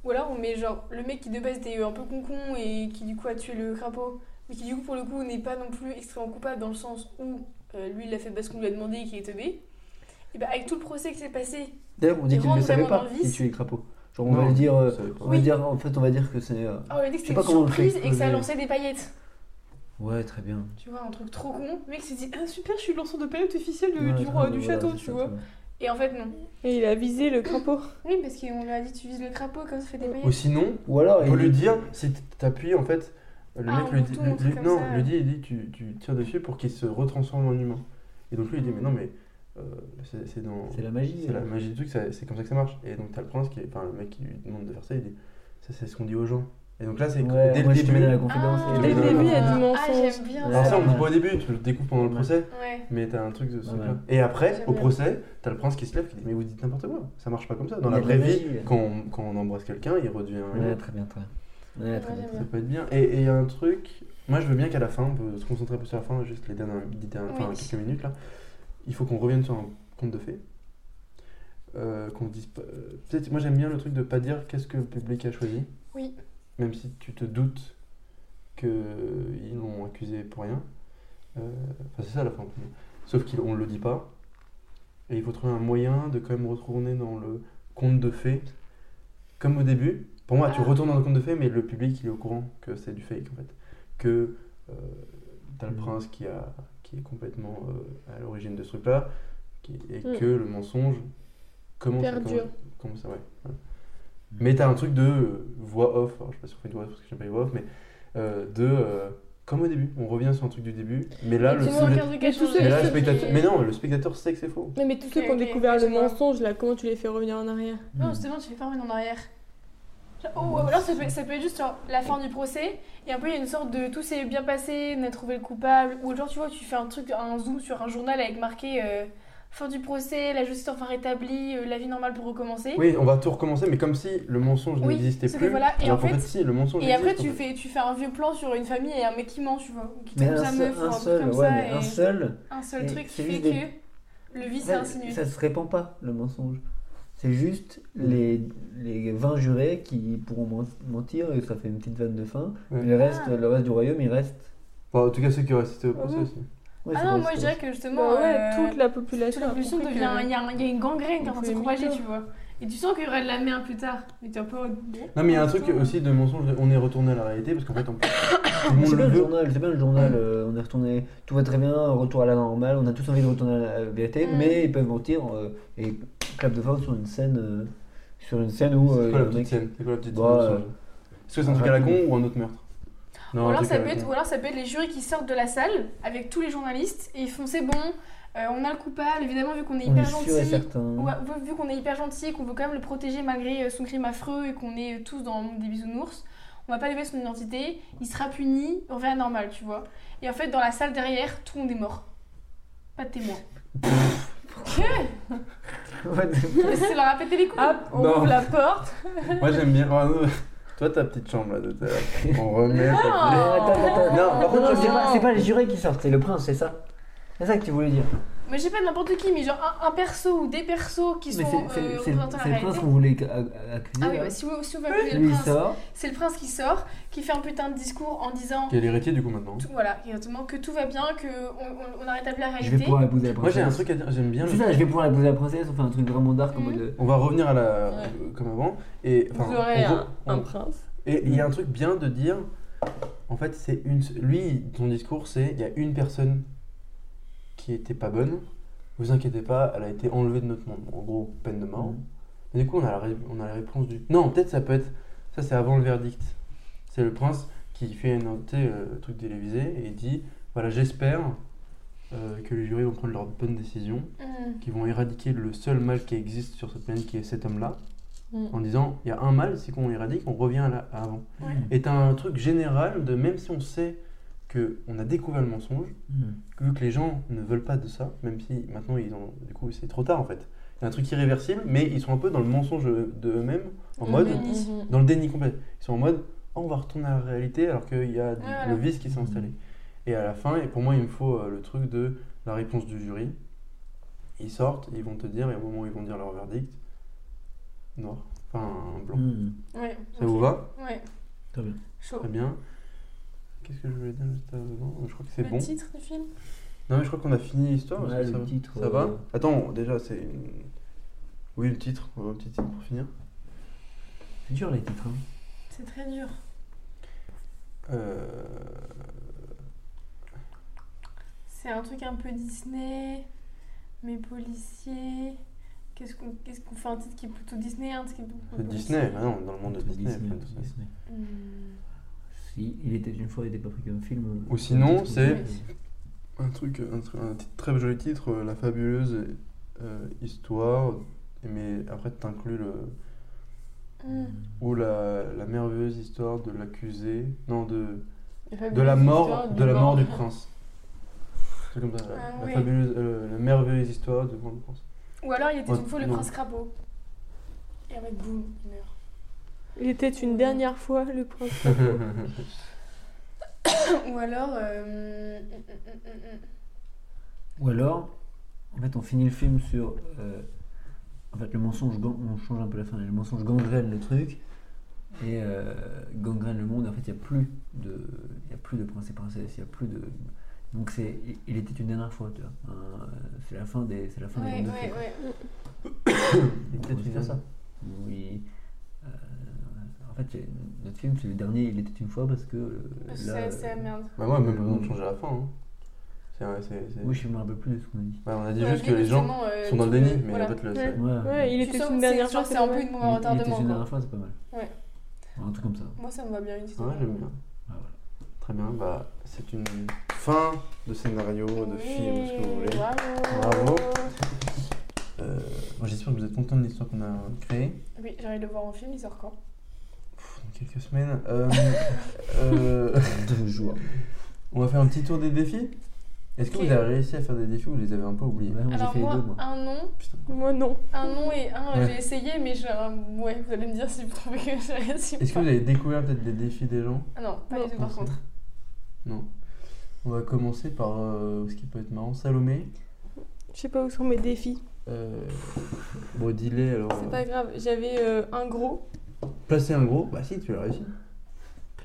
Speaker 2: Ou alors on met genre le mec qui de base était un peu concon et qui du coup a tué le crapaud, mais qui du coup pour le coup n'est pas non plus extrêmement coupable dans le sens où euh, lui il l'a fait parce qu'on lui a demandé et qu'il est teubé. Et bah avec tout le procès qui s'est passé,
Speaker 3: D'ailleurs, on dit
Speaker 2: Il
Speaker 3: qu'il ne
Speaker 2: rentre
Speaker 3: le savait
Speaker 2: vraiment
Speaker 3: pas
Speaker 2: dans le
Speaker 3: qu'il
Speaker 2: vice.
Speaker 3: tuait les crapauds. Genre, on
Speaker 1: Non,
Speaker 3: va le dire.
Speaker 1: ça
Speaker 3: euh,
Speaker 1: va pas.
Speaker 3: on va dire en fait, on va dire que c'est. euh,
Speaker 2: ah, on lui a dit que
Speaker 3: Je sais
Speaker 2: c'était
Speaker 3: pas
Speaker 2: une
Speaker 3: comment on le fait
Speaker 2: surprise et que ça
Speaker 3: exploser.
Speaker 2: lançait des paillettes.
Speaker 3: Ouais, très bien.
Speaker 2: Tu vois, un truc trop con. Le mec s'est dit ah super, je suis le lanceur de paillettes officiel du,
Speaker 3: Ouais,
Speaker 2: du
Speaker 3: très
Speaker 2: roi
Speaker 3: bien,
Speaker 2: du
Speaker 3: voilà,
Speaker 2: château,
Speaker 3: c'est
Speaker 2: tu
Speaker 3: ça,
Speaker 2: vois.
Speaker 3: très bien.
Speaker 2: Et en fait non.
Speaker 4: Et il a visé le crapaud.
Speaker 2: Oui parce qu'on lui a dit tu vises le crapaud comme ça fait des paillettes.
Speaker 1: Ou sinon,
Speaker 3: Ou alors,
Speaker 1: on peut lui dire Si t- t'appuies, en fait, le
Speaker 2: Ah,
Speaker 1: mec
Speaker 2: un
Speaker 1: lui dit
Speaker 2: bouton, un
Speaker 1: lui-
Speaker 2: truc
Speaker 1: lui-
Speaker 2: comme
Speaker 1: Non,
Speaker 2: ça.
Speaker 1: lui dit, il dit tu, tu tires dessus pour qu'il se retransforme en humain. Et donc lui, il dit Mais non, mais euh, c'est c'est dans.
Speaker 3: c'est la magie. euh.
Speaker 1: C'est la magie du truc, ça- c'est comme ça que ça marche. Et donc t'as le prince, qui est, enfin le mec qui lui demande de faire ça, il dit Ça, c'est ce qu'on dit aux gens. Et donc là, c'est
Speaker 3: Ouais,
Speaker 1: dès
Speaker 3: moi,
Speaker 1: le
Speaker 3: je te mets dans la
Speaker 1: début.
Speaker 3: confidence.
Speaker 2: Ah,
Speaker 1: dès le début, il y a
Speaker 4: du
Speaker 2: Ah,
Speaker 4: mensonge.
Speaker 2: j'aime bien
Speaker 3: Ouais.
Speaker 1: Alors ça, on
Speaker 3: Ouais.
Speaker 1: le voit au début, tu le découvres pendant le
Speaker 3: Ouais.
Speaker 1: procès.
Speaker 2: Ouais.
Speaker 1: Mais t'as un truc de ce
Speaker 3: Ouais,
Speaker 1: truc-là.
Speaker 3: ouais.
Speaker 1: Et après,
Speaker 2: J'aime
Speaker 1: au
Speaker 2: bien.
Speaker 1: procès, t'as le prince qui se lève qui dit Mais vous dites n'importe quoi, ça marche pas comme ça. Dans
Speaker 3: Il y
Speaker 1: la
Speaker 3: a de la
Speaker 1: vraie vie,
Speaker 3: magie. euh.
Speaker 1: quand on, quand on embrasse quelqu'un, il redevient. humain.
Speaker 3: Ouais, très bien, très bien. Ouais, très
Speaker 2: Ouais,
Speaker 3: bien.
Speaker 2: j'aime
Speaker 1: Ça
Speaker 2: bien.
Speaker 1: peut être bien. Et il y a un truc, moi je veux bien qu'à la fin, on peut se concentrer un peu sur la fin, juste les dernières, dix dernières- enfin,
Speaker 2: Oui.
Speaker 1: quelques minutes là. Il faut qu'on revienne sur un conte de fées. Euh, qu'on dise pas- euh, peut-être moi j'aime bien le truc de pas dire qu'est-ce que le public a choisi
Speaker 2: Oui.
Speaker 1: même si tu te doutes que ils l'ont accusé pour rien Euh, enfin c'est ça la fin pour moi. sauf qu'on le dit pas et il faut trouver un moyen de quand même retourner dans le conte de fées comme au début pour moi tu
Speaker 2: Ah.
Speaker 1: retournes dans le conte de fées mais le public il est au courant que c'est du fake en fait que euh, t'as le
Speaker 3: Mm.
Speaker 1: prince qui a qui est complètement euh, à l'origine de ce truc là et
Speaker 4: Mm.
Speaker 1: que le mensonge commence à-
Speaker 4: Perdure.
Speaker 1: Comment ça, ouais. voilà. Mais t'as un truc de euh, voix off, alors je sais pas si on fait une voix off parce que j'aime pas les voix off, mais euh, de. euh, comme au début, on revient sur un truc du début, mais là, le,
Speaker 2: C'est moins
Speaker 1: spect-
Speaker 2: qu'un truc à
Speaker 4: Mais tout
Speaker 2: changer.
Speaker 4: seul-
Speaker 1: mais, là,
Speaker 4: ceux
Speaker 1: le
Speaker 4: qui-
Speaker 1: spectateur... mais non, le spectateur sait que c'est faux.
Speaker 4: Non, mais tous ceux
Speaker 2: Ok,
Speaker 4: qui ont
Speaker 2: ok,
Speaker 4: découvert
Speaker 2: je
Speaker 4: le
Speaker 2: vois.
Speaker 4: mensonge, là, comment tu les fais revenir en arrière
Speaker 2: Non, justement, tu fais pas revenir en arrière. Genre, Oh, ou alors ça peut, ça peut être juste genre, la fin du procès, et un peu il y a une sorte de tout s'est bien passé, on a trouvé le coupable, ou genre tu vois, tu fais un truc, un zoom sur un journal avec marqué euh, fin du procès, la justice enfin rétablie, euh, la vie normale pour recommencer.
Speaker 1: Oui, on va tout recommencer, mais comme si le mensonge
Speaker 2: Oui,
Speaker 1: n'existait
Speaker 2: sauf que
Speaker 1: plus.
Speaker 2: voilà, et
Speaker 1: alors
Speaker 2: en
Speaker 1: qu'en
Speaker 2: fait-
Speaker 1: si, le mensonge
Speaker 2: Et après,
Speaker 1: existe, en
Speaker 2: tu
Speaker 1: fait.
Speaker 2: fais, tu fais un vieux plan sur une famille et un mec qui ment, tu vois, ou qui
Speaker 3: Mais
Speaker 2: trompe
Speaker 3: un
Speaker 2: sa
Speaker 3: seul,
Speaker 2: meuf, ou
Speaker 3: un
Speaker 2: un truc
Speaker 3: seul,
Speaker 2: comme
Speaker 3: ouais,
Speaker 2: ça,
Speaker 3: mais
Speaker 2: et
Speaker 3: un seul.
Speaker 2: un seul
Speaker 3: et
Speaker 2: truc
Speaker 3: c'est
Speaker 2: qui fait
Speaker 3: juste des-
Speaker 2: que le vice est
Speaker 3: Ça,
Speaker 2: insinué.
Speaker 3: ça se répand pas, le mensonge. C'est juste les, les 20 jurés qui pourront men- mentir et ça fait une petite vanne de fin.
Speaker 1: Ouais.
Speaker 3: Et Le, reste,
Speaker 2: Ah.
Speaker 3: le reste du royaume, il reste.
Speaker 1: Enfin, en tout cas, ceux qui auraient assisté au procès
Speaker 4: oui.
Speaker 1: aussi.
Speaker 3: Ouais,
Speaker 2: Ah
Speaker 3: c'est
Speaker 2: non, moi
Speaker 3: vrai, c'est
Speaker 2: je
Speaker 3: vrai.
Speaker 2: dirais que justement,
Speaker 4: Bah ouais,
Speaker 2: euh,
Speaker 4: toute la
Speaker 2: Toute
Speaker 4: population. a
Speaker 2: la pollution
Speaker 4: compris que-
Speaker 2: devient. Il y, a un- il y a une gangrène qui est en train de se
Speaker 4: Faut
Speaker 2: propager,
Speaker 4: éviter.
Speaker 2: tu vois. Et tu sens qu'il y aura de la merde plus tard. Mais t'es un peu. en mode, bon,
Speaker 1: Non, mais il y a un
Speaker 2: pour
Speaker 1: truc
Speaker 2: l'instant,
Speaker 1: aussi de mensonge, de- on est retourné à la réalité, parce qu'en fait, on... tout le monde
Speaker 3: C'est
Speaker 1: le
Speaker 3: bien le
Speaker 1: veut.
Speaker 3: journal, c'est bien le journal. euh, on est retourné, tout va très bien, retour à la normale. On a tous envie de retourner à la vérité,
Speaker 2: Mm.
Speaker 3: mais ils peuvent mentir euh, et clap de force sur une scène, euh, sur une scène où euh,
Speaker 1: C'est quoi la
Speaker 3: le
Speaker 1: petite
Speaker 3: mec-
Speaker 1: scène C'est quoi la petite
Speaker 3: Bah,
Speaker 1: scène de
Speaker 3: euh,
Speaker 1: mensonge Est-ce que c'est un truc à la con ou un autre meurtre Non,
Speaker 2: Ou
Speaker 1: un
Speaker 2: alors,
Speaker 1: truc
Speaker 2: ça
Speaker 1: à la
Speaker 2: peut être,
Speaker 1: con.
Speaker 2: ou alors ça peut être les jurys qui sortent de la salle avec tous les journalistes et ils font c'est bon, euh, on a le coupable, évidemment, vu qu'on est
Speaker 3: on est
Speaker 2: hyper
Speaker 3: sûr et
Speaker 2: gentil.
Speaker 3: certain.
Speaker 2: Ouais, euh, vu- vu qu'on est hyper gentil et qu'on veut quand même le protéger malgré euh, son crime affreux et qu'on est euh, tous dans le monde des bisounours, on va pas lever son identité, il sera puni, on revient à la normale, tu vois. Et en fait, dans la salle derrière, tout le monde est mort. Pas de témoin. C'est leur a pété les couilles.
Speaker 4: Hop, on
Speaker 1: Non.
Speaker 4: ouvre la porte.
Speaker 1: Moi j'aime bien. Ah, non. Toi ta petite chambre là, de ta... on remet.
Speaker 2: Ah.
Speaker 3: Mais
Speaker 1: ta-
Speaker 3: attends,
Speaker 4: Oh.
Speaker 3: attends,
Speaker 1: Non, par
Speaker 3: Non,
Speaker 1: contre,
Speaker 3: non,
Speaker 1: je
Speaker 3: c'est
Speaker 1: sais
Speaker 3: pas, c'est pas les jurés qui sortent, c'est le prince, c'est ça. C'est ça que tu voulais dire.
Speaker 2: Mais j'ai pas n'importe qui, mais genre un, un perso ou des persos qui
Speaker 3: Mais
Speaker 2: sont
Speaker 3: c'est c'est-
Speaker 2: euh,
Speaker 3: c'est-
Speaker 2: représentant la
Speaker 3: c'est le prince
Speaker 2: réalité.
Speaker 3: qu'on voulait ac- ac- accuser.
Speaker 2: Ah oui,
Speaker 3: là.
Speaker 2: ouais, si vous, si vous m'appelez
Speaker 3: Lui,
Speaker 2: le
Speaker 3: il
Speaker 2: prince,
Speaker 3: sort.
Speaker 2: c'est le prince qui sort, qui fait un putain de discours en disant
Speaker 1: Qui est l'héritier du coup maintenant.
Speaker 2: tout, voilà, exactement, que tout va bien, que on, on- on a rétabli la
Speaker 3: Je
Speaker 2: réalité.
Speaker 3: vais pouvoir épouser la
Speaker 1: Moi
Speaker 3: princesse.
Speaker 1: j'ai un truc à dire, j'aime bien. le-
Speaker 3: C'est ça, je vais pouvoir épouser la princesse. On fait un truc vraiment dark en
Speaker 2: Mhm.
Speaker 3: mode. euh,
Speaker 1: On va revenir à la.
Speaker 4: Ouais.
Speaker 1: euh, comme avant. Et enfin,
Speaker 4: Vous aurez
Speaker 1: on re-
Speaker 4: un, un
Speaker 1: on-
Speaker 4: prince.
Speaker 1: Et il y a un truc bien de dire. En fait, c'est une. Lui, son discours, c'est il y a une personne qui était pas bonne. Vous inquiétez pas, elle a été enlevée de notre monde. En gros, peine de mort. Mais du coup, on a, la ré- on a la réponse du. Non, peut-être ça peut être. Ça, c'est avant le verdict. C'est le prince qui fait une tu sais, euh, truc télévisé et il dit Voilà, j'espère euh, que les jurys vont prendre leurs bonnes décisions,
Speaker 2: Hmm.
Speaker 1: qu'ils vont éradiquer le seul mal qui existe sur cette planète, qui est cet homme-là,
Speaker 4: Mm.
Speaker 1: en disant Il y a un mal, c'est qu'on éradique, on revient à la- à avant.
Speaker 2: Ouais.
Speaker 1: Et t'as un truc général de même si on sait que on a découvert le mensonge,
Speaker 3: Mhm.
Speaker 1: vu que les gens ne veulent pas de ça, même si maintenant ils ont, du coup c'est trop tard en fait. Il y a un truc irréversible, mais ils sont un peu dans le mensonge de eux-mêmes, en
Speaker 2: Dans
Speaker 1: mode,
Speaker 2: le déni.
Speaker 4: Mhm.
Speaker 1: dans le déni complet. Ils sont en mode, Ah, on va retourner à la réalité alors qu'il y a du-
Speaker 2: Ouais, voilà.
Speaker 1: le vice qui s'est installé. Et à la fin, et pour moi il me faut euh, le truc de la réponse du jury. Ils sortent, ils vont te dire, et au moment où ils vont dire leur verdict, noir, enfin blanc.
Speaker 3: Mhm.
Speaker 2: Ouais,
Speaker 1: Ça
Speaker 2: ok.
Speaker 1: vous va
Speaker 2: Ouais.
Speaker 3: Très bien.
Speaker 2: Chaud.
Speaker 1: Très bien. Qu'est-ce que je voulais dire juste avant Je crois que c'est
Speaker 2: Le
Speaker 1: bon.
Speaker 2: titre du film
Speaker 1: Non, mais je crois qu'on a fini l'histoire. parce
Speaker 3: Ouais,
Speaker 1: que
Speaker 3: le
Speaker 1: ça va.
Speaker 3: titre,
Speaker 1: Ça
Speaker 3: euh,
Speaker 1: va Attends, déjà, c'est une. Oui, le titre. On va un petit titre pour finir.
Speaker 3: C'est dur les titres. hein.
Speaker 2: C'est très dur.
Speaker 1: Euh,
Speaker 2: C'est un truc un peu Disney, mais policier. Qu'est-ce qu'on qu'est-ce qu'on fait un titre qui est plutôt Disney, un titre qui est plutôt
Speaker 1: Le
Speaker 2: policier
Speaker 1: Disney, bah non, dans le monde de Disney. plein de Disney.
Speaker 3: Disney.
Speaker 2: Hmm.
Speaker 3: Si, il était une fois, il était pas pris comme film. euh,
Speaker 1: Ou sinon,
Speaker 3: titre,
Speaker 1: c'est-
Speaker 3: euh,
Speaker 1: Un truc, un, truc- un titre- très joli titre, euh, La fabuleuse euh, histoire. Mais après, t'inclus le.
Speaker 2: Hmm.
Speaker 1: Ou la, la merveilleuse histoire de l'accusé. Non, de. De
Speaker 4: Fabuleuse
Speaker 1: la
Speaker 4: histoire
Speaker 1: mort,
Speaker 4: du
Speaker 1: de la mort
Speaker 4: mort.
Speaker 1: du prince. C'est comme ça, la,
Speaker 2: Ah,
Speaker 1: la
Speaker 2: oui.
Speaker 1: fabuleuse, euh, la merveilleuse histoire de mort du prince.
Speaker 2: Ou alors il était
Speaker 1: Oh,
Speaker 2: une fois le
Speaker 1: non.
Speaker 2: prince crapaud. Et en fait, boum, il meurt.
Speaker 4: Il était une dernière fois le prince.
Speaker 2: Ou alors. euh, hum, hum, hum, hum.
Speaker 3: Ou alors, en fait, on finit le film sur. euh, en fait, le mensonge. gan- On change un peu la fin. Le mensonge gangrène le truc. Et euh, gangrène le monde. En fait, il n'y a plus de. Il y a plus de prince et princesse. Il n'y a plus de. Donc, c'est. il- Il était une dernière fois, tu vois. Un, euh, c'est la fin des. C'est la fin des
Speaker 2: Ouais,
Speaker 3: contes de
Speaker 2: ouais,
Speaker 3: fées,
Speaker 2: ouais.
Speaker 3: quoi.
Speaker 1: Peut-être
Speaker 3: On peut
Speaker 1: une
Speaker 3: faire
Speaker 1: dernière.
Speaker 3: ça. Oui. Euh, en fait, j'ai- notre film, c'est le dernier. Il était une fois parce que. euh,
Speaker 2: Parce que c'est
Speaker 3: là,
Speaker 2: c'est la
Speaker 3: euh,
Speaker 2: merde.
Speaker 1: Bah, moi, même pas besoin de changer la fin. hein. C'est vrai, c'est. c'est-
Speaker 3: Oui, euh, je me rappelle plus de ce qu'on a dit.
Speaker 1: Ouais, on a dit
Speaker 2: Ouais,
Speaker 1: juste que
Speaker 2: mais
Speaker 1: les gens
Speaker 2: justement, euh,
Speaker 1: sont dans le
Speaker 2: tu
Speaker 1: déni,
Speaker 2: peux-
Speaker 1: mais
Speaker 2: voilà.
Speaker 1: en fait, le.
Speaker 4: Ouais.
Speaker 1: c'est-
Speaker 3: Ouais,
Speaker 4: Ouais, il
Speaker 2: Tu
Speaker 4: était
Speaker 2: sens
Speaker 4: une
Speaker 2: que
Speaker 4: dernière
Speaker 2: c'est-
Speaker 4: fois.
Speaker 2: genre, C'est un
Speaker 4: pas
Speaker 2: peu
Speaker 4: mal.
Speaker 2: une bombe à
Speaker 3: Il- Il était
Speaker 2: retardement.
Speaker 3: une
Speaker 2: quoi.
Speaker 3: dernière fois, c'est pas mal.
Speaker 2: Ouais.
Speaker 3: Un truc comme ça.
Speaker 2: Moi, ça me va bien une petite
Speaker 1: Ouais,
Speaker 2: bombe.
Speaker 1: j'aime bien.
Speaker 3: Ah, voilà.
Speaker 1: Très bien, bah, c'est une fin de scénario, de film, ce que vous voulez.
Speaker 2: Oui, Bravo.
Speaker 1: Bravo. Euh, bon, J'espère que vous êtes content de l'histoire qu'on a créée.
Speaker 2: Oui, j'ai envie de le voir en film, il sort quand
Speaker 1: Pff, Dans quelques semaines. Euh, euh,
Speaker 3: Deux jours.
Speaker 1: on va faire un petit tour des défis. Est-ce que
Speaker 2: Ok.
Speaker 1: vous avez réussi à faire des défis ou vous les avez un peu oubliés
Speaker 3: Ouais, moi, j'ai
Speaker 2: Alors
Speaker 3: fait les
Speaker 2: moi,
Speaker 3: deux, moi.
Speaker 2: un nom,
Speaker 1: Putain.
Speaker 4: Moi non.
Speaker 2: un nom et un,
Speaker 1: Ouais.
Speaker 2: j'ai essayé, mais je, ouais, vous allez me dire si vous trouvez que j'ai réussi ou
Speaker 1: Est-ce que
Speaker 2: pas.
Speaker 1: vous avez découvert peut-être des défis des gens
Speaker 2: Ah non, pas
Speaker 4: Non.
Speaker 2: du tout par
Speaker 1: Pensez.
Speaker 2: contre.
Speaker 1: Non. On va commencer par euh, ce qui peut être marrant. Salomé.
Speaker 4: Je sais pas où sont mes défis.
Speaker 1: Euh, bon, dis-les alors.
Speaker 4: C'est
Speaker 1: euh,
Speaker 4: pas grave, j'avais euh, un gros.
Speaker 1: Placer un gros Bah si, tu l'as réussi.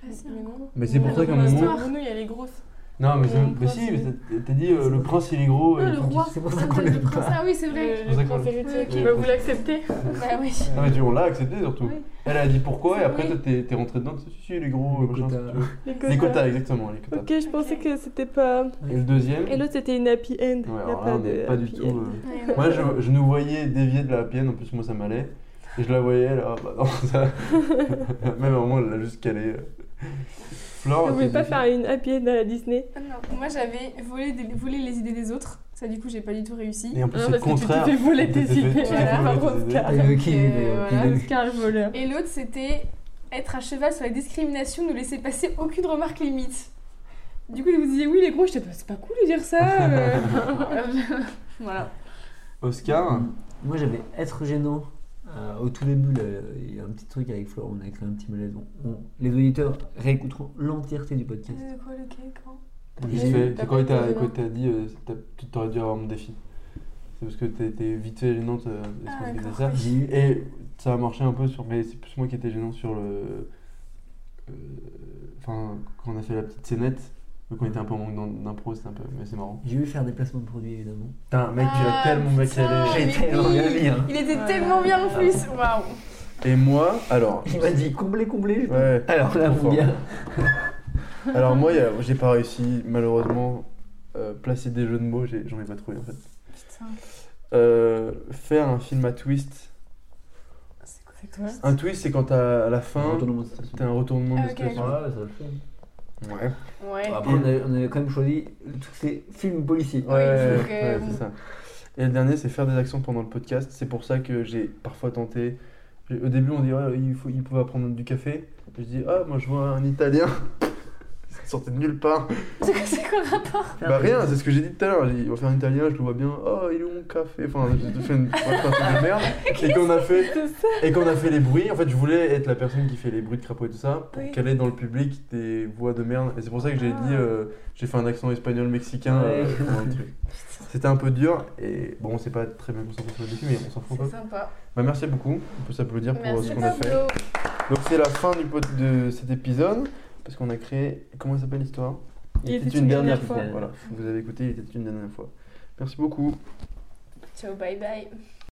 Speaker 2: Mais non.
Speaker 1: Mais c'est pour
Speaker 4: Ouais,
Speaker 1: ça qu'à un
Speaker 4: la
Speaker 1: moment.
Speaker 4: star Bruno, il y a les grosses.
Speaker 1: Non, mais,
Speaker 4: Le
Speaker 1: c'est- mais
Speaker 4: prince,
Speaker 1: si,
Speaker 4: il est-
Speaker 1: mais t'as- t'as dit euh, le prince il est gros. et
Speaker 2: Ah,
Speaker 1: il
Speaker 2: le
Speaker 1: faut qu'il-
Speaker 2: roi
Speaker 3: c'est pour ça
Speaker 2: Ah,
Speaker 3: qu'on
Speaker 2: t'as
Speaker 3: l'aime
Speaker 2: dit prince.
Speaker 3: pas.
Speaker 2: Ah oui, c'est vrai
Speaker 4: Le,
Speaker 1: pour ça
Speaker 4: le
Speaker 1: qu'on
Speaker 4: prince
Speaker 1: le-
Speaker 4: héritier.
Speaker 1: Oui,
Speaker 4: Bah,
Speaker 1: ok.
Speaker 4: vous l'acceptez
Speaker 2: Bah oui.
Speaker 1: Non, mais tu, on l'a accepté surtout.
Speaker 4: Oui.
Speaker 1: Elle a dit pourquoi et
Speaker 4: C'est
Speaker 1: après
Speaker 4: vrai.
Speaker 1: toi t'es t'es rentré dedans. Tu suis les gros, euh,
Speaker 3: Les
Speaker 1: machin,
Speaker 3: quotas.
Speaker 1: si tu veux.
Speaker 4: Les
Speaker 1: Les
Speaker 4: quotas.
Speaker 1: quotas, exactement, les quotas.
Speaker 4: Ok, je pensais que c'était pas.
Speaker 1: Et le deuxième
Speaker 4: Et l'autre, c'était une happy end.
Speaker 1: Ouais,
Speaker 4: Y a
Speaker 1: alors
Speaker 4: pas
Speaker 1: là, on
Speaker 4: de
Speaker 1: n'est pas du
Speaker 4: happy
Speaker 1: tout.
Speaker 4: end.
Speaker 1: euh,
Speaker 2: Ouais,
Speaker 1: Moi, je, je nous voyais dévier de la pienne, en plus, moi, ça m'allait. Et je la voyais, là, ah, bah non, ça. Même à un moment, elle l'a juste calé. Flore,
Speaker 4: Vous voulez
Speaker 1: tes
Speaker 4: pas
Speaker 1: défis
Speaker 4: faire une happy end à la Disney
Speaker 2: Ah non, Moi j'avais volé, des- volé les idées des autres, ça du coup j'ai pas du tout réussi.
Speaker 1: Et en plus,
Speaker 4: Non,
Speaker 1: c'est le
Speaker 4: Ah, parce que tu
Speaker 1: contraire.
Speaker 4: t'es fait voler
Speaker 1: Tu
Speaker 4: tes
Speaker 1: t'es fait-
Speaker 4: idées
Speaker 1: tu t'es fait
Speaker 4: par
Speaker 1: voler tes idées.
Speaker 4: Oscar.
Speaker 3: Ah, il y a le King,
Speaker 2: euh,
Speaker 3: d'ailleurs.
Speaker 2: voilà.
Speaker 3: Il a-
Speaker 4: Oscar le voleur.
Speaker 2: Et l'autre c'était être à cheval sur la discrimination, ne laisser passer aucune remarque limite. Du coup, ils vous disiez oui, les gros, j'étais bah, c'est pas cool de dire ça. euh. voilà.
Speaker 1: Oscar,
Speaker 3: Mm. Moi, j'avais être gênant. Euh, au tout début, là, il y a un petit truc avec Florent, on a créé un petit malaise. On- on- les auditeurs réécouteront l'entièreté du podcast.
Speaker 2: De quoi le cake hein
Speaker 1: juste
Speaker 4: Oui,
Speaker 1: fait.
Speaker 4: t'as
Speaker 1: C'est quand il t'a
Speaker 4: pas été
Speaker 1: quand il t'a dit, euh, t'as- tu t'aurais dû avoir mon défi. C'est parce que t'étais vite fait gênante. euh, est-ce
Speaker 2: Ah,
Speaker 1: qu'on faisait
Speaker 2: d'accord.
Speaker 1: ça
Speaker 3: J'ai eu-
Speaker 1: Et ça a marché un peu sur. Mais c'est plus moi qui étais gênant sur le. euh, Enfin, quand on a fait la petite scénette, vu qu'on était un peu en manque d'im- d'impro, c'était un peu. Mais c'est marrant.
Speaker 3: J'ai eu faire des placements de produits, évidemment.
Speaker 1: Putain, mec, tu l'as
Speaker 2: Ah,
Speaker 1: tellement bien
Speaker 2: putain,
Speaker 1: calé. Ah,
Speaker 3: J'ai
Speaker 2: mais
Speaker 3: tellement
Speaker 2: oui.
Speaker 3: bien mis, hein.
Speaker 2: Il était tellement bien en plus. Waouh.
Speaker 1: Et moi, alors.
Speaker 3: Il m'a dit combler, combler.
Speaker 1: Ouais.
Speaker 3: Alors là,
Speaker 1: Trop
Speaker 3: mon gars.
Speaker 1: Alors moi, il y a- j'ai pas réussi, malheureusement, euh, placer des jeux de mots, j'ai- j'en ai, pas trouvé en fait.
Speaker 2: Putain,
Speaker 1: Euh, faire un film à twist.
Speaker 2: c'est quoi C'est quoi
Speaker 1: Un twist, c'est quand t'as à la fin,
Speaker 3: Retournement de station.
Speaker 1: t'as un retournement
Speaker 2: Ah,
Speaker 1: de
Speaker 2: ok,
Speaker 1: situation.
Speaker 2: d'accord.
Speaker 3: Ouais, ça le fait.
Speaker 1: Ouais,
Speaker 2: Ouais.
Speaker 3: Après, on avait, on avait quand même choisi le truc, c'est film policier.
Speaker 1: ouais, ouais,
Speaker 2: donc, euh,
Speaker 1: ouais, c'est ça. Et le dernier, c'est faire des actions pendant le podcast. C'est pour ça que j'ai parfois tenté. j'ai- Au début, on dit ouais, il faut, il pouvait prendre du café. Je dis ah, moi je vois un Italien. Sortait de nulle part.
Speaker 2: C'est quoi- C'est quoi le rapport
Speaker 1: Bah rien, c'est ce que j'ai dit tout à l'heure. J'ai dit, on va faire un italien, je le vois bien. Oh, il est où mon café Enfin, j'ai fait une un truc de merde. et qu'on a fait et qu'on a fait les bruits. En fait, je voulais être la personne qui fait les bruits de crapaud et tout ça pour
Speaker 2: Oui.
Speaker 1: caler dans le public des voix de merde. Et c'est pour ça que j'ai
Speaker 2: Ah.
Speaker 1: dit, euh, j'ai fait un accent espagnol mexicain. euh,
Speaker 3: Ouais.
Speaker 1: pour un truc. C'était un peu dur et bon, c'est pas très bien concentré sur le défi, mais on s'en fout un
Speaker 2: C'est
Speaker 1: peu.
Speaker 2: sympa.
Speaker 1: Bah merci beaucoup. On peut s'applaudir pour euh,
Speaker 2: Merci
Speaker 1: ce qu'on a fait.
Speaker 2: Pablo.
Speaker 1: Donc c'est la fin du pot de cet épisode parce qu'on a créé. Comment s'appelle l'histoire
Speaker 4: Il était une dernière fois.
Speaker 1: Voilà, vous avez écouté. Il était une dernière fois. Merci beaucoup.
Speaker 2: Ciao, bye bye.